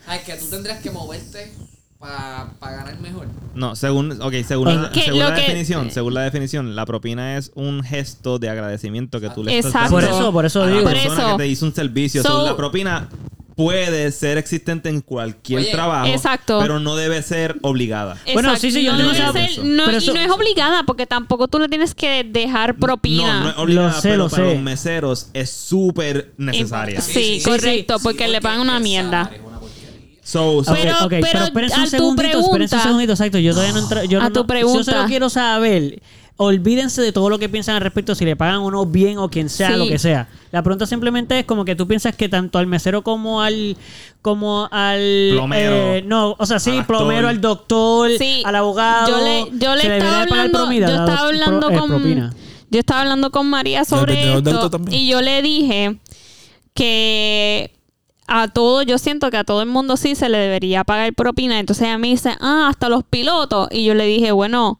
S6: Ah, es que tú tendrías que moverte para ganar mejor.
S5: No, según, ok, según, la,
S3: Que
S5: según
S3: lo
S5: la
S3: que-
S5: definición, según la definición, la propina es un gesto de agradecimiento que tú le estás
S3: Exacto.
S5: dando
S3: Por eso,
S2: por eso
S5: a
S2: digo.
S5: la
S3: Por
S5: persona
S3: eso.
S5: que te hizo un servicio.
S3: So-
S5: So, la propina puede ser existente en cualquier
S6: Oye,
S5: trabajo,
S3: exacto. Eh,
S5: pero no debe ser obligada.
S2: Bueno,
S3: Exacto.
S2: sí, sí, yo
S3: no,
S5: entiendo
S3: debe
S5: eso.
S3: ser- no- y
S2: Pero eso-
S3: no es obligada porque tampoco tú le tienes que dejar propina.
S5: No, no es obligada,
S2: Lo sé,
S5: pero
S2: lo
S5: para
S2: sé.
S5: los meseros es súper necesaria.
S3: Sí,
S6: Sí, sí,
S3: correcto,
S6: sí,
S3: porque le pagan una
S6: el
S3: mierda.
S6: salario es una porquería.
S5: So, so-
S2: Ok,
S3: Pero-
S2: ok,
S3: pero
S2: espérense
S3: a
S2: un
S3: tu
S2: segundito, espérense un
S3: pregunta-
S2: segundito, exacto. Yo todavía no entra, yo
S3: A
S2: no-
S3: tu
S2: no- Yo solo
S3: pregunta.
S2: quiero saber. Olvídense de todo lo que piensan al respecto, si le pagan o no bien o quien sea,
S3: Sí.
S2: lo que sea. La pregunta simplemente es como que tú piensas que tanto al mesero como al como al
S5: Plomero.
S2: eh, no, o sea, sí,
S5: Al actor.
S2: plomero, al doctor,
S3: Sí.
S2: al abogado.
S3: Yo le, yo le estaba
S2: se debería de pagar
S3: hablando,
S2: propina,
S3: yo
S2: la-
S3: estaba
S2: pro-
S3: hablando
S2: eh,
S3: con
S2: propina.
S3: yo estaba hablando con María sobre
S4: vendedor del
S3: esto
S4: auto también.
S3: y yo le dije que a todo yo siento que a todo el mundo sí se le debería pagar propina, entonces ella me dice, "Ah, hasta los pilotos." Y yo le dije, "Bueno,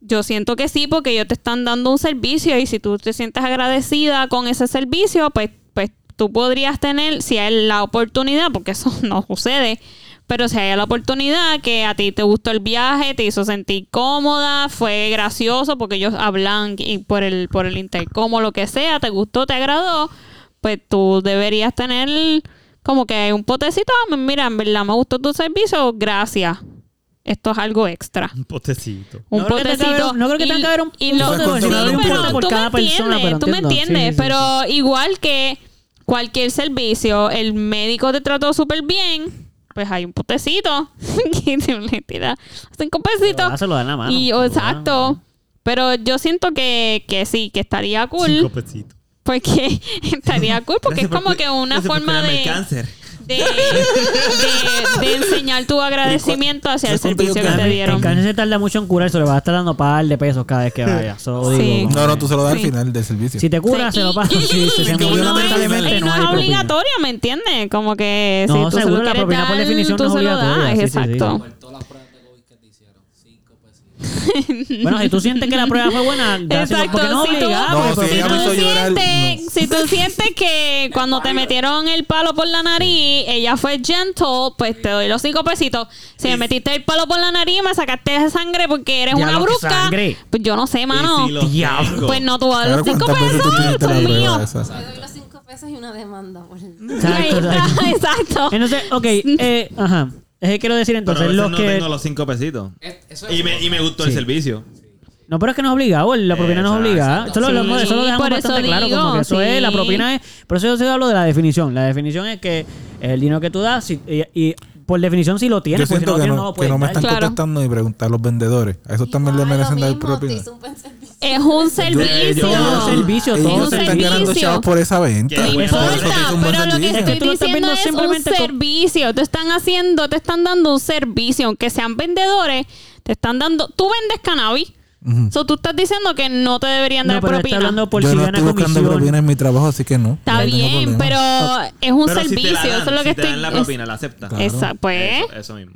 S3: yo siento que sí porque ellos te están dando un servicio y si tú te sientes agradecida con ese servicio, pues pues tú podrías tener si hay la oportunidad, porque eso no sucede, pero si hay la oportunidad que a ti te gustó el viaje, te hizo sentir cómoda, fue gracioso porque ellos hablan y por el por el intercom o lo que sea, te gustó, te agradó, pues tú deberías tener como que un potecito, "Ah, mira, en verdad me gustó tu servicio, gracias. Esto es algo extra.
S5: un potecito.
S3: Un
S2: No creo que tenga que
S3: potecito.
S2: haber- no creo que
S3: Y-
S2: tenga que haber un-
S3: y
S2: un
S3: lo-
S4: puto de
S3: sí,
S4: verdad, un
S3: pero
S4: puto
S2: por
S3: tú me
S2: cada persona,
S3: entiendes,
S2: pero
S3: tú me
S2: entiendo. Sí,
S3: entiendes.
S2: sí, sí,
S3: pero igual que cualquier servicio, el médico te trató súper bien, pues hay un potecito. que te le tira cinco pesitos.
S2: Ah, se lo dan la mano.
S3: Y,
S2: Se lo dan la
S3: exacto. Pero yo siento que, que sí, que estaría cool.
S5: Cinco pesitos.
S3: Porque estaría cool, porque es
S5: Gracias por
S3: como
S5: cu-
S3: que una
S5: gracias por
S3: forma
S5: curarme
S3: de,
S5: el cáncer.
S3: de, de- de enseñar tu agradecimiento hacia el
S4: ¿Sabes cuánto yo
S3: servicio que te
S4: gané?
S2: El
S3: dieron.
S2: cáncer se tarda mucho en curarse, le vas a estar dando par de pesos cada vez que vaya. So,
S3: Sí.
S2: digo, como
S4: No, no,
S2: que-
S4: tú se lo das al
S3: Sí.
S4: final del servicio.
S2: Si te curas,
S3: Sí,
S2: se lo
S3: y-
S2: pagas. Si se, se
S4: y-
S2: murió
S4: y-
S2: lamentablemente,
S3: y no,
S2: no hay
S3: es
S2: propina.
S3: obligatoria, ¿me entiendes? Como que
S2: No,
S3: si tú
S2: seguro,
S3: se lo
S2: la
S3: quieres
S2: propina por
S3: dar,
S2: definición
S3: tú
S2: no es
S3: se lo das,
S2: obligatoria, sí, sí, sí.
S3: exacto.
S6: Por todas las pruebas de COVID que te hicieron, cinco pesitos.
S2: Bueno, si tú sientes que la prueba fue buena, dáselo,
S3: Exacto,
S2: porque no
S3: si tú-
S2: obligado.
S4: No,
S2: porque-
S4: sí,
S3: Si
S4: ella me
S3: tú,
S4: hizo llorar,
S3: sientes,
S4: no.
S3: si tú sientes que cuando te metieron el palo por la nariz, ella fue gentle, pues te doy los cinco pesitos. Si me metiste el palo por la nariz, me sacaste esa sangre porque eres
S2: Ya
S3: una
S2: lo que
S3: brusca.
S2: sangre.
S3: Pues yo no sé, mano.
S5: Y si los
S2: diablo.
S5: tengo.
S3: Pues no, tú vas a dar
S4: Claro,
S3: los cinco
S4: ¿cuántas veces tú
S3: pesos, pues,
S4: tuviste la
S3: son
S4: prueba
S3: míos.
S4: esa?
S7: Te doy los cinco presa y una demanda por el...
S2: Exacto,
S3: Ahí está,
S2: exacto.
S3: exacto.
S2: Entonces, ok, eh, ajá. Es que quiero decir
S5: Pero a
S2: entonces,
S5: veces
S2: los
S5: no
S2: que.
S5: tengo los cinco pesitos.
S6: Es- eso es
S5: Y me, y me gustó el
S2: Sí.
S5: servicio.
S2: No, pero es que nos obliga, o la propina nos
S5: Exacto.
S2: obliga. Eso lo,
S3: Sí,
S2: lo- eso lo dejamos
S3: por eso
S2: bastante claro. como
S3: digo,
S2: que eso es, la
S3: sí.
S2: propina es. Por eso yo sí hablo de la definición. La definición es que el dinero que tú das, si- y, y por definición, si lo
S4: Yo
S2: tienes, porque pues, si no
S4: siento
S2: lo
S4: que
S2: tienes,
S4: no,
S2: no lo
S4: que
S2: puedes
S4: no me
S2: dar.
S4: están
S3: Claro.
S4: contestando ni preguntar los vendedores. A esos también les
S7: Igual,
S4: merecen
S7: lo
S4: dar
S7: mismo, te
S4: propina.
S7: hizo un buen servicio.
S3: Es un
S5: yo-
S4: eh,
S3: servicio.
S5: yo-
S2: un servicio, todo.
S4: Ellos se están ganando
S3: servicio.
S4: chavos por esa venta.
S5: No
S4: Por
S3: No
S4: eso
S3: importa,
S4: te hizo un buen
S3: pero lo que
S4: servicio.
S3: estoy
S2: tú lo estás
S3: diciendo
S2: viendo
S3: es un
S2: simplemente como-
S3: servicio. Te están haciendo, te están dando un servicio. Aunque sean vendedores, te están dando. Tú vendes cannabis.
S4: Ujú.
S3: So, tú estás diciendo que no te deberían
S2: No,
S3: dar
S2: pero está
S3: propina.
S2: hablando por
S4: Yo
S2: si
S4: no
S2: gana
S4: estoy buscando propina
S2: comisión.
S4: en mi trabajo, así que no.
S3: Está
S4: No tengo
S3: bien,
S4: problema.
S3: pero es un
S5: Pero si
S3: servicio.
S5: te la dan,
S3: eso es lo que
S5: si te
S3: estoy
S5: dan la
S3: es-
S5: propina, la aceptas.
S4: Claro.
S3: Esa, pues.
S5: Eso, eso mismo.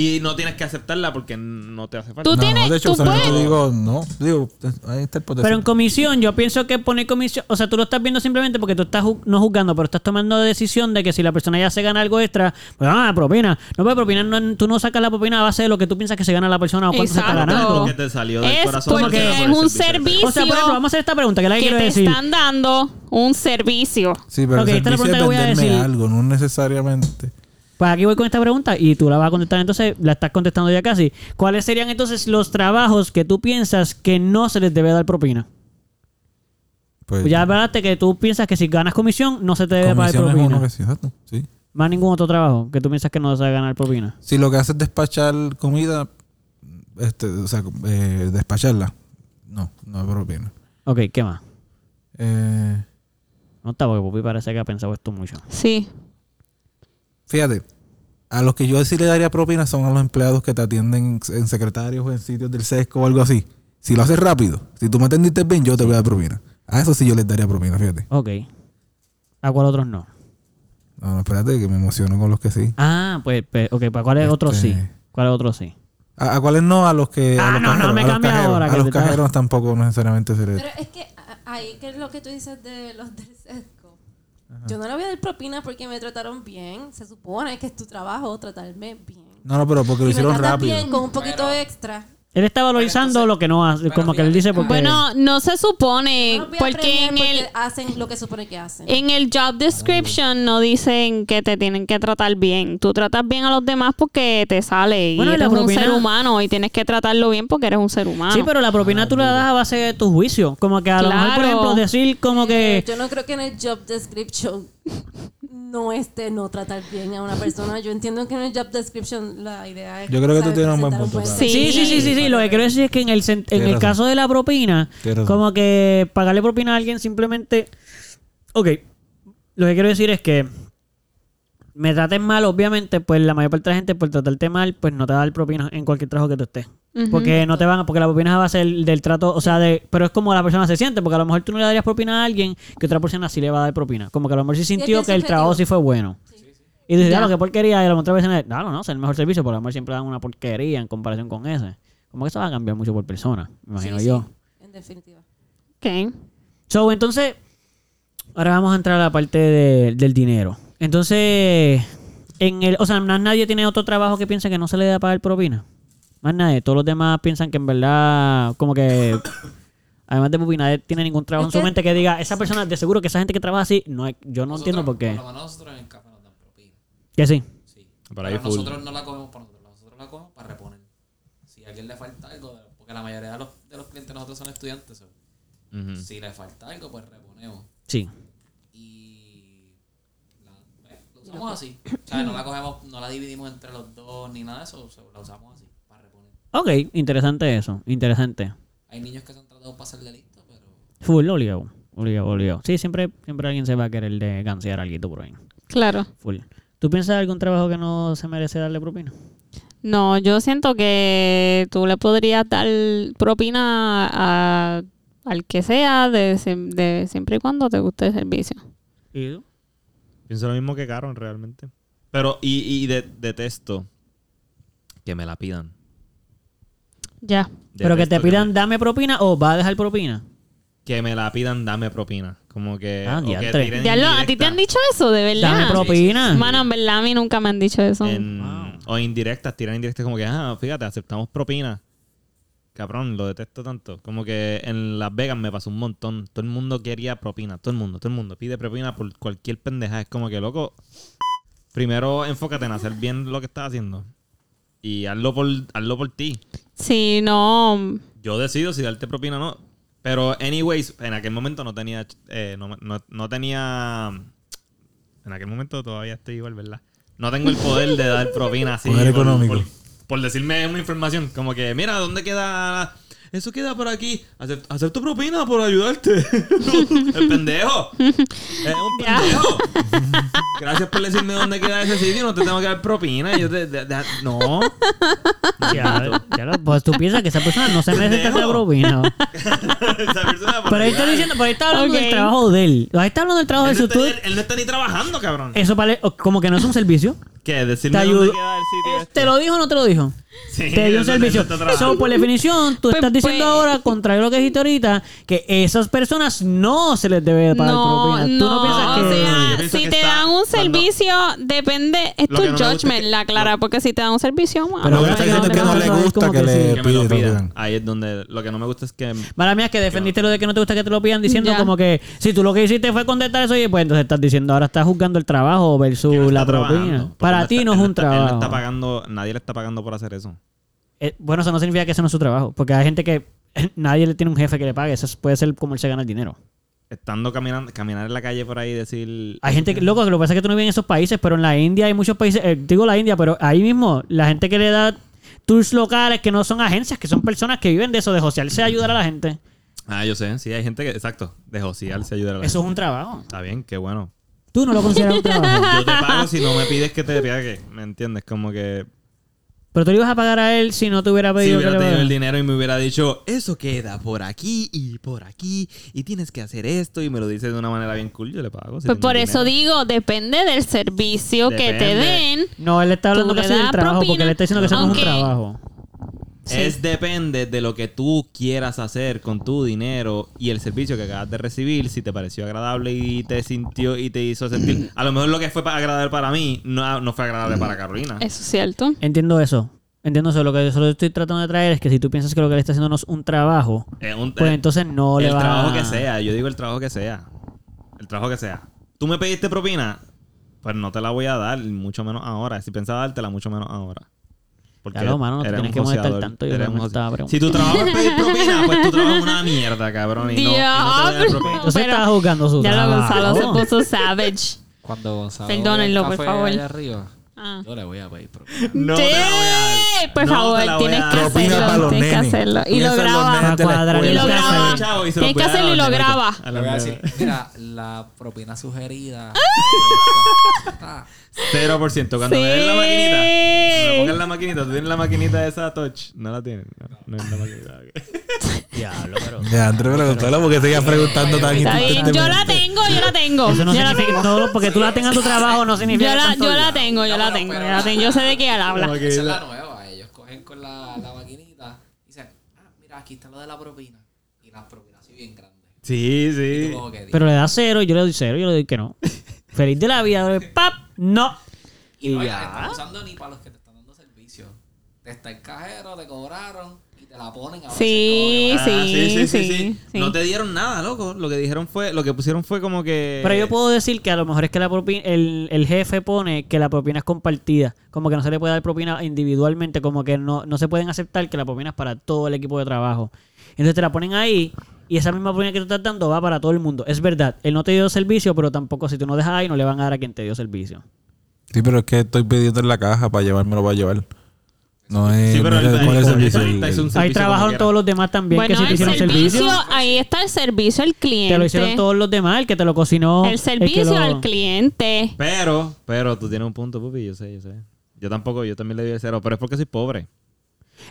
S5: Y no tienes que aceptarla porque no te hace falta.
S3: Tú
S4: No,
S3: tienes-
S4: de hecho,
S3: tú
S4: usualmente
S3: puedes-
S4: digo, no. Digo, ahí está el potencial.
S2: Pero en comisión, yo pienso que poner comisión, o sea, tú lo estás viendo simplemente porque tú estás ju- no juzgando, pero estás tomando decisión de que si la persona ya se gana algo extra, pues ah, propina. No, pero propina, no- tú no sacas la propina a base de lo que tú piensas que se gana la persona o cuánto se
S3: Exacto.
S2: está ganando.
S5: Porque te salió del
S3: Es
S5: corazón.
S3: porque
S5: te salió
S3: es
S5: por el
S3: un
S5: que te-
S3: servicio.
S2: O sea, por ejemplo, vamos a hacer esta pregunta, que la
S3: que
S2: quiero
S3: te
S2: decir.
S3: están dando un servicio.
S4: Sí, pero
S2: Ok,
S4: el
S2: esta es la
S4: servicio
S2: pregunta
S4: es
S2: que voy a
S4: venderme
S2: decir.
S4: algo, no necesariamente.
S2: Pues aquí voy con esta pregunta y tú la vas a contestar, entonces la estás contestando ya casi. ¿Cuáles serían entonces los trabajos que tú piensas que no se les debe dar propina?
S4: Pues,
S2: Ya hablaste que tú piensas que si ganas comisión no se te debe pagar
S4: comisión es uno que
S2: propina.
S4: sí, exacto. Sí.
S2: Más ningún otro trabajo que tú piensas que no se debe ganar propina.
S4: Si lo que haces es despachar comida, este, o sea, eh, despacharla, no, no es propina.
S2: Ok, ¿qué más?
S4: Eh,
S2: No está porque Pupi parece que ha pensado esto mucho.
S3: Sí.
S4: fíjate, a los que yo sí le daría propina son a los empleados que te atienden en secretarios o en sitios del sesco o algo así. Si lo haces rápido, si tú me atendiste bien, yo te voy a dar propina. A eso sí yo les daría propina, fíjate.
S2: Ok. ¿A cuál otros no?
S4: No, no, espérate, que me emociono con los que sí.
S2: Ah, pues, pues ok, ¿para cuáles otros sí?
S4: Este-
S2: ¿Cuáles otros sí?
S4: ¿A, a cuáles no? A los que.
S2: Ah,
S4: a los
S2: no, no, me
S4: a los
S2: cambia
S4: cajeros.
S2: ahora,
S4: A
S2: que
S4: los
S2: te estaba-
S4: cajeros tampoco necesariamente se les.
S7: Pero es que a- ahí que es lo que tú dices de los del sesco. Yo no le voy a dar propina porque me trataron bien. Se supone que es tu trabajo tratarme bien.
S4: No, no, pero porque lo
S7: Si me
S4: hicieron
S7: tratas
S4: rápido.
S7: bien con un poquito extra.
S2: Él está valorizando lo que no hace, como que él dice porque...
S3: Bueno, no se supone.
S2: Eh,
S7: No los voy a
S3: porque
S7: premiar
S3: en
S7: porque
S3: el,
S7: hacen lo que supone que hacen.
S3: en el job description no dicen que te tienen que tratar bien. Tú tratas bien a los demás porque te sale. Y
S2: Bueno, y la
S3: eres un
S2: propina-
S3: ser humano y tienes que tratarlo bien porque eres un ser humano.
S2: Sí, pero la propina tú la das a base de tu juicio. Como que a lo mejor, por
S3: Claro.
S2: ejemplo, decir como que...
S7: Eh, Yo no creo que en el job description no esté no tratar bien a una persona. Yo entiendo que en el job description la idea es.
S4: Yo creo que tú
S7: saber
S4: tienes un buen
S7: presentar
S4: punto, claro.
S3: Sí.
S2: Sí, sí, sí, sí, sí. Lo que quiero decir es que en el, sen- en
S4: Tienes
S2: el
S4: razón.
S2: caso de la propina,
S4: Tienes razón.
S2: como que pagarle propina a alguien simplemente... Ok, lo que quiero decir es que me trates mal, obviamente, pues la mayor parte de la gente por tratarte mal, pues no te va a dar propina en cualquier trabajo que tú estés. Porque no te van, a- porque la propina va a ser del trato, o sea, de, pero es como la persona se siente, porque a lo mejor tú no le darías propina a alguien que otra persona sí le va a dar propina. Como que a lo mejor sí
S7: es
S2: sintió
S7: bien
S2: que el
S7: subjetivo.
S2: trabajo sí fue bueno. Y dices,
S3: Ya.
S2: ya, lo que porquería, y a la otra persona, no, no, no, es el mejor servicio, pero a lo mejor siempre dan una porquería en comparación con ese. Como que eso va a cambiar mucho por persona, me imagino
S7: Sí,
S2: yo.
S7: sí, en definitiva.
S3: Ok.
S2: So, entonces, ahora vamos a entrar a la parte de- del dinero. Entonces, en el, o sea, más nadie tiene otro trabajo que piensa que no se le debe pagar propina. Más nadie. Todos los demás piensan que en verdad, como que, además de propina, nadie tiene ningún trabajo
S7: Es
S2: en su
S7: que-
S2: mente que diga, esa persona, de seguro que esa gente que trabaja así, no, hay- yo no entiendo por qué.
S6: Por lo menos nosotros en el café nos dan propina.
S2: Que sí.
S6: Sí.
S5: Por ahí
S6: Pero
S5: full.
S6: nosotros no la cogemos para nosotros, nosotros la cogemos para reponer. Si a alguien le falta algo, de- porque la mayoría de los, de los clientes nosotros son estudiantes. so,
S5: Ujú.
S6: Si le falta algo, pues reponemos.
S2: Sí.
S6: Y la, eh, lo usamos así. O sea, no la cogemos, no la dividimos entre los dos ni nada de eso, so, la usamos así, para reponer.
S2: Ok, interesante eso. Interesante.
S6: Hay niños que se han tratado para ser de listo, pero
S2: Full, obligado. Obligado, obligado. Sí, siempre, siempre alguien se va a querer de gansear algo por ahí.
S3: Claro.
S2: Full. ¿Tú piensas de algún trabajo que no se merece darle propina?
S3: No, yo siento que tú le podrías dar propina a- al que sea, de, siem- de siempre y cuando te guste el servicio.
S2: ¿Y tú?
S5: Pienso lo mismo que Caron realmente. Pero, y, y de- detesto que me la pidan.
S3: Ya.
S2: Pero que te
S5: Detesto
S2: pidan dame propina o va a dejar propina.
S5: que me la pidan, dame propina. Como que.
S2: Ah,
S5: o que
S2: diantre.
S5: tiren
S3: Diablo, ¿a ti te han
S5: indirectas
S3: dicho eso? ¿De
S2: Dame
S3: verdad?
S2: propina.
S3: Mano, en verdad a mí nunca me han dicho eso.
S5: en- O indirectas, tiran indirectas como que, ah, fíjate, aceptamos propina. Cabrón, lo detesto tanto. Como que en Las Vegas me pasó un montón. Todo el mundo quería propina. Todo el mundo, todo el mundo pide propina por cualquier pendeja. Es como que, loco, primero enfócate en hacer bien lo que estás haciendo. Y hazlo por, hazlo por ti.
S3: Sí, no.
S5: Yo decido si darte propina o no. Pero, anyways, en aquel momento no tenía. eh, no, no- no tenía. En aquel momento todavía estoy igual, ¿verdad? No tengo el poder de dar propina así.
S4: Poder
S5: por-
S4: económico.
S5: Por, por decirme una información. Como que, mira, ¿dónde queda.? la- Eso queda por aquí. Hacer, hacer tu propina por ayudarte. el pendejo. Es un
S3: Ya.
S5: pendejo. Gracias por decirme dónde queda ese sitio. No te tengo que dar propina. Yo te- te- te- no.
S2: Ya, ya lo- pues tú piensas que esa persona no se merece
S5: Pendejo.
S2: tanta propina.
S5: Esa persona, por
S2: Pero ahí está
S5: ayudar.
S2: diciendo, pero ahí está hablando
S3: Ok.
S2: del trabajo de él. Ahí está hablando del trabajo de
S5: Él no,
S2: su
S5: está,
S2: tú-
S5: él no está ni trabajando, cabrón.
S2: Eso vale, o- como que no es un servicio.
S5: ¿Qué?
S2: Te
S5: Decirme
S2: ayudo.
S5: dónde queda el sitio. este?
S2: Eh, ¿Te lo dijo o no te lo dijo?
S5: Sí,
S2: te dio un
S5: eso-
S2: servicio.
S5: eso está trabajando.
S2: So, por definición, tú
S3: Pues,
S2: estás diciendo
S3: pues.
S2: ahora, contrario a lo que dijiste ahorita, que esas personas no se les debe pagar
S3: No,
S2: propina. Tú no,
S3: no,
S2: piensas que.
S3: o sea,
S5: Yo pienso
S3: si
S5: que
S3: te
S5: está
S3: dan un
S5: cuando-
S3: servicio, depende, es
S5: Lo
S3: tu
S5: que no me gusta es
S3: judgment,
S5: que-
S3: la clara, porque si te dan un servicio,
S2: Pero
S4: lo
S3: ah,
S4: que está
S2: bueno,
S4: diciendo es que
S2: no,
S4: no
S2: no,
S4: le
S2: no, es
S4: gusta
S2: como
S4: que
S2: que sí.
S4: le
S5: que me lo
S4: pidan.
S5: pidan. Ahí es donde lo que no me gusta es que
S2: Mala mía, es que defendiste lo de que no te gusta que te lo pidan diciendo
S3: Ya.
S2: como que si tú lo que hiciste fue contestar eso, oye, pues entonces estás diciendo ahora estás juzgando el trabajo versus
S5: él no
S2: la
S5: está trabajando,
S2: propina.
S5: porque él
S2: Para ti
S5: está-
S2: no
S5: él
S2: es un
S5: está-
S2: trabajo.
S5: Él no está pagando, nadie le está pagando por hacer eso.
S2: Eh, bueno, eso no significa que ese no es su trabajo, porque hay gente que nadie le tiene un jefe que le pague, eso puede ser como él se gana el dinero.
S5: Estando caminando, caminar en la calle por ahí y decir.
S2: Hay gente que, loco, que lo que pasa es que tú no vives en esos países, pero en la India hay muchos países, eh, digo la India, pero ahí mismo, la gente que le da tours locales que no son agencias, que son personas que viven de eso, de josearse a ayudar a la gente.
S5: Ah, yo sé, sí, hay gente que, exacto, de josearse ayudar a la
S2: Eso es
S5: gente.
S2: un trabajo.
S5: Está bien, qué bueno.
S2: Tú no lo consideras un trabajo.
S5: Yo te pago si no me pides que te pague, ¿me entiendes? Como que
S2: Pero tú le ibas a pagar a él si no te hubiera pedido
S5: si
S2: que
S5: hubiera
S2: le
S5: tenido
S2: pagara.
S5: el dinero y me hubiera dicho, eso queda por aquí y por aquí y tienes que hacer esto y me lo dices de una manera bien cool, yo le pago. si
S3: pues
S5: tengo
S3: por eso
S5: dinero.
S3: digo, depende del servicio que te
S5: Depende.
S3: den.
S2: No, él le está hablando
S3: Tú le
S2: casi del
S3: das
S2: trabajo, porque
S3: propina,
S2: le está diciendo que eso no es un
S3: aunque-
S2: trabajo.
S5: Es depende de lo que tú quieras hacer con tu dinero y el servicio que acabas de recibir, si te pareció agradable y te sintió y te hizo sentir. A lo mejor lo que fue pa- agradable para mí no, no fue agradable para Carolina.
S3: Eso es cierto.
S2: Entiendo eso. Entiendo eso. Lo que yo solo estoy tratando de traer es que si tú piensas que lo que le está haciendo no es un trabajo,
S5: Es un-
S2: pues
S5: eh,
S2: entonces no le
S5: el
S2: va
S5: trabajo que sea, yo digo el trabajo que sea. El trabajo que sea. Tú me pediste propina, pues no te la voy a dar, mucho menos ahora. Si pensaba dártela, mucho menos ahora. Porque
S2: Ya lo, mano, no te
S5: eres
S2: tienes
S5: un
S2: que molestar
S5: joseador,
S2: tanto, yo
S5: eres
S2: creo que
S5: un
S2: me estaba
S5: jose-
S2: preguntando.
S5: Si tu trabajo es pedir propina, pues tu trabajo es una mierda, cabrón. Y no, y no te voy a dar
S3: Diablo.
S5: propina.
S2: Entonces
S3: Pero-
S2: estaba juzgando su
S3: Ya lo
S2: trabajo.
S3: Gonzalo se puso savage.
S6: Cuando Gonzalo
S3: Perdónenlo,
S6: vaya al
S3: por
S6: café
S3: favor.
S6: allá arriba,
S3: Ah.
S6: yo le voy a pedir propina.
S5: No te la voy a dar.
S3: Por
S5: No
S3: favor,
S5: te la voy a
S3: tienes
S5: dar.
S3: que
S4: Propina para
S3: hacerlo.
S4: los
S3: Tienes que
S4: nenes.
S3: hacerlo. Y
S4: Piensa
S3: lo
S4: en los
S3: graba.
S4: nenes de la
S2: Para cuadrar
S3: Y lo
S5: Voy
S2: Tienes que
S5: a
S3: graba.
S5: hacer el chavo y se
S3: Tienes
S5: voy
S3: que
S5: a dar a
S3: hacerlo y
S5: los
S3: lo
S5: nenes.
S3: graba.
S5: A
S6: Le
S5: los
S6: voy a
S5: nenes.
S6: decir, mira, la propina sugerida. Ah,
S5: 0%. Cuando me den la
S3: Sí.
S5: maquinita, cuando me pongan la maquinita, tú tienes la maquinita esa touch. No la tienen. No, no es la maquinita. ok.
S2: Diablo, pero...
S4: Ya, André, pregúntalo porque sigas preguntando tan
S3: Está bien, yo la
S4: insistentemente.
S3: tengo, yo la tengo.
S2: Eso no
S3: yo la
S2: significa que
S3: tengo.
S2: todo lo- porque tú la tengas en tu trabajo no significa
S3: Yo
S2: que
S3: la,
S2: tanto-
S3: yo la tengo, yo la tengo, yo la tengo. Yo sé de qué él habla.
S5: Como que
S6: Esa es la
S5: la-
S6: nueva. Ellos cogen con la, la maquinita y dicen, ah, mira, aquí está lo de la propina. Y las propinas así bien grandes.
S5: Sí,
S6: Y
S5: sí.
S6: tú como que,
S2: Pero le da cero, yo le doy cero, yo le doy que no. Feliz de la vida, doy pap, no.
S6: y no
S2: y
S6: la
S2: ya.
S6: están usando ni para los que te están dando servicio. Te está el cajero, te cobraron y te la ponen a
S3: Sí,
S5: Ah,
S3: sí, sí, sí.
S5: No te dieron nada, loco. Lo que dijeron fue, lo que pusieron fue como que.
S2: Pero yo puedo decir que a lo mejor es que la propina, el, el jefe pone que la propina es compartida. Como que no se le puede dar propina individualmente, como que no, no se pueden aceptar que la propina es para todo el equipo de trabajo. Entonces te la ponen ahí y esa misma propina que tú estás dando va para todo el mundo. Es verdad, él no te dio servicio, pero tampoco si tú no dejas ahí no le van a dar a quien te dio servicio.
S4: Sí, pero es que estoy pidiendo en la caja para llevármelo para llevar. No es.
S5: Sí, pero
S4: mira,
S5: el-
S4: ¿cuál
S5: el-
S4: es
S5: el-
S4: servicio?
S5: el- el- el-
S2: ahí
S5: servicio como
S2: trabajaron
S5: quiera.
S2: todos los demás también
S3: Bueno,
S2: que si te
S3: el
S2: hicieron
S3: servicio,
S2: servicio.
S3: ahí está el servicio al cliente.
S2: Te lo hicieron todos los demás, el que te lo cocinó.
S3: El servicio
S2: que lo-
S3: al cliente.
S5: Pero, pero tú tienes un punto, pupi. Yo sé, yo sé. Yo tampoco, yo también le di el cero. Pero es porque soy pobre.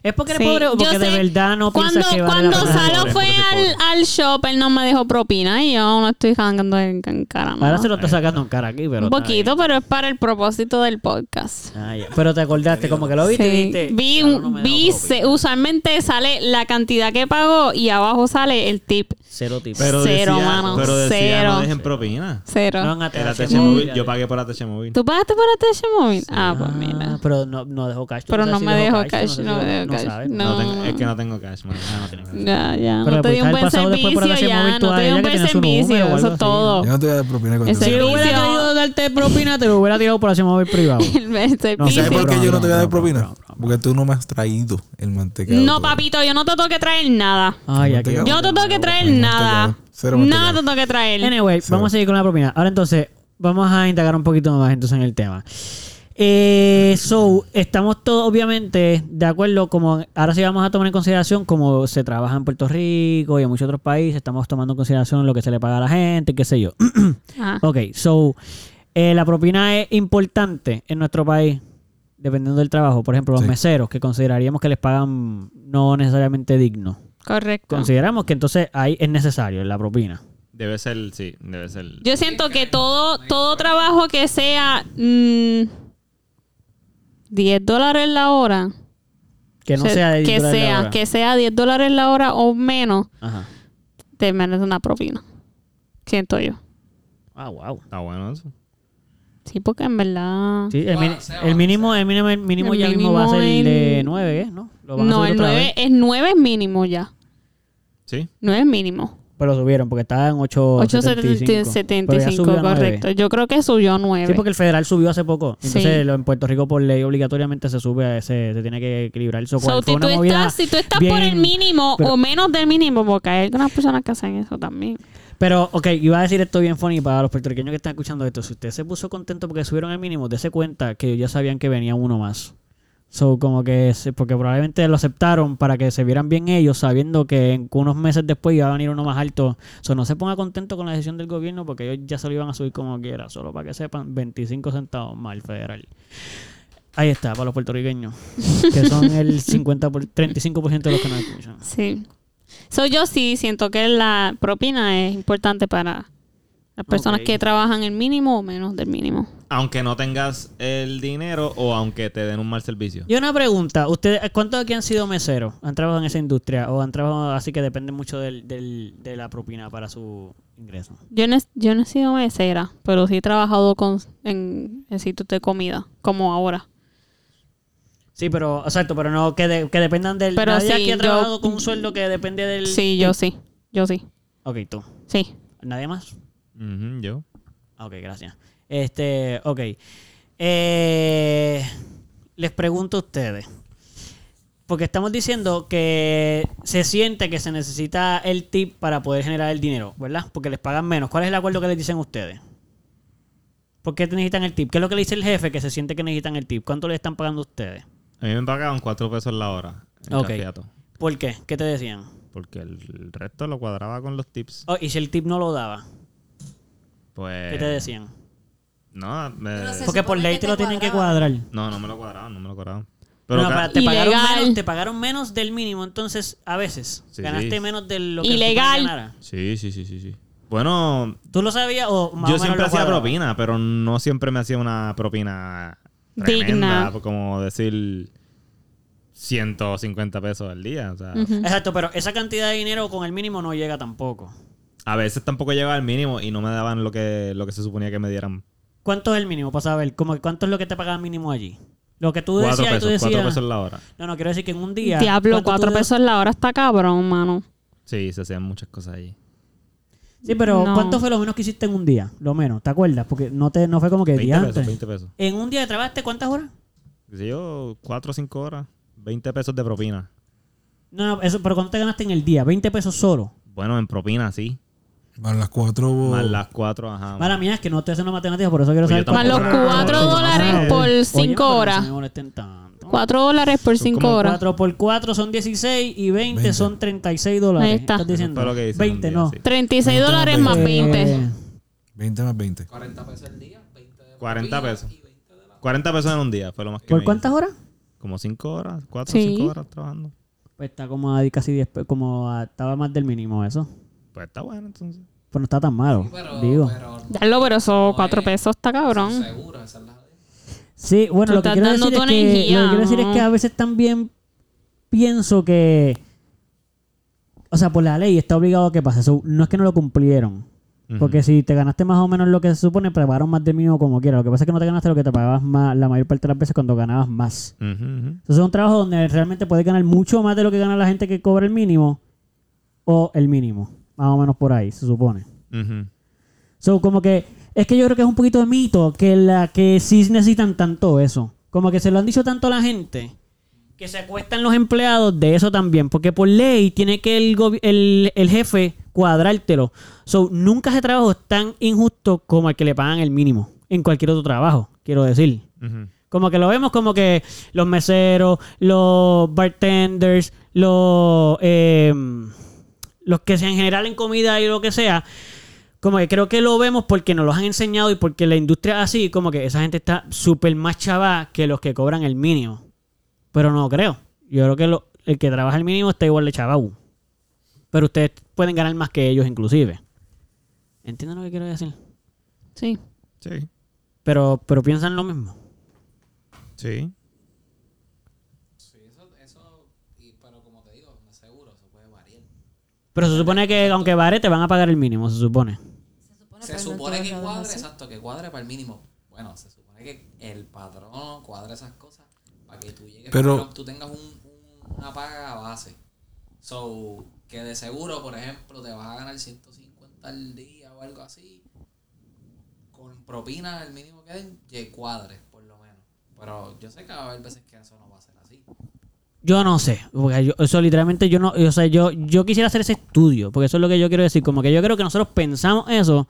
S2: Es porque eres
S3: Sí,
S2: pobre o
S3: yo
S2: porque de
S3: sé.
S2: verdad no
S3: cuando,
S2: piensas que vale la
S3: Cuando
S2: pena.
S5: Salo-
S3: Salo
S5: Pobre,
S3: fue
S5: porque es
S3: al, al shop, él no me dejó propina y yo no estoy jangando en, en cara. nada.
S2: Ahora se lo está sacando en cara aquí, pero.
S3: Un
S2: está
S3: poquito, pero es para el propósito del podcast.
S2: bien. Ah, ya. Pero te acordaste, como que lo viste,
S3: Sí.
S2: viste.
S3: Vi,
S2: Claro, no me
S3: vi
S2: dejó propina.
S3: se- usualmente sale la cantidad que pago y abajo sale el tip.
S2: Cero tips.
S5: Pero
S3: Cero,
S5: decía,
S3: mano,
S5: pero decía,
S3: cero.
S5: no dejen propina.
S3: Cero.
S2: No, en
S5: Era
S2: ATH
S5: TH
S2: móvil.
S5: Móvil. Yo pagué por ATH Móvil.
S3: ¿Tú pagaste por ATH móvil? Ah, pues
S2: Ah,
S3: mira.
S2: Pero no, no dejó cash. Tú
S3: Pero
S2: sabes
S3: no
S2: si
S3: me dejó cash,
S2: sé si
S3: no me
S2: dejó-
S3: dejó cash,
S2: sabes.
S3: no.
S5: No tengo- es que no tengo cash, mano. Ah, no tengo cash.
S3: Ya, ya.
S2: Pero
S3: no te
S2: después
S3: di un
S2: al
S3: buen
S2: pasado, después
S3: servicio,
S2: por ATH móvil,
S3: ya.
S2: tú
S3: No
S2: a
S3: te di
S2: ella
S3: un
S2: que
S3: buen
S2: tenía su número
S3: servicio,
S2: o algo
S3: eso
S2: así.
S3: es todo.
S4: Yo no te voy a dar propina con
S3: Ese
S2: Si
S4: todo.
S2: yo hubiera
S3: servicio.
S2: querido darte propina, te lo hubiera tirado por hacer móvil privado.
S3: El
S2: No,
S4: ¿Y sabes
S2: sí,
S4: por
S3: servicio.
S4: qué
S2: pero no,
S4: yo no te voy a dar
S2: no, pero,
S4: propina?
S2: pero, pero,
S4: Porque tú no me has traído el mantecado.
S3: No, papito, yo no te tengo que traer nada.
S2: Ay, aquí.
S3: Yo no te tengo que traer nada.
S4: Cero
S3: Nada te
S4: mantecado.
S3: tengo que traer.
S2: Anyway, vamos a seguir con la propina. Ahora entonces, vamos a indagar un poquito más entonces en el tema. Eh, so, estamos todos obviamente de acuerdo, como ahora sí vamos a tomar en consideración cómo se trabaja en Puerto Rico y en muchos otros países, estamos tomando en consideración lo que se le paga a la gente, qué sé yo.
S3: Ah.
S2: ok, so, eh, la propina es importante en nuestro país, dependiendo del trabajo. Por ejemplo, los
S4: Sí.
S2: meseros, que consideraríamos que les pagan no necesariamente digno.
S3: Correcto.
S2: Consideramos que entonces ahí es necesario la propina.
S5: Debe ser, sí, debe ser.
S3: Yo siento que todo, todo trabajo que sea mm, 10 dólares la hora,
S2: Que no
S3: o sea,
S2: sea de
S3: que,
S2: titular de
S3: sea
S2: obra.
S3: que sea 10 dólares la hora o menos,
S2: Ajá.
S3: te mereces una propina. Siento yo.
S2: Ah, wow.
S5: Está bueno eso.
S3: Sí, porque en verdad...
S2: Sí, el,
S6: Bueno,
S2: mini-
S6: se
S2: el
S6: va,
S2: mínimo, el mínimo, el mínimo
S3: El
S2: ya mismo va a ser el
S3: mínimo
S2: de
S3: en-
S2: 9, ¿eh? ¿no? Lo van a
S3: no,
S2: subir
S3: el
S2: otra
S3: 9
S2: vez.
S3: es 9 mínimo ya.
S5: Sí.
S3: 9 mínimo.
S2: Pero subieron porque estaba en 875.
S3: 875, correcto.
S2: correcto.
S3: Yo creo que subió a 9.
S2: Sí, porque el federal subió hace poco. Entonces,
S3: Sí.
S2: lo- en Puerto Rico, por ley, obligatoriamente se sube a ese. Se tiene que equilibrar. Eso cual
S3: So,
S2: fue
S3: si, tú
S2: una movida
S3: estás, si tú estás por el
S2: bien-
S3: mínimo
S2: pero-
S3: o menos del mínimo, porque hay algunas personas que hacen eso también.
S2: Pero, ok, iba a decir esto bien funny para los puertorriqueños que están escuchando esto. Si usted se puso contento porque subieron el mínimo, dése cuenta que ya sabían que venía uno más. So, como que, se- porque probablemente lo aceptaron para que se vieran bien ellos, sabiendo que en unos meses después iba a venir uno más alto. So, no se ponga contento con la decisión del gobierno porque ellos ya se lo iban a subir como quiera, solo para que sepan, 25 centavos más el federal. Ahí está, para los puertorriqueños, que son el 50 por, 35% de los que nos escuchan.
S3: Sí. So, yo sí siento que la propina es importante para las personas
S2: Ok.
S3: que trabajan el mínimo o menos del mínimo.
S5: Aunque no tengas el dinero o aunque te den un mal servicio.
S2: Y una pregunta, ¿ustedes cuántos aquí han sido meseros? ¿Han trabajado en esa industria? ¿O han trabajado así que depende mucho del, del- de la propina para su ingreso?
S3: Yo no, he- yo no he sido mesera, pero sí he trabajado con, en, en sitios de comida, como ahora.
S2: Sí, pero, exacto, pero no, que, de- que dependan del...
S3: Pero
S2: nadie
S3: sí,
S2: aquí ha
S3: yo-
S2: trabajado con un sueldo que depende del...
S3: Sí, yo sí. Yo sí.
S2: Ok, tú.
S3: Sí.
S2: ¿Nadie más?
S5: Ujú, yo.
S2: Ah, Ok, gracias. Este, ok. Eh, les pregunto a ustedes. Porque estamos diciendo que se siente que se necesita el tip para poder generar el dinero, ¿verdad? Porque les pagan menos. ¿Cuál es el acuerdo que les dicen ustedes? ¿Por qué necesitan el tip? ¿Qué es lo que le dice el jefe que se siente que necesitan el tip? ¿Cuánto le están pagando ustedes?
S5: A mí me pagaban cuatro pesos la hora. En
S2: Ok.
S5: Cafeato,
S2: ¿Por qué? ¿Qué te decían?
S5: porque el resto lo cuadraba con los tips.
S2: Oh, y si el tip no lo daba,
S5: Pues.
S2: ¿qué te decían?
S5: No, me-
S7: Pero se-
S2: Porque por
S7: Eh. supone
S2: ley
S7: que
S2: te
S7: te
S2: lo tienen que
S7: cuadraba.
S2: cuadrar.
S5: no, no me lo cuadraban, no me lo cuadraban. Pero
S2: Pero
S5: ca-
S2: te, pagaron
S3: Ilegal.
S2: menos, te pagaron menos del mínimo, entonces a veces
S5: Sí.
S2: ganaste menos de lo que
S3: Ilegal.
S2: tú ganara.
S5: Sí, sí, sí, sí, sí. Bueno,
S2: ¿Tú lo sabías o Pues más
S5: yo
S2: o menos
S5: siempre
S2: lo
S5: hacía
S2: cuadraba?
S5: propina, pero no siempre me hacía una propina
S3: Digna.
S5: tremenda, como decir 150 pesos al día. O sea,
S2: Exacto, pero esa cantidad de dinero con el mínimo no llega tampoco.
S5: A veces tampoco llegaba al mínimo y no me daban lo que, lo que se suponía que me dieran.
S2: ¿Cuánto es el mínimo? Para saber, como que ¿cuánto es lo que te pagaba mínimo allí? Lo que tú
S5: Cuatro
S2: decías,
S5: pesos,
S2: tú decías.
S5: cuatro pesos la hora.
S2: No, no, quiero decir que en un día.
S3: Diablo,
S2: ¿cuánto tú
S3: cuatro
S2: de-
S3: pesos la hora está cabrón, mano.
S5: Sí, se hacían muchas cosas allí.
S2: Sí, pero
S3: No.
S2: ¿cuánto fue lo menos que hiciste en un día? Lo menos, ¿te acuerdas? Porque no te no fue como que
S5: 20
S2: día
S5: pesos, 20 pesos.
S2: En un día trabajaste cuántas horas?
S5: Si yo, cuatro o cinco horas, 20 pesos de propina.
S2: No, no, eso, pero ¿cuánto te ganaste en el día? 20 pesos solo.
S5: Bueno, en propina, sí.
S4: Más las cuatro.
S5: Más las cuatro, ajá.
S2: Mala mía, es que no estoy haciendo matemáticas, por eso quiero
S5: Pues yo
S2: saber.
S5: tampoco.
S2: cuánto-
S5: Más los cuatro
S2: Oye,
S3: dólares
S2: no sé.
S3: por
S2: Oye,
S3: cinco
S2: pero no
S3: horas.
S2: se me molesten tanto.
S3: Cuatro dólares por cinco
S5: como
S3: horas.
S2: 4 por 4 son 16 y 20,
S4: Veinte.
S2: son 36 dólares.
S3: Ahí está.
S2: ¿Estás diciendo?
S5: Eso fue lo que dicen
S2: 20
S5: un día,
S2: no. Eh,
S5: sí.
S3: 36 dólares
S2: Ah,
S3: más 20.
S4: 20 más 20.
S6: 40 pesos al día, 20 de
S5: 40
S6: propina
S5: pesos.
S6: y 20 de la-
S5: 40 pesos en un día, fue lo más que
S2: ¿Por
S5: me
S2: cuántas horas?
S5: hice. Como cinco horas, cuatro o
S3: Sí.
S5: cinco horas trabajando.
S2: Pues está como a casi 10, pe- como a- estaba más del mínimo eso.
S5: Pues está bueno, entonces.
S2: Pero no está tan malo,
S6: Pero,
S2: digo.
S6: pero no,
S3: Diablo, pero eso
S6: No,
S3: cuatro
S6: eh,
S3: pesos está cabrón.
S6: seguro, esa es la jodida.
S2: Sí, bueno,
S3: Tú
S2: lo que,
S3: estás
S2: quiero
S3: dando
S2: decir es
S3: tu
S2: que,
S3: energía,
S2: lo que quiero decir es
S3: ¿no?
S2: que a veces también pienso que. O o sea, por la ley está obligado a que pase. So, no es que no lo cumplieron. Porque si te ganaste más o menos lo que se supone, te pagaron más del mínimo como quiera. Lo que pasa es que no te ganaste lo que te pagabas más la mayor parte de las veces cuando ganabas más.
S5: Ujú, ujú.
S2: Entonces es un trabajo donde realmente puedes ganar mucho más de lo que gana la gente que cobra el mínimo o el mínimo. Más o menos por ahí, se supone.
S5: Ujú.
S2: So, como que es que yo creo que es un poquito de mito que la que sí necesitan tanto eso. Como que se lo han dicho tanto a la gente que se acuestan los empleados de eso también. Porque por ley tiene que el, gobi- el, el jefe cuadrártelo. So, nunca ese trabajo es tan injusto como el que le pagan el mínimo. En cualquier otro trabajo, quiero decir.
S5: Ujú.
S2: Como que lo vemos como que los meseros, los bartenders, los, eh, los que se en general en comida y lo que sea. Como que creo que lo vemos porque nos los han enseñado y porque la industria es así, como que esa gente está súper más chava que los que cobran el mínimo. Pero no creo. Yo creo que lo- el que trabaja el mínimo está igual de chavau. Pero ustedes pueden ganar más que ellos inclusive. ¿Entienden lo que quiero decir?
S3: Sí.
S5: Sí.
S2: Pero, pero piensan lo mismo.
S5: Sí.
S6: Sí, eso, eso y, pero como te digo, no es seguro, eso puede variar.
S2: Pero se supone que aunque vare te van a pagar el mínimo, se supone.
S7: Se supone,
S6: Se
S7: pero no en
S6: supone
S7: todos lados
S6: que
S7: es
S6: cuadre,
S7: así.
S6: exacto, que cuadre para el mínimo. Bueno, se supone que el patrón cuadre esas cosas para que tú llegues,
S4: Pero-
S6: por lo- tú tengas un- un- una paga base. So, que de seguro, por ejemplo, te vas a ganar 150 al día o algo así. Con propina, el mínimo que den, que cuadres, por lo menos. Pero yo sé que va a haber veces que eso no va a ser así.
S2: Yo no sé, porque yo- eso literalmente yo no, o sea, yo, yo quisiera hacer ese estudio, porque eso es lo que yo quiero decir, como que yo creo que nosotros pensamos eso,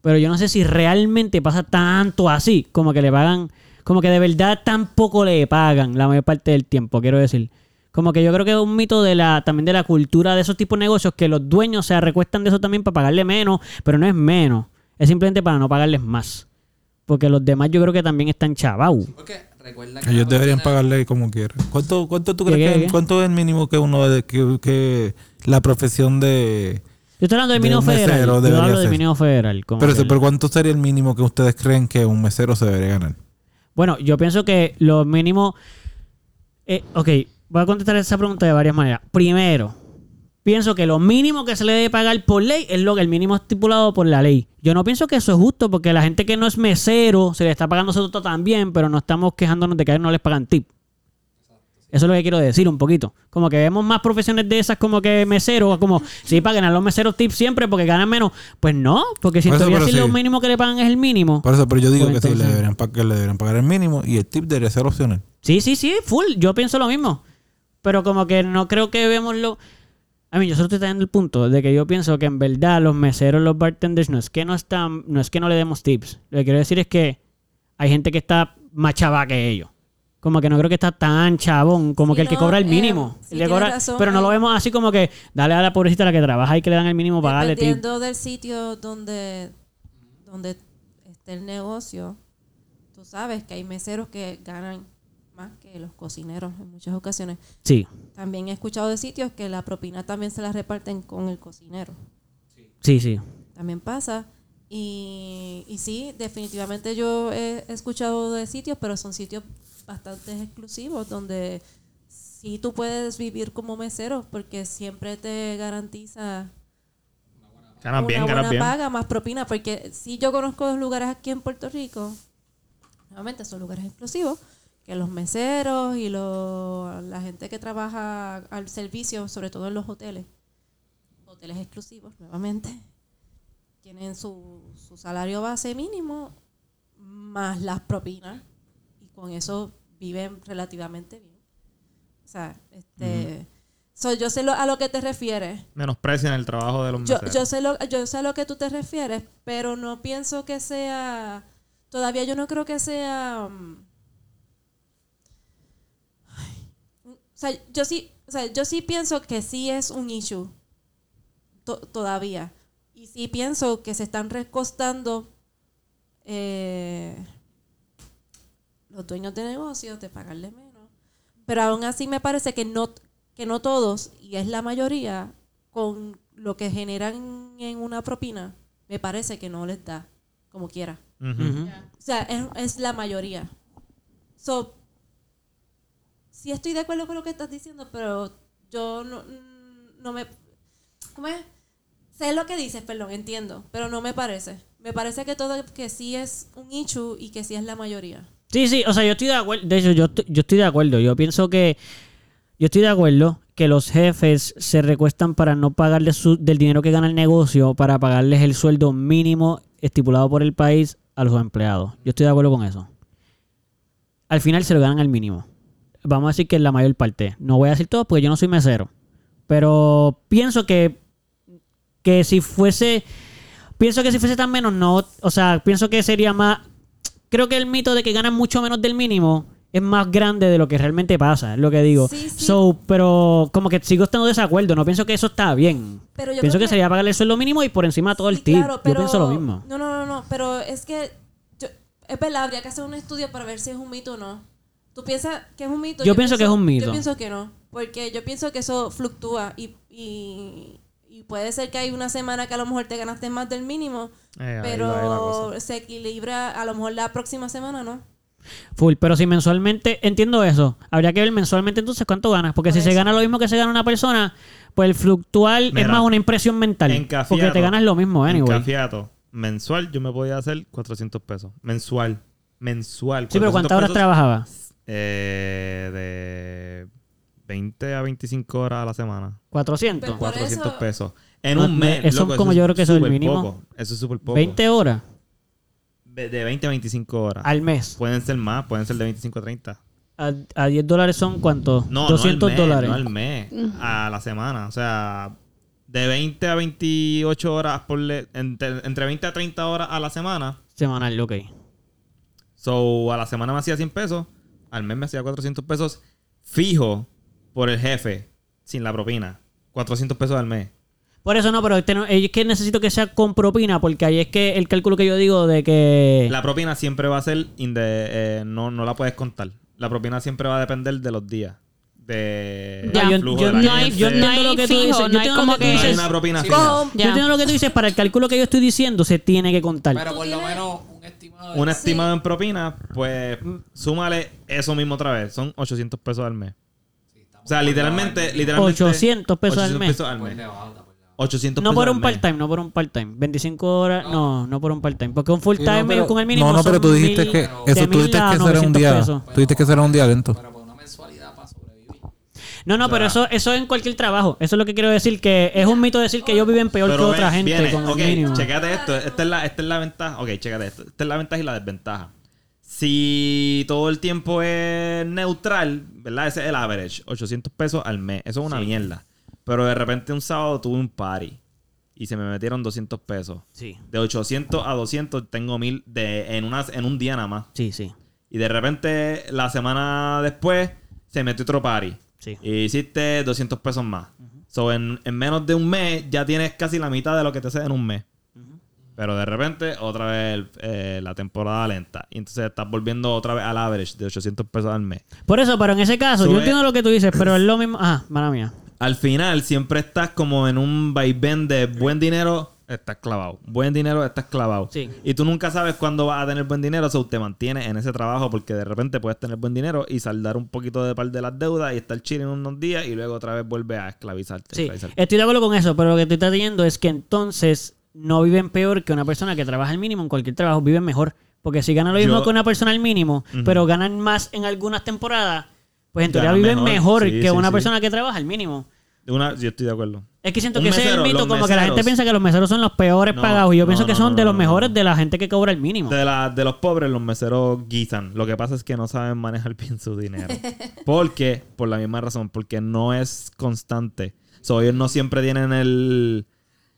S2: pero yo no sé si realmente pasa tanto así, como que le pagan, como que de verdad tampoco le pagan la mayor parte del tiempo, quiero decir. Como que yo creo que es un mito de la, también de la cultura de esos tipos de negocios, que los dueños se recuestan de eso también para pagarle menos, pero no es menos, es simplemente para no pagarles más. Porque los demás yo creo que también están chavau.
S6: Porque recuerda que.
S4: Ellos
S6: la
S4: deberían
S6: propina-
S4: pagarle como quieran. ¿Cuánto, cuánto tú
S2: ¿Qué,
S4: crees
S2: qué,
S4: que
S2: qué?
S4: cuánto es el mínimo que uno de- que, que la profesión de
S2: Yo estoy hablando de
S4: De
S2: mínimo
S4: un
S2: federal.
S4: mesero
S2: Yo
S4: debería
S2: hablo de
S4: ser.
S2: mínimo federal. como
S4: pero,
S2: que el-
S4: pero cuánto sería el mínimo que ustedes creen que un mesero se debería ganar?
S2: Bueno, yo pienso que lo mínimo. eh, ok, voy a contestar esa pregunta de varias maneras. Primero, pienso que lo mínimo que se le debe pagar por ley es lo que el mínimo estipulado por la ley. Yo no pienso que eso es justo porque la gente que no es mesero se le está pagando eso todo también, pero no estamos quejándonos de que a ellos no les pagan tip. Eso es lo que quiero decir un poquito. Como que vemos más profesiones de esas como que meseros, como si paguen a los meseros tips siempre porque ganan menos. Pues no, porque si en
S4: Por eso,
S2: teoría
S4: pero
S2: si lo
S4: sí.
S2: mínimo que le pagan es el mínimo.
S4: Por eso, pero yo digo
S2: Pues
S4: que sí, le
S2: entonces-
S4: deberían, pa- que le deberían pagar el mínimo y el tip debería ser opcional.
S2: Sí, sí, sí, full. Yo pienso lo mismo. Pero como que no creo que vemos lo... A mí, yo solo estoy dando el punto de que yo pienso que en verdad los meseros, los bartenders, no es que no están, no es que no le demos tips. Lo que quiero decir es que hay gente que está más chava que ellos. Como que no creo que está tan chabón, como
S7: Sí,
S2: que el que
S7: no,
S2: cobra el
S7: eh,
S2: mínimo.
S7: sí
S2: Le
S7: tienes
S2: cobra-
S7: razón, eh.
S2: pero no
S7: hay-
S2: lo vemos así como que dale a la pobrecita la que trabaja y que le dan el mínimo para darle tips.
S7: Dependiendo del sitio donde, donde esté el negocio, tú sabes que hay meseros que ganan más que los cocineros en muchas ocasiones.
S2: Sí,
S7: También he escuchado de sitios que la propina también se la reparten con el cocinero.
S2: sí, sí.
S7: También pasa. Y, y sí, definitivamente yo he escuchado de sitios, pero son sitios bastante exclusivos donde sí tú puedes vivir como mesero porque siempre te garantiza
S5: Ganas bien,
S7: una
S5: ganas
S7: buena
S5: bien.
S7: paga, más propina, porque si yo conozco dos lugares aquí en Puerto Rico, nuevamente son lugares exclusivos, que los meseros y los, la gente que trabaja al servicio, sobre todo en los hoteles, hoteles exclusivos, nuevamente, tienen su, su salario base mínimo más las propinas, y con eso viven relativamente bien. O sea, este... so, yo sé lo- a lo que te refieres.
S5: Menosprecian el trabajo de los
S7: Yo,
S5: meseros.
S7: yo, sé lo, yo sé a lo que tú te refieres, pero no pienso que sea. Todavía yo no creo que sea. mm, ay, o sea, yo sí, o sea, yo sí pienso que sí es un issue. to- todavía. Y sí pienso que se están recostando eh, los dueños de negocios de pagarle menos. Pero aún así me parece que no, que no todos, y es la mayoría, con lo que generan en una propina, me parece que no les da, como quiera.
S5: Ujú.
S2: Ujú.
S7: O sea, es, es la mayoría. So, sí estoy de acuerdo con lo que estás diciendo, pero yo no, mm, no me... ¿Cómo es? Sé lo que dices, perdón, entiendo, pero no me parece. Me parece que todo que sí es un ichu y que sí es la mayoría.
S2: Sí, sí, o sea, yo estoy de acuerdo. De hecho, yo, estoy- yo estoy de acuerdo. Yo pienso que. Yo estoy de acuerdo que los jefes se recuestan para no pagarles su- del dinero que gana el negocio, para pagarles el sueldo mínimo estipulado por el país a los empleados. Yo estoy de acuerdo con eso. Al final se lo ganan al mínimo. Vamos a decir que en la mayor parte. No voy a decir todo porque yo no soy mesero. Pero pienso que. Que si fuese. Pienso que si fuese tan menos, no. O sea, pienso que sería más. Creo que el mito de que ganan mucho menos del mínimo es más grande de lo que realmente pasa, es lo que digo.
S7: Sí, sí.
S2: So, pero como que sigo estando desacuerdo, no pienso que eso está bien.
S7: Pero
S2: pienso
S7: yo creo
S2: que,
S7: que-
S2: sería pagarle el sueldo mínimo y por encima todo el
S7: Sí,
S2: tip.
S7: claro, pero-
S2: Yo pienso lo mismo.
S7: No, no, no, no, pero es que yo- es verdad, habría que hacer un estudio para ver si es un mito o no. ¿Tú piensas que es un mito?
S2: Yo pienso que es un mito.
S7: Yo pienso que no, porque yo pienso que eso fluctúa y, y, y puede ser que hay una semana que a lo mejor te ganaste más del mínimo,
S2: Eh, ahí va, ahí va la
S7: pero se equilibra a lo mejor la próxima semana, ¿no?
S2: Full, pero si mensualmente, entiendo eso, habría que ver mensualmente entonces cuánto ganas, porque
S7: Por
S2: si se
S7: eso.
S2: gana lo mismo que se gana una persona, pues el fluctuar es
S5: Mira,
S2: más una impresión mental,
S5: En Cafiato.
S2: porque te ganas lo mismo
S5: En
S2: anyway.
S5: Cafiato, mensual, yo me podía hacer 400 pesos. Mensual. Mensual.
S2: Sí, pero
S5: 400
S2: ¿cuántas horas
S5: pesos,
S2: trabajaba?
S5: eh, de 20 a 25 horas a la semana.
S2: 400.
S7: Por
S5: 400
S7: eso-
S5: pesos. En
S2: No,
S5: un mes.
S2: eso
S5: loco,
S2: como yo creo que eso es el
S5: súper
S2: mínimo.
S5: poco. Eso es súper poco.
S2: 20 horas
S5: De de 20 a 25 horas.
S2: al mes.
S5: Pueden ser más, pueden ser de 25 a 30.
S2: A, a 10 dólares son cuánto?
S5: No,
S2: 200
S5: no al mes,
S2: dólares.
S5: No al mes, a la semana. O sea, de 20 a 28 horas, ponle, entre, entre 20 a 30 horas a la semana.
S2: Semanal, ok.
S5: So, a la semana me hacía 100 pesos, al mes me hacía 400 pesos fijo por el jefe, sin la propina. 400 pesos al mes.
S2: Por eso no, pero este no- es que necesito que sea con propina, porque ahí es que el cálculo que yo digo de que...
S5: La propina siempre va a ser, in the- eh, no, no la puedes contar. La propina siempre va a depender de los días. De
S3: Ya.
S5: el
S2: Ah, yo,
S5: flujo
S2: yo
S5: de la
S2: entiendo-
S5: gente.
S2: yo entiendo
S3: No
S2: lo
S3: hay
S2: que tú
S3: fijo, no
S2: dices. Yo
S3: hay
S2: entiendo
S3: como
S2: lo que tú
S5: No hay
S2: dices.
S5: una propina
S6: Sí.
S5: fija.
S2: Yo entiendo lo que tú dices, para el cálculo que yo estoy diciendo se tiene que contar.
S6: Pero por lo
S7: tienes-
S6: menos un estimado. de-
S5: Un estimado en propina, pues súmale eso mismo otra vez. Son 800 pesos al mes.
S6: Sí, estamos
S5: O sea,
S6: por
S5: literalmente,
S6: debajo.
S5: literalmente
S2: 800 pesos al
S5: 800
S2: mes.
S5: pesos al
S6: Por
S5: mes.
S6: debajo, está por debajo.
S5: 800
S2: No
S5: pesos
S2: por
S5: al
S2: un
S5: mes.
S2: part-time, no por un part-time. 25 horas, no, no por un part-time. Porque un
S4: Sí, no,
S2: full-time
S4: pero-
S2: con el mínimo.
S4: No, no, pero
S2: son
S4: tú dijiste
S2: mil-
S4: que.
S2: de
S4: Eso, tú
S2: mil
S4: dijiste
S2: a
S4: que será un
S2: 900
S4: día.
S2: pesos.
S4: Tú dijiste que será un día lento.
S6: Pero por una mensualidad para sobrevivir.
S2: No, no, pero
S5: O sea-
S2: eso, eso es en cualquier trabajo. Eso es lo que quiero decir, que es un mito decir que ellos viven peor
S5: Pero
S2: que
S5: ves,
S2: otra gente
S5: viene.
S2: con el
S5: ok,
S2: mínimo.
S5: checate esto. Esta es, la, esta es la ventaja. Ok, checate esto. Esta es la ventaja y la desventaja. Si todo el tiempo es neutral, ¿verdad? Ese es el average. 800 pesos al mes. Eso es una mierda. Pero de repente un sábado tuve un party y se me metieron 200 pesos.
S2: Sí,
S5: De 800 a 200 tengo 1000 de, en, unas en un día nada más.
S2: sí, sí.
S5: Y de repente, la semana después, se metió otro party.
S2: Sí.
S5: Y hiciste 200 pesos más. So, en, en menos de un mes, ya tienes casi la mitad de lo que te hace en un mes. Pero de repente, otra vez el- eh, la temporada lenta. Y entonces estás volviendo otra vez al average de 800 pesos al mes.
S2: Por eso, pero en ese caso, yo
S5: Sube-
S2: entiendo lo que tú dices, pero es lo mismo. Ah, mala mía.
S5: Al final, siempre estás como en un vaivén de buen dinero, estás clavado. Buen dinero, estás clavado.
S2: Sí.
S5: Y tú nunca sabes cuándo vas a tener buen dinero, o sea, te mantienes en ese trabajo porque de repente puedes tener buen dinero y saldar un poquito de par de las deudas y estar chilling unos días y luego otra vez vuelve a esclavizarte.
S2: Sí,
S5: esclavizarte.
S2: estoy de acuerdo con eso, pero lo que tú estás diciendo es que entonces no viven peor que una persona que trabaja al mínimo en cualquier trabajo, viven mejor. Porque si ganan lo mismo
S5: Yo-
S2: que una persona al mínimo, pero ganan más en algunas temporadas, pues en teoría
S5: Ganan
S2: viven mejor,
S5: mejor, sí,
S2: que
S5: sí,
S2: una
S5: sí.
S2: persona que trabaja al mínimo.
S5: Una- yo estoy de acuerdo.
S2: Es que siento
S5: Un
S2: que ese es el
S5: mesero,
S2: mito,
S5: los
S2: como que la gente
S5: meseros.
S2: piensa que los meseros son los peores
S5: No,
S2: pagados. Y yo
S5: no,
S2: pienso que
S5: no,
S2: son
S5: no,
S2: de
S5: no,
S2: los
S5: no,
S2: mejores
S5: no.
S2: de la gente que cobra el mínimo.
S5: De, la- de los pobres, los meseros guisan. Lo que pasa es que no saben manejar bien su dinero. Porque, por la misma razón, porque no es constante. So, ellos no siempre tienen el.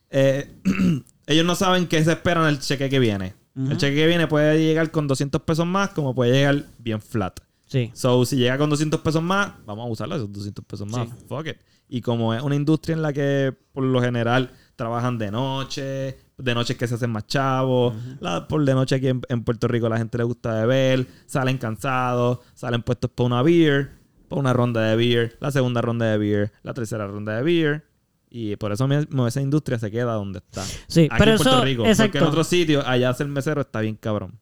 S5: eh, ellos no saben qué se esperan el cheque que viene. El cheque que viene puede llegar con 200 pesos más, como puede llegar bien flat.
S2: Sí.
S5: So, si llega con 200 pesos más, vamos a usarlo esos 200 pesos más. Fuck it. Y como es una industria en la que por lo general trabajan de noche, de noche es que se hacen más chavos, la- por de noche aquí en, en Puerto Rico la gente le gusta beber, salen cansados, salen puestos para una beer, para una ronda de beer, la segunda ronda de beer, la tercera ronda de beer. Y por eso mismo esa industria se queda donde está.
S2: Sí,
S5: Aquí
S2: pero
S5: en Puerto
S2: eso-
S5: Rico.
S2: exacto.
S5: Porque en otros sitios, allá ser mesero está bien cabrón.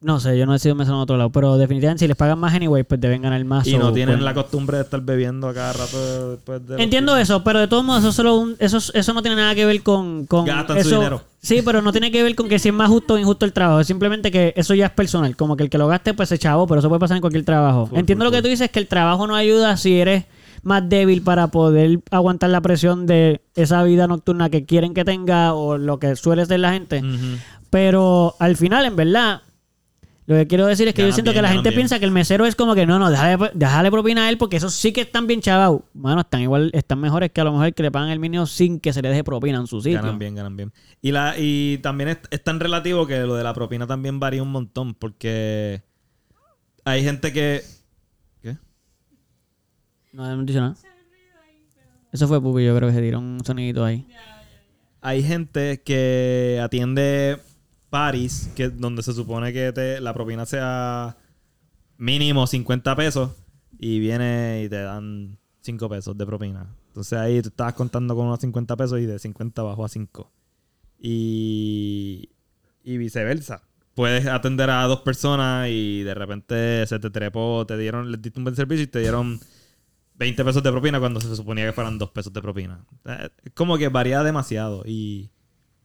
S2: No sé, yo no he sido mesonero en otro lado, pero definitivamente si les pagan más anyway, pues deben ganar más.
S5: Y
S2: o,
S5: no tienen
S2: pues,
S5: la costumbre de estar bebiendo a cada rato después de. los
S2: Entiendo
S5: pisos.
S2: eso, pero de todos modos, eso, es solo un- eso, es- eso no tiene nada que ver con. con
S5: Gastan su
S2: eso-
S5: dinero.
S2: Sí, pero no tiene que ver con que si es más justo o injusto el trabajo. Es simplemente que eso ya es personal. Como que el que lo gaste, pues se chavo, pero eso puede pasar en cualquier trabajo.
S5: Full,
S2: Entiendo
S5: full,
S2: lo que
S5: full.
S2: tú dices, que el trabajo no ayuda si eres más débil para poder aguantar la presión de esa vida nocturna que quieren que tenga o lo que suele ser la gente.
S5: Ujú.
S2: Pero al final, en verdad, lo que quiero decir es que yo
S5: Ganan
S2: siento
S5: bien,
S2: que la
S5: ganan
S2: gente
S5: bien.
S2: piensa que el mesero es como que no, no, déjale, déjale propina a él porque esos sí que están bien chavados. Mano, están igual, están mejores que a lo mejor que le pagan el mínimo sin que se le deje propina en su sitio.
S5: Ganan bien, ganan bien. Y, la, y también es, es tan relativo que lo de la propina también varía un montón porque hay gente que... ¿Qué?
S2: No, no dice nada. Eso fue Pupi, yo creo que se tiró un sonidito ahí.
S5: Hay gente que atiende paris, que donde se supone que te- la propina sea mínimo 50 pesos y viene y te dan 5 pesos de propina. Entonces ahí tú estabas contando con unos 50 pesos y de 50 bajó a 5. Y, y viceversa. Puedes atender a dos personas y de repente se te trepó, te dieron, les diste un buen servicio y te dieron 20 pesos de propina cuando se suponía que fueran 2 pesos de propina. Eh, Es como que varía demasiado y...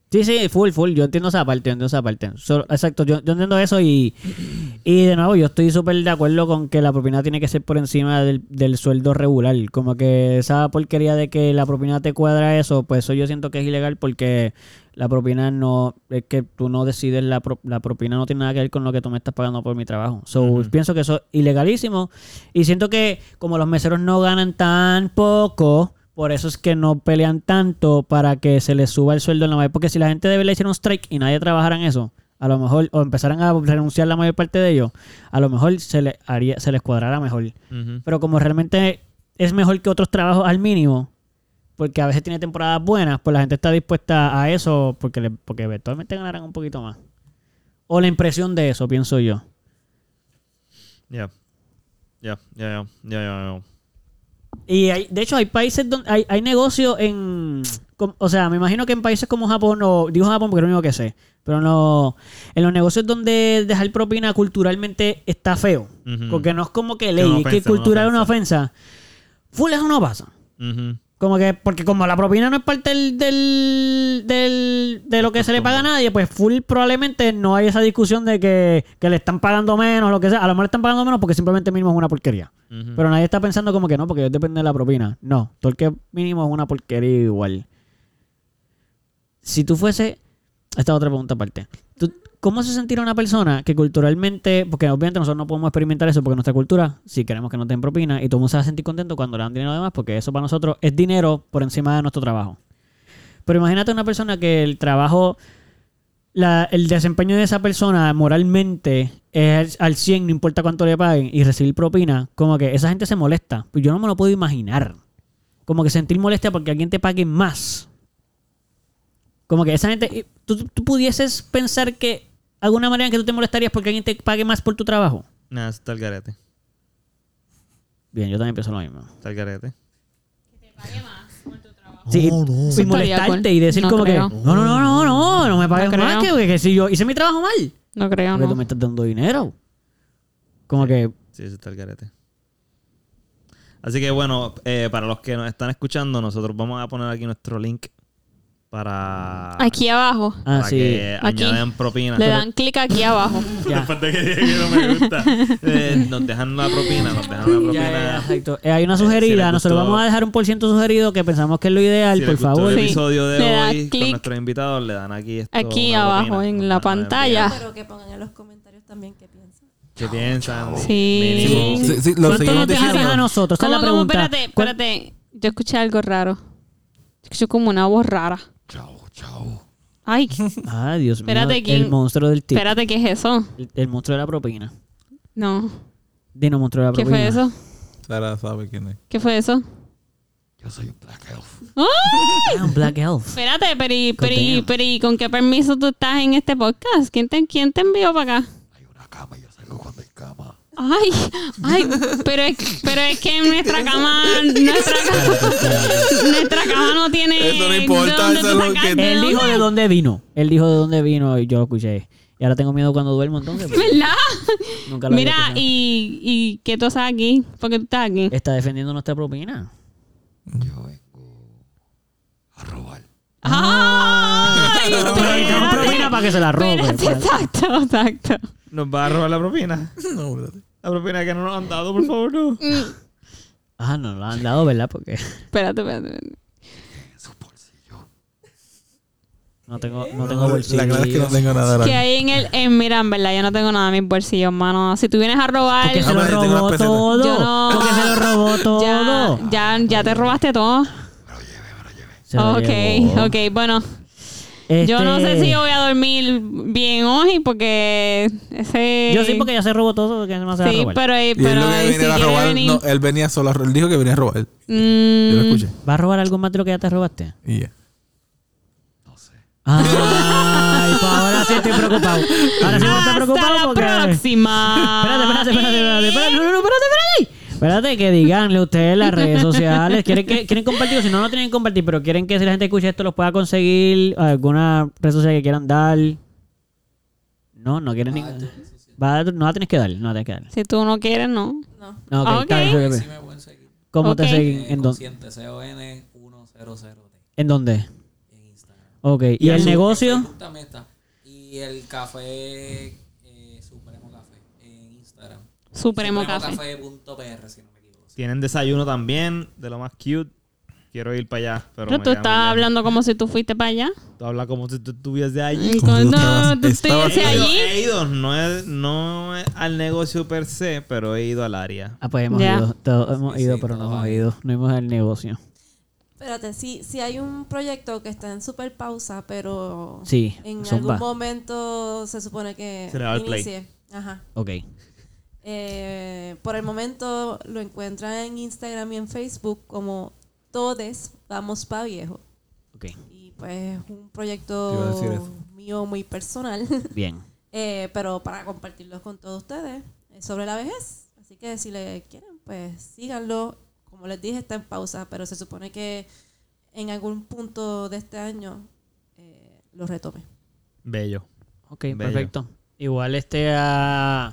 S2: Sí, sí, full, full. Yo entiendo esa parte, yo entiendo esa parte. So- exacto, yo, yo entiendo eso y, y de nuevo, yo estoy súper de acuerdo con que la propina tiene que ser por encima del, del sueldo regular. Como que esa porquería de que la propina te cuadra eso, pues eso yo siento que es ilegal porque la propina no, es que tú no decides, la, pro- la propina no tiene nada que ver con lo que tú me estás pagando por mi trabajo. So, pienso que eso es ilegalísimo y siento que como los meseros no ganan tan poco, por eso es que no pelean tanto para que se les suba el sueldo en la mayor. Porque si la gente de verdad hiciera un strike y nadie trabajara en eso, a lo mejor, o empezaran a renunciar la mayor parte de ellos, a lo mejor se les haría, se les cuadrara mejor.
S5: Ujú.
S2: Pero como realmente es mejor que otros trabajos al mínimo, porque a veces tiene temporadas buenas, pues la gente está dispuesta a eso porque, le- porque eventualmente ganarán un poquito más. O la impresión de eso, pienso yo.
S5: Ya. Ya, ya, ya, ya, ya, ya.
S2: Y hay, de hecho, hay países donde hay, hay negocios en. com- o sea, me imagino que en países como Japón, o digo Japón porque es lo único que sé, pero no. En los negocios donde dejar propina culturalmente está feo.
S5: Ujú.
S2: Porque no es como que
S5: una
S2: ley, es
S5: ofensa,
S2: que
S5: una
S2: cultural es una ofensa. Full, eso no pasa.
S5: Ujú.
S2: Como que, porque como la propina no es parte del, del, del- de lo que se le paga a nadie, pues full probablemente no hay esa discusión de que, que le están pagando menos, lo que sea. A lo mejor le están pagando menos porque simplemente mínimo es una porquería.
S5: Ujú.
S2: Pero nadie está pensando como que no, porque depende de la propina. No, todo el que mínimo es una porquería igual. Si tú fuese... Esta es otra pregunta aparte. Tú- ¿Cómo se sentirá una persona que culturalmente, porque obviamente nosotros no podemos experimentar eso porque nuestra cultura, si queremos que nos den propina, y todo el mundo se va a sentir contento cuando le dan dinero además, porque eso para nosotros es dinero por encima de nuestro trabajo. Pero imagínate una persona que el trabajo, la- el desempeño de esa persona moralmente es al 100, no importa cuánto le paguen, y recibir propina, como que esa gente se molesta. Pues yo no me lo puedo imaginar. Como que sentir molestia porque alguien te pague más. Como que esa gente. y ¿Tú, tú pudieses pensar que alguna manera en que tú te molestarías porque alguien te pague más por tu trabajo?
S5: Nada, eso está el garete.
S2: Bien, yo también pienso lo mismo.
S5: Está el garete.
S2: Sí,
S3: Eso
S2: sin
S3: Pues estaría
S2: molestarte
S3: cool.
S2: y decir
S3: No
S2: como
S3: creo.
S2: que no, no, no, no, no, no me pagues
S3: No
S2: más que,
S3: creo.
S2: que si yo hice mi trabajo mal.
S3: No creo,
S2: Porque tú
S3: no.
S2: me estás dando dinero. Como que
S5: Sí, eso está el garete. Así que bueno, eh, para los que nos están escuchando, nosotros vamos a poner aquí nuestro link para,
S3: Aquí abajo.
S2: Ah,
S5: para
S2: sí.
S5: que
S3: Aquí.
S5: añadan propina.
S3: Le dan clic aquí abajo.
S2: Ya.
S5: Después de que diga que no me gusta. Eh, nos dejan la propina, nos dejan la
S2: Ya, ya, ya,
S5: propina.
S2: exacto. Eh, hay una
S5: si les
S2: sugerida.
S5: gustó-
S2: Nosotros vamos a dejar un por ciento sugerido que pensamos que es lo ideal,
S5: Si les
S2: por
S5: gustó
S2: favor.
S5: el
S3: Sí.
S5: episodio de
S3: Le dan
S5: hoy con
S3: clic.
S5: nuestros invitados le dan aquí esto,
S3: Aquí
S5: una
S3: abajo,
S5: propina.
S3: en la
S5: Nos mandan
S3: pantalla.
S5: enviar
S7: Pero que pongan en los comentarios también qué piensan.
S5: ¿Qué piensan?
S3: Sí.
S5: Mínimo.
S4: Sí, sí, lo
S2: ¿Cuánto nos
S4: seguimos
S2: dejarías
S4: diciendo.
S2: a nosotros? Esta es la
S3: ¿Cómo, cómo?
S2: pregunta.
S3: Espérate,
S2: ¿Cuál-
S3: espérate. Yo escuché algo raro. Escuché como una voz rara. Chao, chao. Ay,
S2: Ah, Dios mío.
S3: Espérate,
S2: El
S3: ¿quién?
S2: monstruo del tip.
S3: espérate, ¿qué es eso?
S2: El, el monstruo de la propina.
S3: No.
S2: Dino monstruo de la
S3: ¿Qué
S2: propina.
S3: fue eso?
S4: Sara sabe quién es.
S3: ¿Qué fue eso? Yo soy un black elf.
S2: Ah, un Black Elf.
S3: Espérate, pero, y- pero, y-
S2: Continúa.
S3: pero y ¿con qué permiso tú estás en este podcast? ¿Quién te, quién te envió para acá? Hay una cama, yo salgo cuando hay cama. Ay, ay, pero es, pero es que nuestra cama, nuestra cama, nuestra cama no tiene.
S4: Eso no importa,
S3: ¿de dónde
S4: eso
S3: tú
S4: es lo que-
S3: sacaste?
S2: Él dijo de dónde vino. Él dijo de dónde vino y yo lo escuché. Y ahora tengo miedo cuando duermo, entonces. pues,
S3: ¿Verdad?
S2: nunca lo había
S3: Mira,
S2: pensado.
S3: y, y ¿qué tú haces aquí? ¿Por qué tú estás aquí?
S2: Está defendiendo nuestra propina.
S6: Yo vengo a robar.
S3: ¡Ay!
S2: Necesitamos
S3: espérate.
S2: propina para ¡Ah! que se la robe.
S3: Espérate,
S2: pues.
S3: exacto, exacto.
S5: Nos va a robar la propina.
S4: No, espérate.
S5: La propina que no nos han dado, por favor, no.
S2: Ah, no, lo han dado, ¿verdad? Porque
S3: Espérate, espérate. espérate.
S2: no tengo, no tengo
S4: No,
S2: bolsillo.
S4: la clave es que no tengo nada.
S3: Que hay en el. En, mira, en verdad, yo no tengo nada en mis bolsillos, mano. Si tú vienes a robar.
S2: Porque se
S4: Ah,
S2: lo
S4: pero yo tengo
S2: robó
S4: unas pesetas.
S2: todo.
S3: Yo no.
S2: Porque se lo robó todo.
S3: Ya, ya, ya te robaste todo.
S2: Se lo
S3: ok,
S2: llevó.
S3: ok, bueno. Yo
S2: Este,
S3: no sé si voy a dormir bien hoy porque ese.
S2: Yo sí, porque ya se robó todo. Porque no se va a
S3: Sí,
S2: robar.
S3: pero, eh,
S4: Y él
S3: pero
S4: lo que
S3: si
S4: viene era a
S3: quiere
S4: robar.
S3: venir-
S4: No, él venía solo. a ro- Él dijo que venía a robar. Yo lo
S3: Mm,
S4: escuché.
S2: ¿Va a robar algo más de lo que ya te robaste?
S4: Y ya.
S2: Ay, pa, ahora sí estoy preocupado. Ahora sí me estoy
S3: hasta
S2: preocupado
S3: la
S2: porque...
S3: próxima.
S2: Espérate, espérate, espérate, espérate, espérate. No, no, no, espérate, espérate. Espérate, que díganle ustedes en las redes sociales. ¿Quieren, que, quieren compartirlo? Si no, no tienen que compartir, pero quieren que si la gente escucha esto los pueda conseguir. ¿Alguna red social que quieran dar? No, no
S6: Ah,
S2: quieren ninguna. Va a- No la tienes que dar, no la tienes que dar.
S3: Si tú no quieres, no.
S7: No.
S2: No, ok,
S3: Ah,
S2: está
S3: ok.
S2: bien, está
S6: Sí
S2: bien.
S6: me pueden seguir.
S2: ¿Cómo te
S3: Ok.
S2: siguen?
S6: Eh,
S2: ¿En, dónde?
S6: consciente, C-O-N-100-T
S2: ¿En dónde?
S6: en Instagram.
S2: Ok, ¿y, el
S6: así, en
S2: negocio?
S6: Facebook también está. Y el café, eh, Supremo Café, en Instagram.
S3: Supremo Café.
S6: Supremocafé.pr, si no me equivoco.
S5: Tienen desayuno también, de lo más cute. Quiero ir para allá, pero.
S3: Pero
S5: me
S3: tú
S5: queda muy
S3: estás
S5: lejos.
S3: hablando como si tú fuiste para allá.
S5: Tú hablas como si tú estuviese allí.
S4: Como si tú
S3: No,
S4: estabas-
S3: tú
S4: estabas
S3: estuviste
S5: He ido,
S3: allí.
S5: he ido, no, es- no es al negocio per se, pero he ido al área.
S2: Ah, pues hemos
S3: Ya.
S2: ido, todos hemos
S6: Sí,
S2: ido,
S6: sí,
S2: pero no
S6: todos
S2: hemos
S6: han
S2: ido, no hemos ido al negocio.
S7: Espérate, si, si hay un proyecto que está en super pausa, pero
S2: Sí,
S7: en
S2: Zumba.
S7: algún momento se supone que
S5: Se le va el play.
S7: inicie. Ajá.
S2: Ok.
S7: Eh, por el momento lo encuentran en Instagram y en Facebook como Todes Vamos Pa Viejo.
S2: Ok,
S7: Y pues es un
S4: Te iba a decir
S7: proyecto
S4: eso.
S7: mío muy personal,
S2: bien.
S7: eh, pero para compartirlos con todos ustedes es sobre la vejez. Así que si le quieren, pues síganlo. Como les dije, está en pausa, pero se supone que en algún punto de este año eh, lo retome.
S5: Bello.
S2: Ok,
S5: Bello.
S2: perfecto. Igual este a,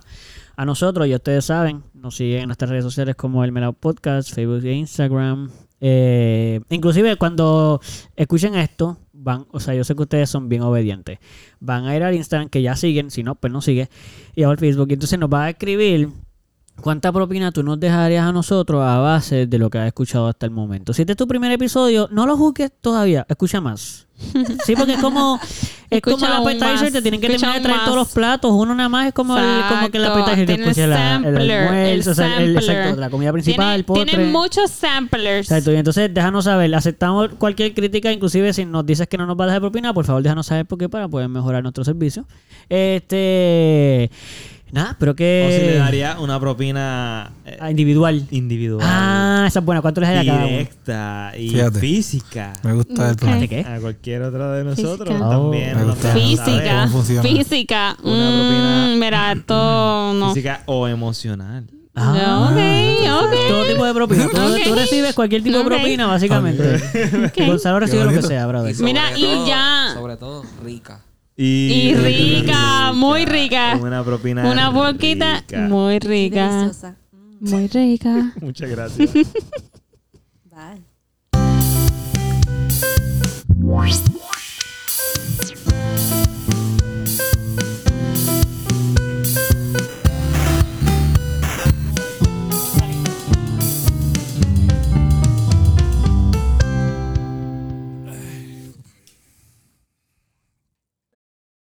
S2: a nosotros, ya ustedes saben, nos siguen en nuestras redes sociales como el Melao Podcast, Facebook e Instagram. Eh, inclusive cuando escuchen esto, van, o sea, yo sé que ustedes son bien obedientes. Van a ir al Instagram, que ya siguen, si no, pues no sigue, y al Facebook. Y entonces nos va a escribir cuánta propina tú nos dejarías a nosotros a base de lo que has escuchado hasta el momento. Si este es tu primer episodio, no lo juzgues todavía, escucha más. Sí, porque es como, es como
S3: Escucha
S2: el
S3: aún
S2: appetizer,
S3: más,
S2: te tienen que
S3: escucha aún
S2: terminar de traer
S3: más.
S2: todos los platos, uno nada más es como, el, como que el
S3: Exacto,
S2: appetizer te
S3: tiene
S2: escucha la, el
S3: sampler,
S2: almuerzo, o sea, el-
S3: sampler.
S2: exacto, la comida principal,
S3: Tiene-
S2: el postre.
S3: Tienen muchos samplers.
S2: Exacto, y entonces déjanos saber, aceptamos cualquier crítica, inclusive si nos dices que no nos vas a dejar propina, por favor déjanos saber por qué para poder mejorar nuestro servicio. Este, nada, espero que...
S5: O si le daría una propina eh,
S2: Eh. Ah, individual.
S5: individual,
S2: Ah, esa es buena, ¿cuánto les daría a cada uno?
S5: directa y
S4: Fíjate.
S5: física
S4: Me gusta el
S2: ¿De
S4: plan.
S2: qué?
S5: a cualquier otra de
S3: Física.
S5: nosotros
S3: Oh,
S5: también.
S4: me
S5: nos
S4: gusta.
S5: dejan
S4: Física.
S5: saber.
S4: ¿Cómo
S3: Física.
S4: funciona?
S3: Física.
S5: Una propina.
S3: Mm, mira, todo no.
S5: Física o emocional.
S2: Ah,
S3: ok, ok.
S2: Todo tipo de propina. Tú,
S3: Ok.
S2: tú recibes cualquier tipo
S3: Ok.
S2: de propina, básicamente. Gonzalo recibe lo que
S4: bonito.
S2: sea, brother.
S6: sobre
S3: Mira, y
S6: todo-
S3: ya.
S6: Sobre todo, rica.
S3: Y rica, muy rica.
S5: Una propina.
S3: Una boquita
S5: rica.
S3: muy rica.
S7: Deliciosa. Mm,
S3: Muy rica.
S5: Muchas gracias.
S7: bye.